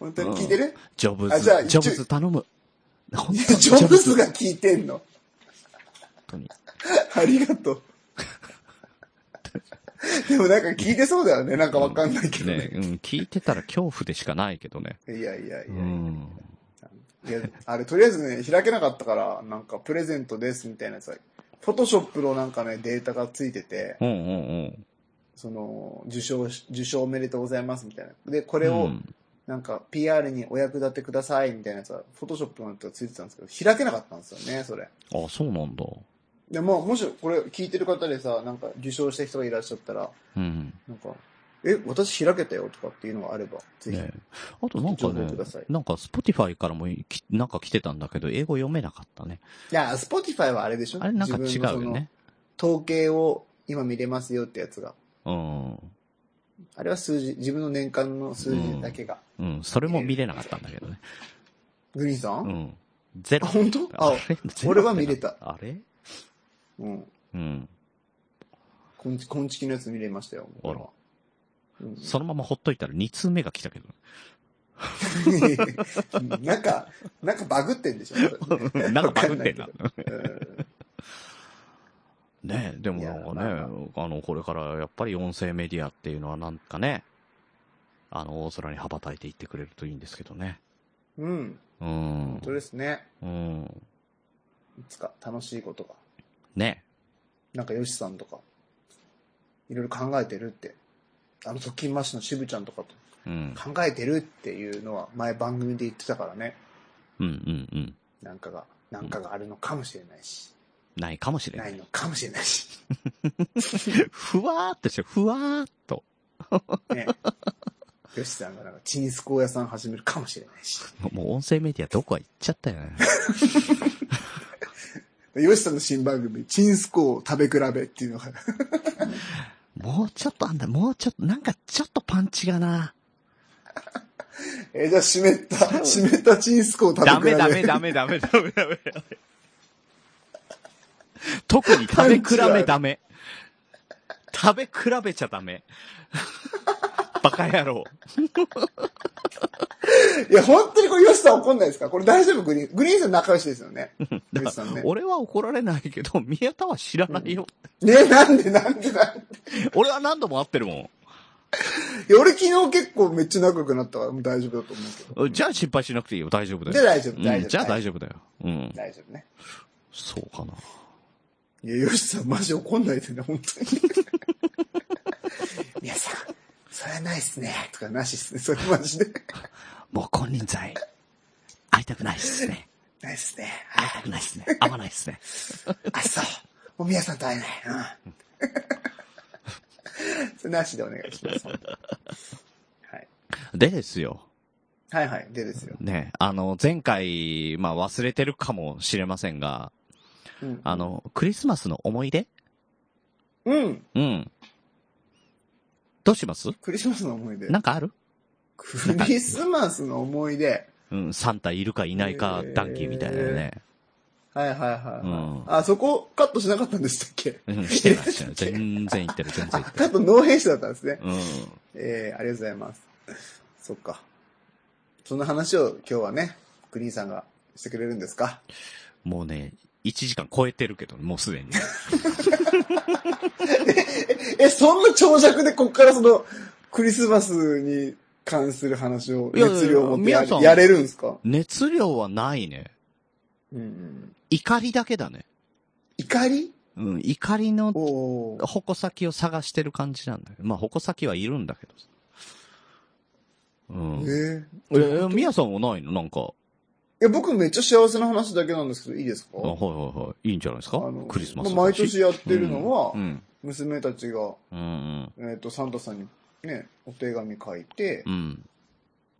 Speaker 3: 本当に聞いてる、
Speaker 2: ジョブ
Speaker 3: あ
Speaker 2: ズ、
Speaker 3: じゃあ
Speaker 2: ジョブズ頼む。本当に。
Speaker 3: ジョブズが聞いてんの。
Speaker 2: 本当に。
Speaker 3: ありが とう。でもなんか聞いてそうだよね。なんかわかんないけど
Speaker 2: ね
Speaker 3: ね。
Speaker 2: うん、聞いてたら恐怖でしかないけどね。
Speaker 3: いやいやいうや。
Speaker 2: ん。
Speaker 3: いや、あれ、とりあえずね、開けなかったから、なんか、プレゼントですみたいなやつが、フォトショップのなんかね、データがついてて、
Speaker 2: うんうんうん。
Speaker 3: その、受賞し、受賞おめでとうございますみたいな。で、こ
Speaker 2: こ
Speaker 3: れを、なんか、PR にお役立てくださいみたいなやつが、フォトショップのやつがついてたんですけど、開けなかったんですよね、それ。
Speaker 2: あ、そうなんだ。
Speaker 3: で、まあ、もし、これ、聞いてる方でさ、なんか、受賞した人がいらっしゃったら、
Speaker 2: うん。
Speaker 3: なんか、え、私開けたよとかっていうのがあれば、ぜひ。
Speaker 2: ね、あとなんか
Speaker 3: 情報
Speaker 2: ね
Speaker 3: ください、
Speaker 2: なんか Spotify からもきなんか来てたんだけど、英語読めなかったね。
Speaker 3: いや、Spotify はあれでしょ
Speaker 2: あれなんか違うよ。ね。
Speaker 3: 自分のその統計を今見れますよってやつが。
Speaker 2: うん。
Speaker 3: あれは数字、自分の年間の数字だけが。
Speaker 2: うん。それも見れなかったんだけどね。
Speaker 3: グリーンさ、
Speaker 2: うんん。ゼ
Speaker 3: あ、
Speaker 2: ロ。
Speaker 3: 本当あ、
Speaker 2: れゼロ
Speaker 3: 俺は見れた
Speaker 2: あれ
Speaker 3: うん。
Speaker 2: うん。
Speaker 3: こんち、こんちきのやつ見れましたよ。
Speaker 2: あら
Speaker 3: 俺はうん
Speaker 2: そ のままほっといたら2通目が来たけど。
Speaker 3: なんか、なんかバグってんでしょそれ
Speaker 2: なんかバグってんな
Speaker 3: わ。かんないけどうん
Speaker 2: ねえでも
Speaker 3: いや
Speaker 2: なんか
Speaker 3: まあ
Speaker 2: ね、あの、これからやっぱり音声メディアっていうのはなんかね、あの、大空に羽ばたいていってくれるといいんですけどね。
Speaker 3: うん。
Speaker 2: う
Speaker 3: 本
Speaker 2: ん。
Speaker 3: 当ですね。
Speaker 2: うん。
Speaker 3: いつか楽しいことが。
Speaker 2: ね。
Speaker 3: なんか、ヨシさんとか、いろいろ考えてるって。あの、特勤マッシュの渋ちゃんとかと
Speaker 2: うん。
Speaker 3: 考えてるっていうのは前番組で言ってたからね。
Speaker 2: うんうんうん。
Speaker 3: なんかが、なんかがあるのかもしれないし、
Speaker 2: ないかもしれな
Speaker 3: ない
Speaker 2: い。
Speaker 3: のかもしれないし。
Speaker 2: ふわーっとして、ふわーっと。
Speaker 3: ね。ヨシさんがなんか、チンスコー屋さん始めるかもしれないし。
Speaker 2: もう音声メディアどこか行っちゃったよね。
Speaker 3: ヨシさんの新番組、チンスコー食べ比べっていうのが、
Speaker 2: もうちょっとあんだ、もうちょっと、なんかちょっとパンチがな。
Speaker 3: えー、じゃあ湿った、湿ったチンスコー食べ
Speaker 2: ダ
Speaker 3: 比べ。
Speaker 2: メダメダメダメダメダメダメ。 特に食べ比べダメ。食べ比べちゃダメ。バカ野郎。
Speaker 3: いや、本当にこれヨシさん怒んないですかこれ大丈夫グリーン。グリーンさん仲良しです よね。ヨシさんね。
Speaker 2: 俺は怒られないけど、宮田は知らないよ。
Speaker 3: ね、なんでなんでなんで。
Speaker 2: 俺は何度も会ってるも
Speaker 3: いや俺昨日結構めっちゃ仲良くなったからもう大丈夫だと思うけど。
Speaker 2: ん。じゃあ心配しなくていいよ。大丈夫だ
Speaker 3: で、
Speaker 2: よ。
Speaker 3: 大丈夫、大
Speaker 2: う
Speaker 3: 丈
Speaker 2: ん
Speaker 3: 夫。
Speaker 2: じゃあ大丈夫だよ。うん。
Speaker 3: 大丈夫ね。
Speaker 2: そうかな。
Speaker 3: いや、ヨシさんマジ怒んないでね、本当に。皆さん、それはないっすね。とかなしっすね。それマジで。
Speaker 2: もう金輪際、会いたくないっすね。
Speaker 3: ないっすね。
Speaker 2: 会いたくないっすね。会わないっすね。
Speaker 3: あ、そう。もう皆さんと会えない。うん。それなしでお願いします。はい。
Speaker 2: でですよ。
Speaker 3: はいはい。でですよ。
Speaker 2: ね、あの、前回、まあ忘れてるかもしれませんが、
Speaker 3: うん。
Speaker 2: あの、クリスマスの思い出
Speaker 3: うん。
Speaker 2: うん。どうします
Speaker 3: クリスマスの思い出。
Speaker 2: なんかある
Speaker 3: クリスマスの思い出。
Speaker 2: うん、サンタいるかいないか、ダンキーみたいなね。
Speaker 3: はいはいはい。
Speaker 2: うん
Speaker 3: あ、そこカットしなかったんでしたっけ
Speaker 2: うん、してない、してない。全然言ってる、全
Speaker 3: あ、
Speaker 2: 然言って
Speaker 3: カ
Speaker 2: る。
Speaker 3: ットノー編集だったんですね。
Speaker 2: うん。
Speaker 3: えー、ありがとうございます。 そっか。その話を今日はね、グリーンさんがしてくれるんですか
Speaker 2: もうね、1時間超えてるけど、もうすでに。
Speaker 3: え、そんな長尺でこっからその、クリスマスに関する話を、
Speaker 2: いやいやいや
Speaker 3: 熱量を持ってや
Speaker 2: 皆さん
Speaker 3: やれるんですか
Speaker 2: 熱量はないね。
Speaker 3: うんうん。
Speaker 2: 怒りだけだね。
Speaker 3: 怒り
Speaker 2: うん、怒りの
Speaker 3: おー
Speaker 2: 矛先を探してる感じなんだよ。まあ、矛先はいるんだけどさ。うん。
Speaker 3: え
Speaker 2: えー、みやさんはないのなんか、
Speaker 3: え、僕めっちゃ幸せな話だけなんですけど、いいですか
Speaker 2: あはいはいはい。いいんじゃないですかクリスマスだし。
Speaker 3: まあ毎年やってるのは、
Speaker 2: うん。
Speaker 3: 娘たちが、
Speaker 2: うん。うん
Speaker 3: えっ、と、サンタさんにね、お手紙書いて
Speaker 2: う、ん。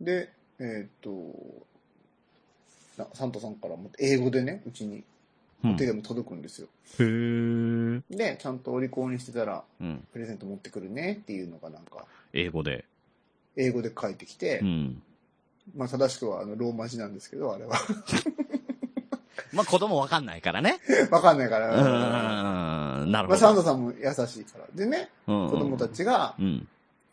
Speaker 3: で、えっ、とな、サンタさんからも英語でね、うちに
Speaker 2: うん。
Speaker 3: お手
Speaker 2: へ
Speaker 3: 紙届くんですよ。
Speaker 2: ー。
Speaker 3: で、ちゃんとお利口にしてたら、
Speaker 2: うん。
Speaker 3: プレゼント持ってくるねっていうのがなんか、
Speaker 2: 英語で。
Speaker 3: 英語で書いてきて、
Speaker 2: うん。
Speaker 3: まあ正しくはあのローマ字なんですけど、あれは。
Speaker 2: まあ、子供わかんないからね。
Speaker 3: わかんないか
Speaker 2: う
Speaker 3: ら。
Speaker 2: ん。なる
Speaker 3: ま
Speaker 2: ほ
Speaker 3: あサン
Speaker 2: ど。
Speaker 3: タさんも優しいから。でね、
Speaker 2: 子
Speaker 3: 子供た。ちが
Speaker 2: う、ん。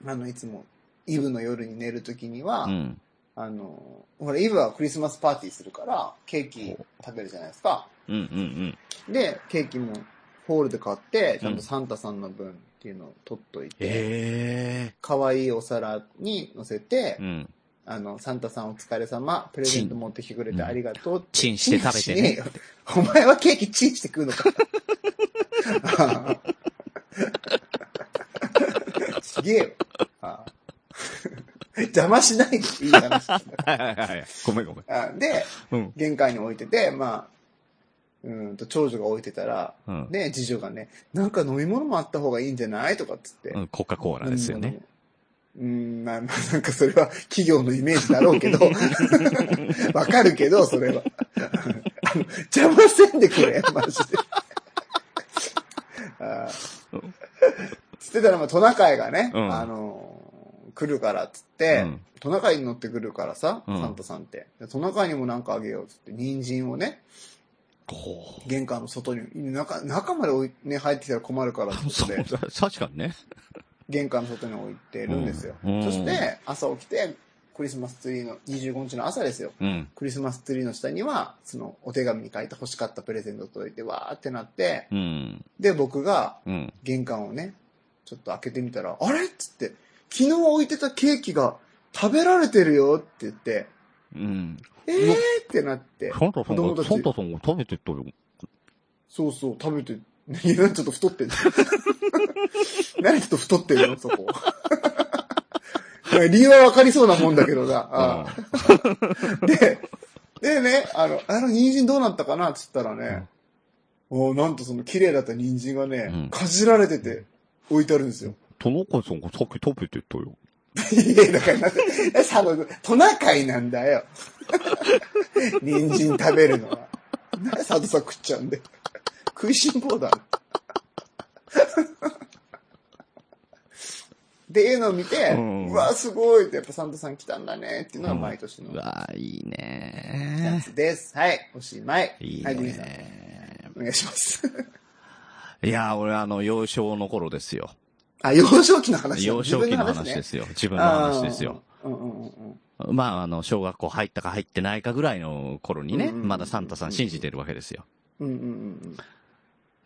Speaker 3: あの、いつも、イブの夜に寝るときには、
Speaker 2: うん。
Speaker 3: あの、ほら、イブはクリスマスパーティーするから、ケーキ食べるじゃないですか。
Speaker 2: うん。うん。
Speaker 3: で、ケーキもホールで買って、ちゃんとサンタさんの分っていうのを取っといて、
Speaker 2: え
Speaker 3: 可愛いお皿に乗せて
Speaker 2: え。う、ん。
Speaker 3: あの、サンタさんお疲れ様、プレゼント持ってきてくれてありがとうって。
Speaker 2: チンして食べてね。
Speaker 3: チンしねえよお前はケーキチンして食うのか。 すげえよ。あ あ邪魔しないっていい話だ
Speaker 2: はいはいはい。ごめんごめん。
Speaker 3: あで、
Speaker 2: うん。
Speaker 3: 玄関に置いてて、まあ、うーんと、長女が置いてたら、
Speaker 2: うん。
Speaker 3: ね、次女がね、なんか飲み物もあった方がいいんじゃないとかっつって。
Speaker 2: うんコカ・コーラですよね。
Speaker 3: うん、まあ、まあなんかそれは 企業のイメージだろうけ ど、わかるけど、それは。あの邪魔せんでく れ、マジで。あーつってたら、まあ、トナカイがね、
Speaker 2: うん
Speaker 3: あのー来るからっつって、
Speaker 2: うん
Speaker 3: トナカイに乗ってくるからさ、
Speaker 2: うん
Speaker 3: サンタさんって。でトナカイにもなんかあげようっつって、人参をね、
Speaker 2: ほう
Speaker 3: 玄関の外に、中、中まで置いね、入ってきたら困るからっつ
Speaker 2: そ
Speaker 3: っ
Speaker 2: う
Speaker 3: て、
Speaker 2: だ、確かにね。
Speaker 3: 玄関の外に置いてるんですよ。
Speaker 2: うん
Speaker 3: そして、朝起きて、クリスマスツリーの、25日の朝ですよ。
Speaker 2: うん。
Speaker 3: クリスマスツリーの下には、その、お手紙に書いて欲しかったプレゼント届いて、わーってなって、
Speaker 2: うん。
Speaker 3: で、僕が
Speaker 2: うん。
Speaker 3: 玄関をね、ちょっと開けてみたら、あれっつって、昨日置いてたケーキが食べられてるよって言って、
Speaker 2: うん。
Speaker 3: えーってなって、
Speaker 2: サンタさん
Speaker 3: 子供た
Speaker 2: が、
Speaker 3: ち
Speaker 2: サンタさんが食べてったよ。
Speaker 3: そうそう、食べて、 何ちょっと太ってんの 何ちょっと太ってるのそこ。 なんか理由はわかりそうなもんだけどな。ああで、でね、あの、あの人参どうなったかなって言ったらね、おーなんとその綺麗だった人参がね、
Speaker 2: うん
Speaker 3: かじられてて置いてあるんですよ。
Speaker 2: トナカイさんがさっき食べてったよ。
Speaker 3: いや、だからなんで、え、さ、トナカイなんだ よ。人参食べるのは。なんでサトさん食っちゃうんで。食いしん坊だ。で、いうのを見て、
Speaker 2: う
Speaker 3: うんわ、すごいって、やっぱサンタさん来たんだねっていうのが毎年の
Speaker 2: う
Speaker 3: や
Speaker 2: わーいいね
Speaker 3: つです。はい、おしまい。
Speaker 2: ー。いい
Speaker 3: はい、ジミーさん。
Speaker 2: ね
Speaker 3: お願いします。
Speaker 2: ー。いやー、俺あの、幼少の頃ですよ。
Speaker 3: あ、幼少期の話だ
Speaker 2: 幼少期の話で。すよ。自分の話ですよ。
Speaker 3: 自分の話ね。うんうんうんうん。
Speaker 2: まあ、あの、小学校入ったか入ってないかぐらいの頃にね、
Speaker 3: うんうんうん
Speaker 2: まだサンタさん信じてるわけですよ。
Speaker 3: うんうんうん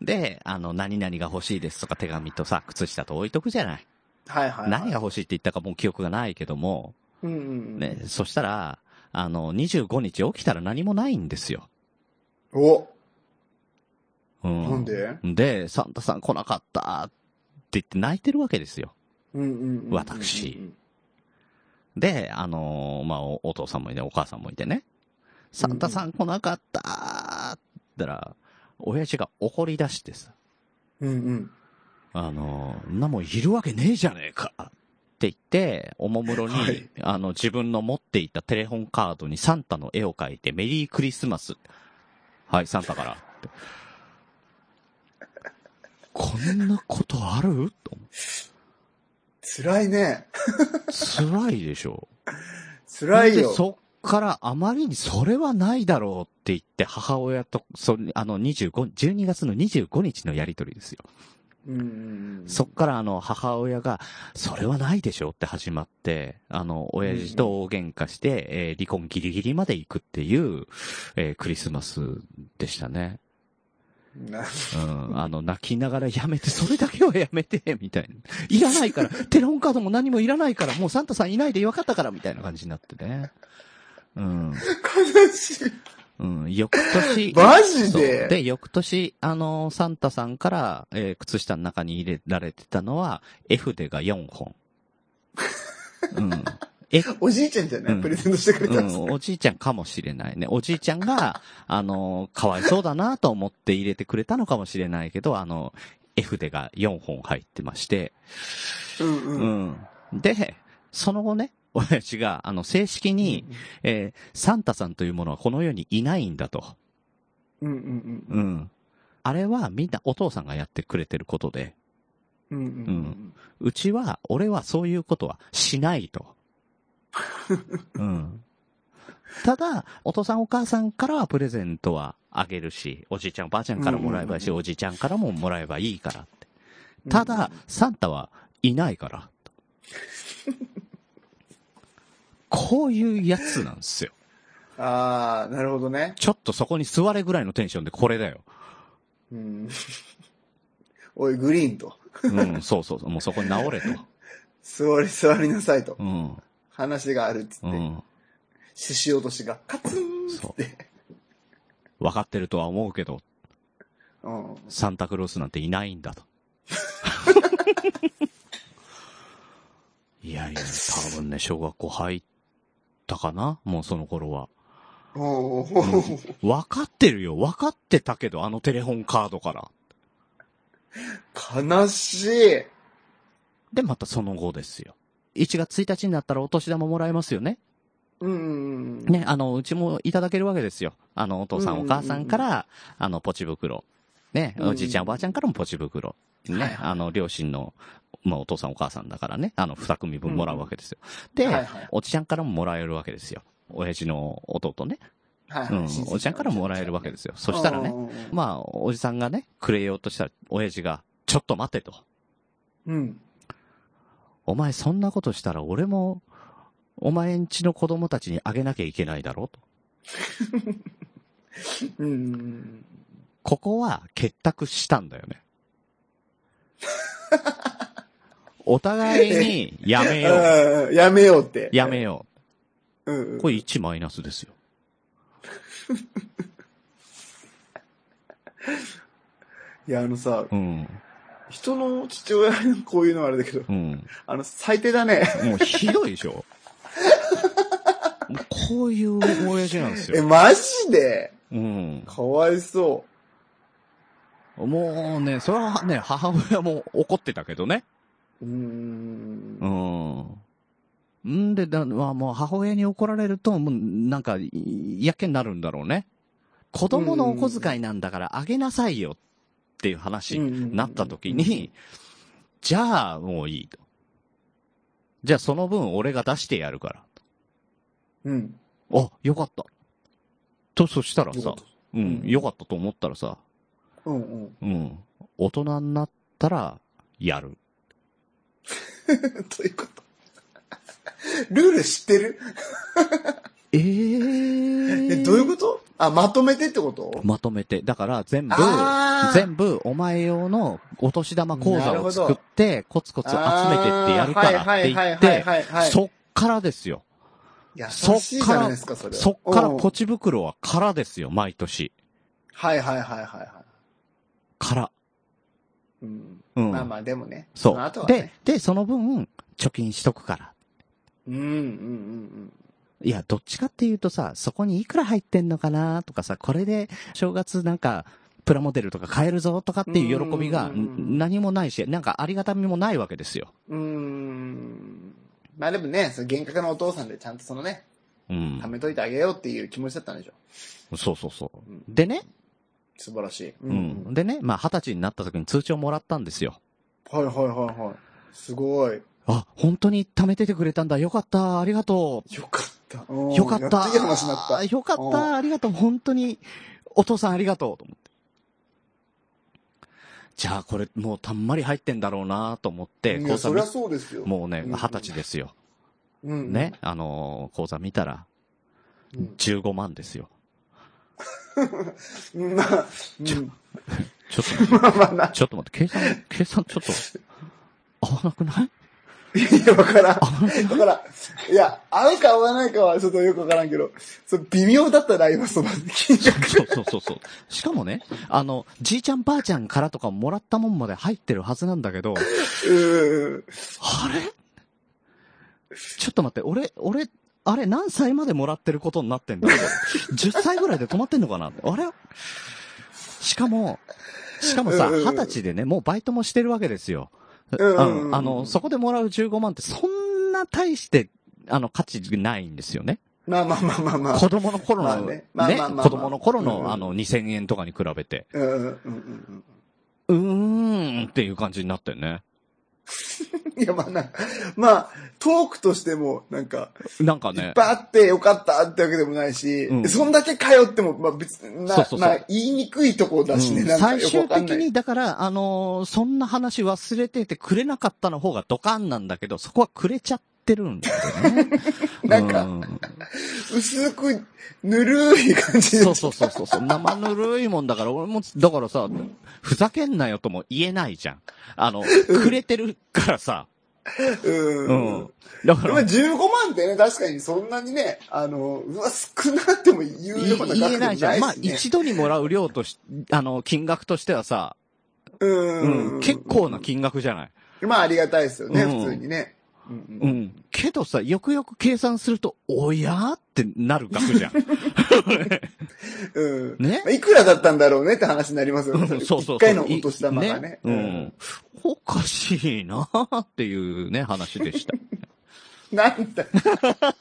Speaker 2: で、あの、何々が欲しいですとか手紙とさ、靴下と置いとくじゃない。
Speaker 3: はいはいはい。
Speaker 2: 何が欲しいって言ったかもう記憶がないけども、
Speaker 3: うんうんうん。
Speaker 2: ね、そしたら、あの、25日起きたら何もないんですよ。
Speaker 3: お、
Speaker 2: う
Speaker 3: なんで
Speaker 2: で、サンタさん来なかったって言って泣いてるわけですよ。
Speaker 3: うんうんうんうんうん
Speaker 2: 私。で、あのーまあお、お父さんもいて、お母さんもいてね。サンタさん来なかったーって言ったら、親父が怒り出してさ、
Speaker 3: うんうん。
Speaker 2: あのーんなもんいるわけねえじゃねえかって言って、おもむろに、
Speaker 3: はい
Speaker 2: あの、自分の持っていたテレホンカードにサンタの絵を描いて、メリークリスマス。はい、サンタからって。こんなことあると思
Speaker 3: 辛いね。
Speaker 2: う辛いでしょ。
Speaker 3: 辛いよ
Speaker 2: で、。そっからあまりにそれはないだろうって言って、母親と、そ、あの、25、12月の25日のやりとりですよ。
Speaker 3: うんうんうん
Speaker 2: そっからあの、母親が、それはないでしょって始まって、あの、親父と大喧嘩して、えー離婚ギリギリまで行くっていう、えークリスマスでしたね。
Speaker 3: な
Speaker 2: うん。あの、泣きながらやめて、それだけはやめて、みたいな。いらないから、テレホンカードも何もいらないから、もうサンタさんいないでよかったから、みたいな感じになってね。うん。
Speaker 3: 悲し い。。
Speaker 2: うん、翌年
Speaker 3: マジ
Speaker 2: そう
Speaker 3: で
Speaker 2: で、翌年、あのーサンタさんから、えー靴下の中に入れられてたのは、絵筆が4本。 うん。え、
Speaker 3: おじいちゃんじゃない、
Speaker 2: うん
Speaker 3: プレゼントしてくれ
Speaker 2: う
Speaker 3: たんです
Speaker 2: ん、
Speaker 3: ね。
Speaker 2: おじいちゃんかもしれないね。おじいちゃんが、あのーかわいそうだなと思って入れてくれたのかもしれないけど、あの、絵筆が4本入ってまして、
Speaker 3: うんう。
Speaker 2: うんん。で、その後ね、親父が、あの、正式に、えーサンタさんというものはこの世にいないんだと。
Speaker 3: うんうんう。
Speaker 2: うんん。あれはみんなお父さんがやってくれてることで、
Speaker 3: うんうん
Speaker 2: うちは、俺はそういうことはしない と。うん。ただ、お父さんお母さんからはプレゼントはあげるし、おじいちゃんおばあちゃんからもらえばいいし、
Speaker 3: うんうんうん
Speaker 2: おじいちゃんからももらえばいいからって。
Speaker 3: うん。
Speaker 2: ただ、サンタはいないから。こういうやつなんですよ。
Speaker 3: あー、なるほどね。
Speaker 2: ちょっとそこに座れぐらいのテンションでこれだよ。
Speaker 3: うん。 おい、グリーンと。
Speaker 2: うん、そうそうそう。もうそこに治れと。
Speaker 3: 座り、座りなさいと
Speaker 2: う。ん。
Speaker 3: 話があるっつっ
Speaker 2: う
Speaker 3: て。
Speaker 2: ん。
Speaker 3: 獅子落としがカツンっつって。
Speaker 2: 分かってるとは思うけど、
Speaker 3: うん。
Speaker 2: サンタクロースなんていないんだ と。いやいや、多分ね、小学校入ったかなもうその頃は。
Speaker 3: おーおーおー
Speaker 2: 分かってるよ。分かってたけど、あのテレホンカードから。
Speaker 3: 悲しい。
Speaker 2: で、またその後ですよ。1月1日になったらお年玉もらえますよね。
Speaker 3: うんうんうん。
Speaker 2: ね、あの、うちもいただけるわけですよ。あの、お父さん、
Speaker 3: うんうん
Speaker 2: お
Speaker 3: うんうん
Speaker 2: 母さんから、あの、ポチ袋。ね、
Speaker 3: うん
Speaker 2: おじいちゃん、おばあちゃんからもポチ袋。
Speaker 3: はいは
Speaker 2: ね
Speaker 3: い、
Speaker 2: あの、両親の、まあ、お父さん、お母さんだからね、あの、二組分もらうわけですよ。
Speaker 3: はいは
Speaker 2: で
Speaker 3: い、
Speaker 2: おじちゃんからももらえるわけですよ。親父の弟ね。
Speaker 3: はいは
Speaker 2: う
Speaker 3: い
Speaker 2: ん、おじちゃんからもらえるわけですよ。そしたらね、
Speaker 3: うんうんうん
Speaker 2: まあ、おじさんがね、くれようとしたら、親父が、ちょっと待てと。
Speaker 3: うん。
Speaker 2: お前、そんなことしたら、俺も、お前んちの子供たちにあげなきゃいけないだろうと。
Speaker 3: うんうんうん。
Speaker 2: ここは結託したんだよね。 お互いにやめよう。
Speaker 3: うんやめようって。
Speaker 2: やめよ
Speaker 3: うんう
Speaker 2: う。
Speaker 3: ん。
Speaker 2: これ1マイナスですよ。
Speaker 3: いや、あのさ、
Speaker 2: うん。
Speaker 3: 人の父親のこういうのはあれだけど、
Speaker 2: うん。
Speaker 3: あの、最低だね。
Speaker 2: もうひどいでしょ。もうこういう親父なんです
Speaker 3: え、
Speaker 2: よ。
Speaker 3: マジで
Speaker 2: うん。
Speaker 3: かわいそ
Speaker 2: もうね、それはね、母親も怒ってたけどね。
Speaker 3: う。うーん。
Speaker 2: うん。んで、だ、まあ、もう母親に怒られると、もうなんか、いやけになるんだろうね。子供のお小遣いなんだからあげなさいよっていう話になった時に、じゃあもういいと。じゃあその分俺が出してやるから。
Speaker 3: うん。
Speaker 2: あ、よかった。と、そしたら
Speaker 3: よか
Speaker 2: さ
Speaker 3: っ、た
Speaker 2: うん、よかったと思ったらさ、
Speaker 3: うんうん。
Speaker 2: うん、大人になったら、やる。
Speaker 3: どういうことルール知ってる
Speaker 2: ええ
Speaker 3: え、どういうことあ、まとめてってこ と
Speaker 2: まとめて。だから全部
Speaker 3: あー、
Speaker 2: 全部お前用のお年玉口座を作って、コツコツ集めてってやるからって言っ
Speaker 3: あーはい
Speaker 2: て、
Speaker 3: はいはいはいはい
Speaker 2: そっからですよ。
Speaker 3: 優
Speaker 2: そっ
Speaker 3: しいじ
Speaker 2: か
Speaker 3: ゃない
Speaker 2: ら、
Speaker 3: ですか、それ。
Speaker 2: そっから
Speaker 3: うん
Speaker 2: ポチ袋は空ですよ、毎年。
Speaker 3: はいはいはいはいは
Speaker 2: 空。
Speaker 3: い。うん。
Speaker 2: うん。
Speaker 3: まあまあ、でもね。
Speaker 2: そ
Speaker 3: の後
Speaker 2: う。
Speaker 3: は
Speaker 2: で
Speaker 3: ね。、
Speaker 2: で、その分、貯金しとくから。
Speaker 3: うんうんうん
Speaker 2: いや、どっちかっていうとさ、そこにいくら入ってんのかなとかさ、これで正月なんか、プラモデルとか買えるぞとかっていう喜びが
Speaker 3: うん
Speaker 2: ん何もないし、なんかありがたみもないわけですよ。
Speaker 3: うん。うーん。まあでもね、その厳格なお父さんでちゃんとそのね、
Speaker 2: うん
Speaker 3: 貯。めといてあげようっていう気持ちだったんでしょ。
Speaker 2: そうそうそう。
Speaker 3: うん
Speaker 2: でね、
Speaker 3: 素晴らしい。う
Speaker 2: うん。。でね、まあ二十歳になった時に通知をもらったんですよ。
Speaker 3: はいはいはいはい。すごい。
Speaker 2: あ、本当に貯めててくれたんだ。よかった。ありがと
Speaker 3: よかった。
Speaker 2: う。
Speaker 3: うん
Speaker 2: よかっ
Speaker 3: や
Speaker 2: た。
Speaker 3: っといい話になった。
Speaker 2: よかっ
Speaker 3: うん
Speaker 2: た。ありがとう。本当に、お父さんありがとう。と思って。じゃあこれもうたんまり入ってんだろうなと思って、
Speaker 3: い
Speaker 2: 口座
Speaker 3: や、そ
Speaker 2: 見
Speaker 3: りゃそうですよ。
Speaker 2: もうね、
Speaker 3: うん
Speaker 2: 二十歳ですよ。
Speaker 3: うん。
Speaker 2: ね。あのー、口座見たら、
Speaker 3: うん。
Speaker 2: 15万ですよ。
Speaker 3: うんまあ、うん
Speaker 2: ちょっと待っ
Speaker 3: まあまあな
Speaker 2: て、。ちょっと待って、計算、計算ちょっと、合わなくない
Speaker 3: いや、わからん。
Speaker 2: 合わなく
Speaker 3: だ
Speaker 2: ない
Speaker 3: から、いや、合うか合わないかはちょっとよくわからんけど、そう微妙だったな、今、その金額。
Speaker 2: そうそうそうそう。しかもね、あの、じいちゃんばあちゃんからとかもらったもんまで入ってるはずなんだけど、
Speaker 3: うん。
Speaker 2: あれちょっと待って、俺、俺、あれ何歳までもらってることになってんだろう ?10 歳ぐらいで止まってんのかなあれしかも、しかもさ、
Speaker 3: うんうんうん
Speaker 2: 20歳でね、もうバイトもしてるわけですよ。
Speaker 3: うんうんうん
Speaker 2: あのあの、そこでもらう15万ってそんな大して、あの、価値ないんですよね。
Speaker 3: まあまあまあまあまあ。
Speaker 2: 子供の頃
Speaker 3: まあ
Speaker 2: の、ね
Speaker 3: ね、まあまあまあまあ
Speaker 2: 子供の頃
Speaker 3: うんうん
Speaker 2: のあの、2000円とかに比べて、
Speaker 3: うんうんうん
Speaker 2: うーんっていう感じになってね。
Speaker 3: うん。いや、まあな、まあ、トークとしても、なんか、
Speaker 2: なんか
Speaker 3: いっ
Speaker 2: ね。
Speaker 3: ぱいあってよかったってわけでもないし、
Speaker 2: うん
Speaker 3: そんだけ通っても、まあ別に、
Speaker 2: そ
Speaker 3: な、
Speaker 2: うそうそう
Speaker 3: まあ言いにくいとこだしね、
Speaker 2: うん
Speaker 3: なんか
Speaker 2: 最
Speaker 3: よくわ
Speaker 2: 終
Speaker 3: かん
Speaker 2: 的
Speaker 3: ない。
Speaker 2: に、だから、あのーそんな話忘れててくれなかったの方がドカンなんだけど、そこはくれちゃってるんだよね。
Speaker 3: なんか
Speaker 2: う
Speaker 3: 薄く、ぬるい感じで。
Speaker 2: そうそうそうそうそう。生ぬるいもんだから、俺も、だからさ、ふざけんなよとも言えないじゃん。あの、くれてるからさ。
Speaker 3: う。
Speaker 2: うんん。だか
Speaker 3: でも
Speaker 2: ら、
Speaker 3: 15万ってね、確かにそんなにね、あの、うわ、少なっても言うような額でも
Speaker 2: 言え
Speaker 3: な
Speaker 2: ないい
Speaker 3: し、
Speaker 2: じ
Speaker 3: ね。
Speaker 2: ゃん。まあ、一度にもらう量とし、あの、金額としてはさ、
Speaker 3: うん、
Speaker 2: うん、結構な金額じゃない。
Speaker 3: まあ、ありがたいですよね、
Speaker 2: うん
Speaker 3: 普通にね。うんう
Speaker 2: うんん。けどさ、よくよく計算すると、おやーってなる額じゃん。
Speaker 3: うん
Speaker 2: ね
Speaker 3: まあいくらだったんだろうねって話になりますよね。
Speaker 2: うん そうそうそう。
Speaker 3: 一回のお年玉が
Speaker 2: い
Speaker 3: ね。
Speaker 2: う。ん。おかしいなっていう ね、話でした。
Speaker 3: なんだ。なんか、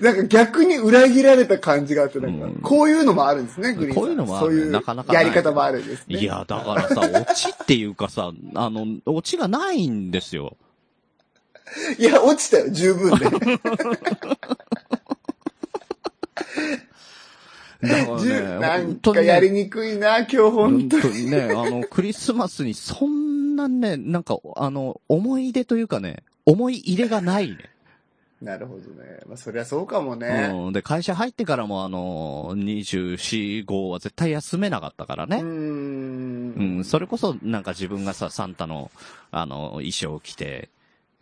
Speaker 3: なんか逆に裏切られた感じがあって、なんか、
Speaker 2: うん
Speaker 3: こういうのもあるんですね、グリーンさん。
Speaker 2: こういうのもある
Speaker 3: そういう
Speaker 2: なかなかな
Speaker 3: や
Speaker 2: い
Speaker 3: り方もあるんですね。
Speaker 2: いや、だからさ、オチっていうかさ、あの、オチがないんですよ。
Speaker 3: いや、落ちたよ、十分で。
Speaker 2: だから
Speaker 3: 十
Speaker 2: ね、
Speaker 3: なん
Speaker 2: 本当
Speaker 3: か
Speaker 2: に
Speaker 3: やり
Speaker 2: ね、
Speaker 3: にくいな、今日本当に。
Speaker 2: にね、あの、クリスマスにそんなね、なんか、あの、思い出というかね、思い入れがないね。
Speaker 3: なるほどね。まあ、そりゃそうかもね。
Speaker 2: うん。で、会社入ってからもあの、24、5は絶対休めなかったから
Speaker 3: う
Speaker 2: ね。
Speaker 3: ーん。うん。
Speaker 2: うん、それこそなんか自分がさ、サンタの、あの、衣装を着て、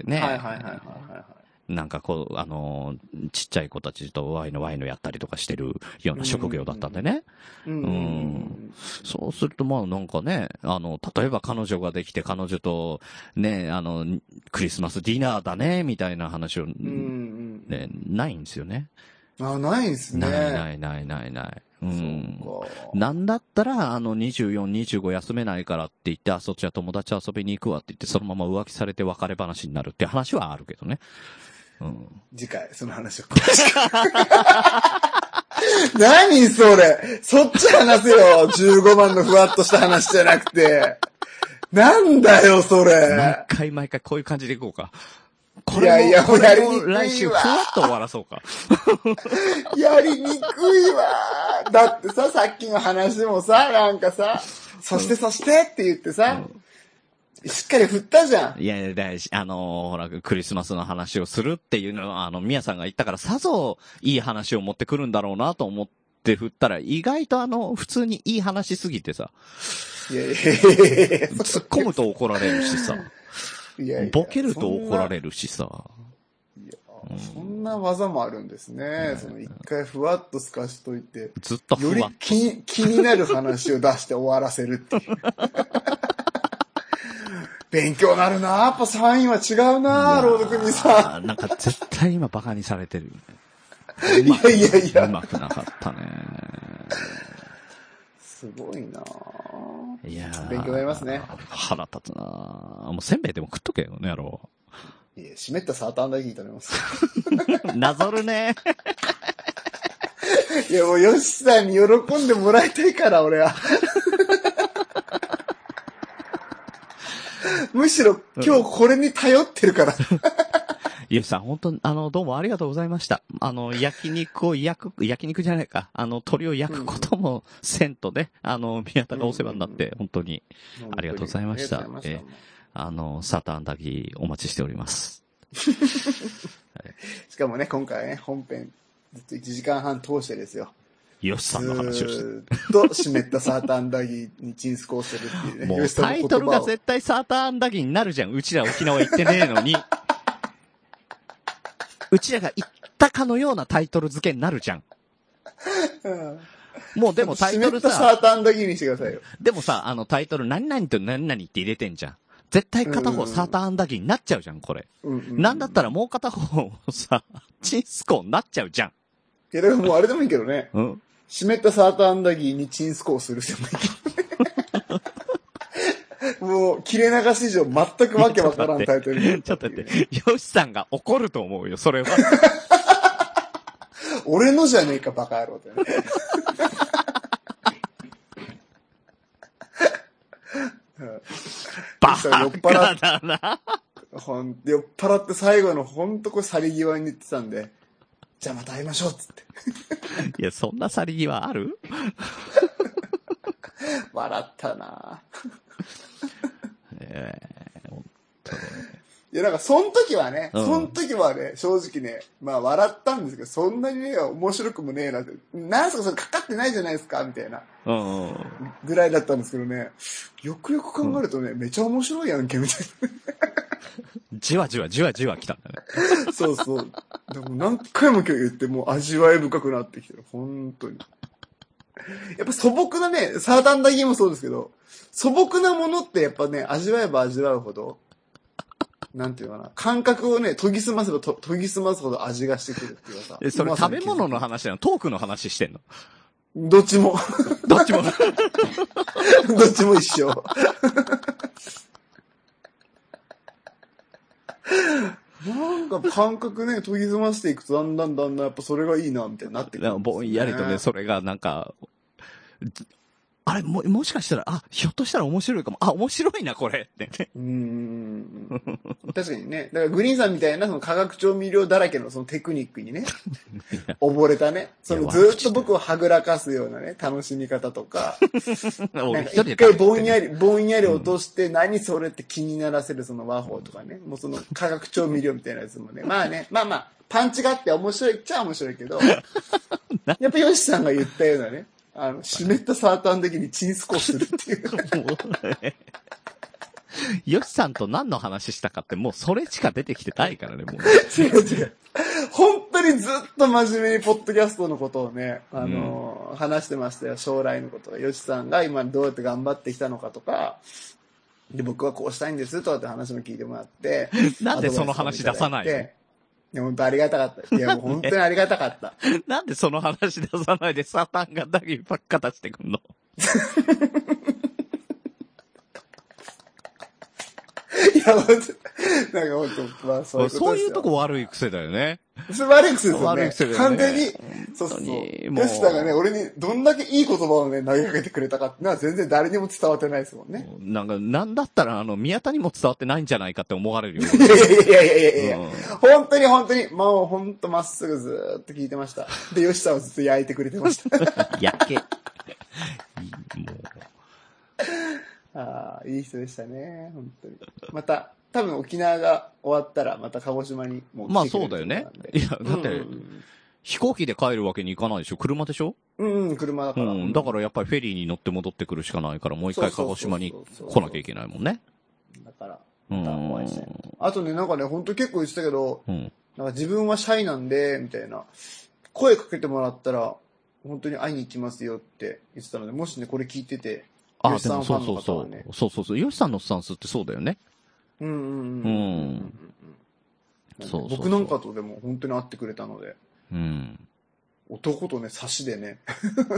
Speaker 2: ね、
Speaker 3: はいはいはいはいはいはい。
Speaker 2: なんかこう、あの、ちっちゃい子たちとワイのワイのやったりとかしてるような職業だったんでね。
Speaker 3: うん
Speaker 2: うんそうすると、まあなんかね、あの、例えば彼女ができて、彼女と、ね、あの、クリスマスディナーだね、みたいな話を、
Speaker 3: うんうん
Speaker 2: ね、ないんですよね。
Speaker 3: あ、ないんすね。。
Speaker 2: ないないいないないない。うん。
Speaker 3: そうか。
Speaker 2: なんだったら、あの、24、25休めないからって言って、あ、そっちは友達遊びに行くわって言って、そのまま浮気されて別れ話になるって話はあるけどね。うん。
Speaker 3: 次回、その話を。 何それそっち話せよ !15 万のふわっとした話じゃなくて。なんだよ、そ
Speaker 2: 毎
Speaker 3: れ。
Speaker 2: 回毎回こういう感じでいこうか。こ
Speaker 3: いやいや
Speaker 2: こ
Speaker 3: やりにくいわ
Speaker 2: 来週、ふわっと終わらそうか。
Speaker 3: やりにくいわだってさ、さっきの話もさ、なんかさ、そしてそしてって言ってさ、しっかり振ったじゃん。
Speaker 2: いやいやだいし、あのーほら、クリスマスの話をするっていうのは、あの、宮さんが言ったから、さぞいい話を持ってくるんだろうなと思って振ったら、意外とあの、普通にいい話すぎてさ、
Speaker 3: いやいやいやいや
Speaker 2: 突っ込むと怒られるしさ、
Speaker 3: いやいや
Speaker 2: ボケると怒られるしさ、うん
Speaker 3: そんな技もあるんですね。その一回ふわっと透かしといて、
Speaker 2: ずっとふ
Speaker 3: より
Speaker 2: わっ
Speaker 3: 気に気になる話を出して終わらせるっていう。 勉強なるなやっぱサインは違うな朗読にさ。
Speaker 2: あーなんか絶対今バカにされてるよね。
Speaker 3: いやいやいうや、
Speaker 2: まくなかったね。
Speaker 3: すごいない
Speaker 2: やー
Speaker 3: 勉強になりますね。
Speaker 2: 腹立つなもうせんべいでも食っとけよ、ね、やろう。
Speaker 3: いや、湿ったサーターアンダギー食べます。
Speaker 2: なぞるね。
Speaker 3: いや、もうヨシさんに喜んでもらいたいから、俺は。むしろ今日これに頼ってるから。
Speaker 2: ゆうさん、本当にあの、どうもありがとうございました。あの、焼肉を焼く、焼肉じゃないか。あの、鶏を焼くこともせんとね、あの、宮田がお世話になっ
Speaker 3: うん
Speaker 2: て、本当に、 ありがとうございました
Speaker 3: ありがとうございました
Speaker 2: あの、サターンダギーお待ちしております。
Speaker 3: しかもね、今回ね、本編、ずっと1時間半通してですよ。
Speaker 2: よしさんの話をし
Speaker 3: ず
Speaker 2: て。
Speaker 3: ーっと湿ったサーターアンダギーにチンスコをするって いうね。
Speaker 2: も
Speaker 3: ヨ
Speaker 2: う
Speaker 3: シさ
Speaker 2: タ
Speaker 3: んの
Speaker 2: イ
Speaker 3: 言
Speaker 2: ト
Speaker 3: 葉
Speaker 2: ル
Speaker 3: を
Speaker 2: が絶対サーターアンダギーになるじゃん。うちら沖縄行ってねえのに。うちらが行ったかのようなタイトル付けになるじゃん。
Speaker 3: うん
Speaker 2: もうでもタイトル
Speaker 3: 湿ったサ
Speaker 2: さ、
Speaker 3: ーターアンダギーにしてくださいよ。
Speaker 2: でもさ、あのタイトル何々と何々って入れてんじゃん。絶対片方サーターアンダギーになっちゃうじゃん、これ。
Speaker 3: うんう
Speaker 2: なんだったらもう片方もさ、 チンスコーになっちゃうじゃん。
Speaker 3: いや、でももうあれでもいいけどね。
Speaker 2: うん。
Speaker 3: 湿ったサーターアンダギーにチンスコをするで もいいけどね。もう、切れ流し以上全くわけわからんタイトルにな
Speaker 2: ちょ
Speaker 3: た
Speaker 2: っと待
Speaker 3: い
Speaker 2: っ
Speaker 3: う
Speaker 2: て、ヨシさんが怒ると思うよ、そ れは。
Speaker 3: 俺のじゃねえか、バカ野郎ってね。
Speaker 2: バ
Speaker 3: それ酔っ払
Speaker 2: カ
Speaker 3: っ
Speaker 2: だな。
Speaker 3: ほん酔っ払って最後のほんとこう去り際に言ってたんで、じゃあまた会いましょうっつって。
Speaker 2: いや、そんな去り際ある
Speaker 3: 笑ったなぁ
Speaker 2: え
Speaker 3: いや、なんか、その時はね、
Speaker 2: うん
Speaker 3: その時はね、正直ね、まあ、笑ったんですけど、そんなにね、面白くもねえなって、なんすか、それかかってないじゃないですか、みたいな、
Speaker 2: えうんうん。
Speaker 3: ぐらいだったんですけどね、よくよく考えるとね、めちゃ面白いやんけ、みたい
Speaker 2: じわじわじわじわ来たんだね。
Speaker 3: な。そうそう。でも何回も今日言って、もう味わい深くなってきてる、本当に。やっぱ素朴なね、サーターアンダギーもそうですけど、素朴なものってやっぱね、味わえば味わうほど、なんていうかな、感覚をね、研ぎ澄ませばと研ぎ澄ますほど味がしてくるっていうかさ。
Speaker 2: え、そうれ
Speaker 3: まさ
Speaker 2: 食
Speaker 3: に
Speaker 2: べ
Speaker 3: 気づく
Speaker 2: 物の話なのトークの話してんの
Speaker 3: どっちも、
Speaker 2: どっち も。
Speaker 3: どっちも一緒。なんか感覚ね、研ぎ澄ましていくとだんだんだんだんやっぱそれがいいな、みたいになってくる
Speaker 2: なんか
Speaker 3: ですね
Speaker 2: ぼんやりとね、それがなんか、あれ、も、もしかしたら、あ、ひょっとしたら面白いかも。あ、面白いな、これ。ってね。
Speaker 3: うんうんうんうん。確かにね。だからグリーンさんみたいなその化学調味料だらけのそのテクニック にね、溺れたね。そ
Speaker 2: い
Speaker 3: の
Speaker 2: や
Speaker 3: ずっと僕をはぐらかすようなね、楽しみ方とか、な
Speaker 2: 俺
Speaker 3: んか
Speaker 2: 一人
Speaker 3: 一
Speaker 2: で食
Speaker 3: 回
Speaker 2: べて
Speaker 3: ぼんや
Speaker 2: ね
Speaker 3: り、ぼんやり落として、何それって気にならせるその和法とかね、もうその化学調味料みたいなやつもね、まあね、まあ まあ、パンチがあって面白いっちゃ面白いけど、やっぱヨシさんが言ったようなね、ああの、湿ったサーターン的にチンスコするっていう。
Speaker 2: もうね ヨシさんと何の話したかって、もうそれしか出てきてないからね、もう。
Speaker 3: 違う違う。本当にずっと真面目にポッドキャストのことをね、あの、話してましたよ。将来のこと。よしさんが今どうやって頑張ってきたのかとか、で、僕はこうしたいんですとかって話も聞いてもらって。
Speaker 2: なんでその話出さないの
Speaker 3: で、いや本当ありがたかった。いや、もう本当にありがたかった。
Speaker 2: なんでその話出さないでサタンがダギーばっか出してくんの
Speaker 3: いや、本当なんか本当、まあそういうことですよ
Speaker 2: そういうとこ悪い癖だよね。
Speaker 3: それ悪い癖ですよ
Speaker 2: 悪
Speaker 3: ね。
Speaker 2: い癖だよね
Speaker 3: 完全に。そ
Speaker 2: 当
Speaker 3: うそう。
Speaker 2: に
Speaker 3: ヨ
Speaker 2: もう
Speaker 3: シタがね、俺にどんだけいい言葉をね、投げかけてくれたかっていうのは全然誰にも伝わってないですもんね。
Speaker 2: なんか、なんだったら、あの、宮田にも伝わってないんじゃないかって思われるよ。
Speaker 3: いやいやいやいやいやいや、
Speaker 2: うん
Speaker 3: 本当に本当に、もう本当まっすぐずーっと聞いてました。で、ヨシさんはずっと焼いてくれてま した。
Speaker 2: やけ。も
Speaker 3: ああ、いい人でしたね、本当に。また、多分沖縄が終わったら、また鹿児島にも
Speaker 2: う
Speaker 3: う
Speaker 2: まあ
Speaker 3: 来てく
Speaker 2: そ
Speaker 3: れ
Speaker 2: うだよ
Speaker 3: るって
Speaker 2: ね
Speaker 3: ことなん。で
Speaker 2: いや、だって、飛行機で帰るわけにいかないでしょ車でしょ
Speaker 3: うん、うん、車だか
Speaker 2: う
Speaker 3: ら。
Speaker 2: ん。だからやっぱりフェリーに乗って戻ってくるしかないから、もう一回鹿児島に来なきゃいけないもんね。
Speaker 3: だから、
Speaker 2: う
Speaker 3: またお会いしたい
Speaker 2: ん
Speaker 3: な。あとね、なんかね、本当結構言ってたけど、
Speaker 2: うん。
Speaker 3: なんか自分はシャイなんで、みたいな。声かけてもらったら、本当に会いに行きますよって言ってたので、もしね、これ聞いてて、
Speaker 2: あ、
Speaker 3: 吉
Speaker 2: で
Speaker 3: さ
Speaker 2: も
Speaker 3: んフ
Speaker 2: そ
Speaker 3: ァ
Speaker 2: うそう
Speaker 3: ンの
Speaker 2: そ
Speaker 3: 方は
Speaker 2: う
Speaker 3: ね。。
Speaker 2: そうそうそう。ヨシさんのスタンスってそうだよね。
Speaker 3: うんうんうん。
Speaker 2: うん
Speaker 3: うん
Speaker 2: そうそうそう
Speaker 3: 僕なんかとでも本当に会ってくれたので、
Speaker 2: うん。
Speaker 3: 男とね、差しでね。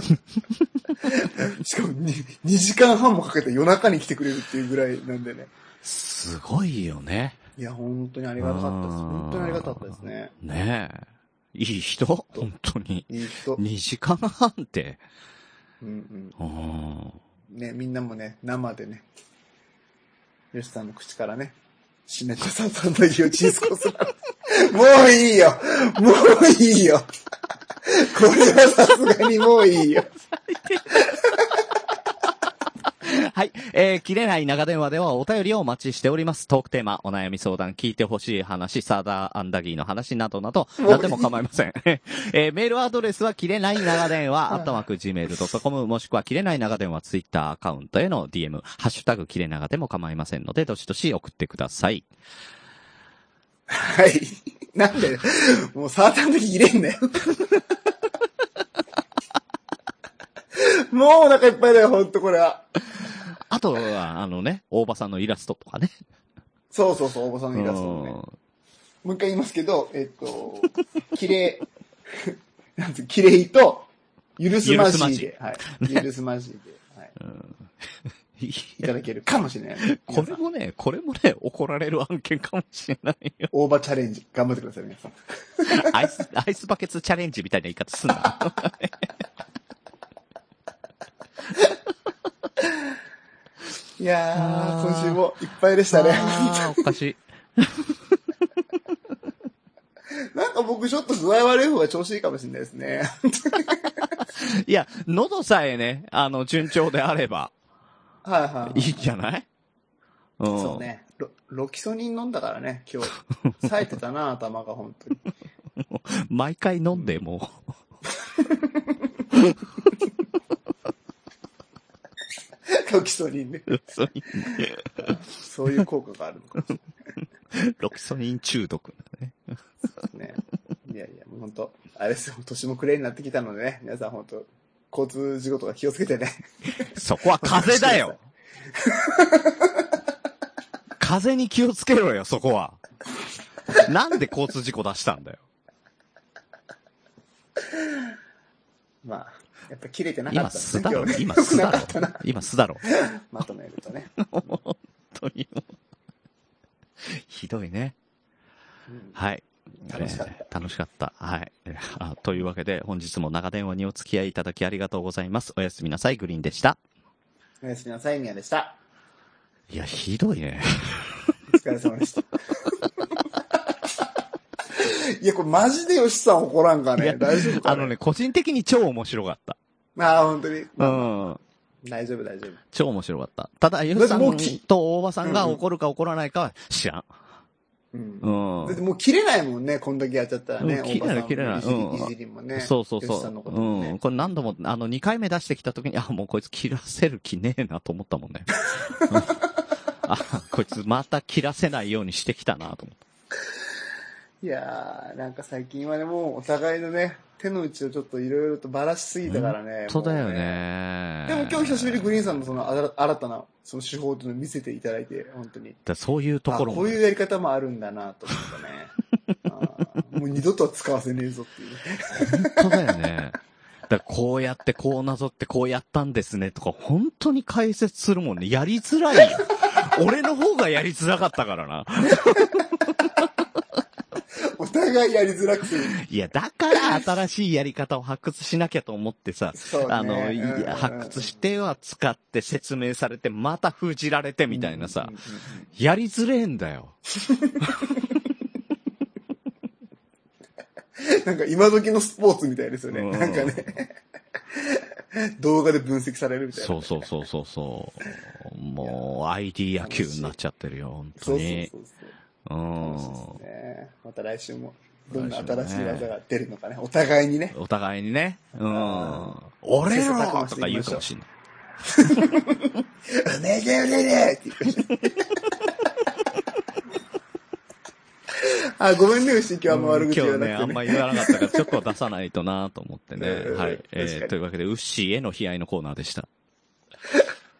Speaker 3: しかもに2時間半もかけて夜中に来てくれるっていうぐらいなんでね。
Speaker 2: すごいよね。
Speaker 3: いや、本当にありがたかったです。
Speaker 2: うん
Speaker 3: 本当にありがたかったですね。
Speaker 2: ねえ。いい人本当に。
Speaker 3: いい人。
Speaker 2: 2時間半って。
Speaker 3: うんうん。
Speaker 2: うん。
Speaker 3: ね、みんなもね、生でね、ヨシさんの口からね、シネタさんさんのギをチンスコする。もういいよもういいよこれはさすがにもういいよ
Speaker 2: はい。えー、切れない長電話ではお便りをお待ちしております。トークテーマ、お悩み相談、聞いてほしい話、サーダーアンダギーの話などなど、
Speaker 3: もういい
Speaker 2: 何でも構いません。 えー、メールアドレスは、切れない長電話、アットマーク gmail.com、もしくは、切れない長電話、ツイッターアカウントへの DM、ハッシュタグ、切れ長でも構いませんので、どしどし送ってください。
Speaker 3: はい。なんで、もうサーターの時入れんなよ。もうお腹いっぱいだよ、ほんとこれは。
Speaker 2: あとは、あのね、大場さんのイラストとかね。
Speaker 3: そうそうそう、おばさんのイラストもね。もう一回言いますけど、えっと、綺麗、なんつう、綺麗と、許すまじいで、はい。許すまじいで、はい。
Speaker 2: うんい
Speaker 3: い
Speaker 2: や
Speaker 3: ただけるかもしれない。
Speaker 2: こ
Speaker 3: 皆
Speaker 2: れ
Speaker 3: さん
Speaker 2: もね、これもね、怒られる案件かもしれない よ。
Speaker 3: オーバーチャレンジ、頑張ってください、皆さん。
Speaker 2: アイス、アイスバケツチャレンジみたいな言い方すんな。
Speaker 3: いや
Speaker 2: あ
Speaker 3: ー、
Speaker 2: ー
Speaker 3: 今週もいっぱいでしたね。
Speaker 2: あーおかしい。
Speaker 3: なんか僕ちょっと具合悪い方が調子いいかもしれないですね。
Speaker 2: いや、喉さえね、あの、順調であれば、
Speaker 3: はいはい
Speaker 2: い。んじゃないうん。
Speaker 3: そう。ね。ロロキソニン飲んだからね、今日。冴えてたな、頭が本 当に。
Speaker 2: 毎回飲んで、もう。
Speaker 3: ロキソニンね。
Speaker 2: ロキソニ
Speaker 3: そういう効果があるのかもしれ
Speaker 2: ン、ロキソニン中毒だね。
Speaker 3: ないですね。いやいや、もう本当、あれですよ、年も暮れになってきたのでね、皆さん本当、交通事故とか気をつけてね。
Speaker 2: そこは風邪だよ風邪に気をつけろよ、そこは。なんで交通事故出したんだよ。
Speaker 3: まあ、やっぱ切れてなか
Speaker 2: 今
Speaker 3: った
Speaker 2: 素だろ
Speaker 3: 今、日ね
Speaker 2: 今素だ
Speaker 3: 良くなかった
Speaker 2: ろ
Speaker 3: な。
Speaker 2: 今素だろ。
Speaker 3: まとめるとね。
Speaker 2: 本当にもうひどいね。
Speaker 3: うん
Speaker 2: はい。
Speaker 3: 楽しかった
Speaker 2: えー楽しかった。はい。 えーあというわけで、本日も長電話にお付き合いいただきありがとうございます。おやすみなさい、グリーンでした。
Speaker 3: おやすみなさい、みやでした。
Speaker 2: いや、ひどいね。
Speaker 3: お疲れ様でした。 いや、これマジで吉さん怒らんか
Speaker 2: いや
Speaker 3: ね。大丈夫か
Speaker 2: あのね、個人的に超面白かった。
Speaker 3: ああ、本当に。
Speaker 2: うん。
Speaker 3: 大丈夫、大丈夫。
Speaker 2: 超面白かった。ただ、ゆうさ
Speaker 3: だってもうき
Speaker 2: んと大場さんが怒るか怒らないかは知らん。
Speaker 3: うん
Speaker 2: うん
Speaker 3: だって。もう切れないもんね、こんだけやっちゃったらね。
Speaker 2: うん切れない切れない
Speaker 3: おばさん
Speaker 2: うん
Speaker 3: もいじりいじりもね。
Speaker 2: そうそう
Speaker 3: 吉
Speaker 2: そ
Speaker 3: さ
Speaker 2: う。
Speaker 3: んのことも
Speaker 2: うん。
Speaker 3: ね。
Speaker 2: これ何度も、あの、2回目出してきた時に、あ、もうこいつ切らせる気ねえなと思ったも んね。あ、こいつまた切らせないようにしてきたなと思っ
Speaker 3: いやー、なんか最近はね、もうお互いのね、手の内をちょっといろいろとばらしすぎたからね。
Speaker 2: た。本当だよ
Speaker 3: もう
Speaker 2: ね。
Speaker 3: でも今日久しぶりにグリーンさんのそのあら新たなその手法というのを見せていただいて、本当に。
Speaker 2: だそういうところ
Speaker 3: あ
Speaker 2: も
Speaker 3: こういうやり方もあるんだなと思ったねあー。もう二度とは使わせねえぞっていうね。
Speaker 2: 本当だよね。だからこうやってこうなぞってこうやったんですねとか、本当に解説するもんね。やりづらいよ。俺の方がやりづらかったからな。
Speaker 3: お互いやりづらくする。
Speaker 2: いや、だから新しいやり方を発掘しなきゃと思ってさ、
Speaker 3: そうね。
Speaker 2: あの、い
Speaker 3: うん
Speaker 2: 発掘しては使って説明されて、また封じられてみたいなさ
Speaker 3: うん、うんうん
Speaker 2: やりづれえんだよ。
Speaker 3: なんか今時のスポーツみたいですよね。
Speaker 2: うん
Speaker 3: なんかね。動画で分析されるみたいな。
Speaker 2: そうそうそうそうそう。もう、ID 野球になっちゃってるよ、本当
Speaker 3: そうそう
Speaker 2: に。
Speaker 3: そうそう
Speaker 2: う
Speaker 3: 楽しい
Speaker 2: ん
Speaker 3: です。ね。また来週も、どんな
Speaker 2: 来週もね
Speaker 3: 新しい技が出るのかね。お互いにね。
Speaker 2: お互いにね。うん
Speaker 3: あ。
Speaker 2: 俺らとか言うかもしんない。
Speaker 3: うねげうねげって言って あ、ごめんね、牛、今日あんま悪口言
Speaker 2: 今日
Speaker 3: わ
Speaker 2: ね、
Speaker 3: な
Speaker 2: あ
Speaker 3: く
Speaker 2: ん
Speaker 3: て
Speaker 2: ま
Speaker 3: ね。
Speaker 2: 言わなかったから、ちょっと出さないとなと思ってね
Speaker 3: 。うん
Speaker 2: はい。
Speaker 3: 確
Speaker 2: えー
Speaker 3: かに
Speaker 2: というわけで、ウッシーへの悲哀のコーナーでした。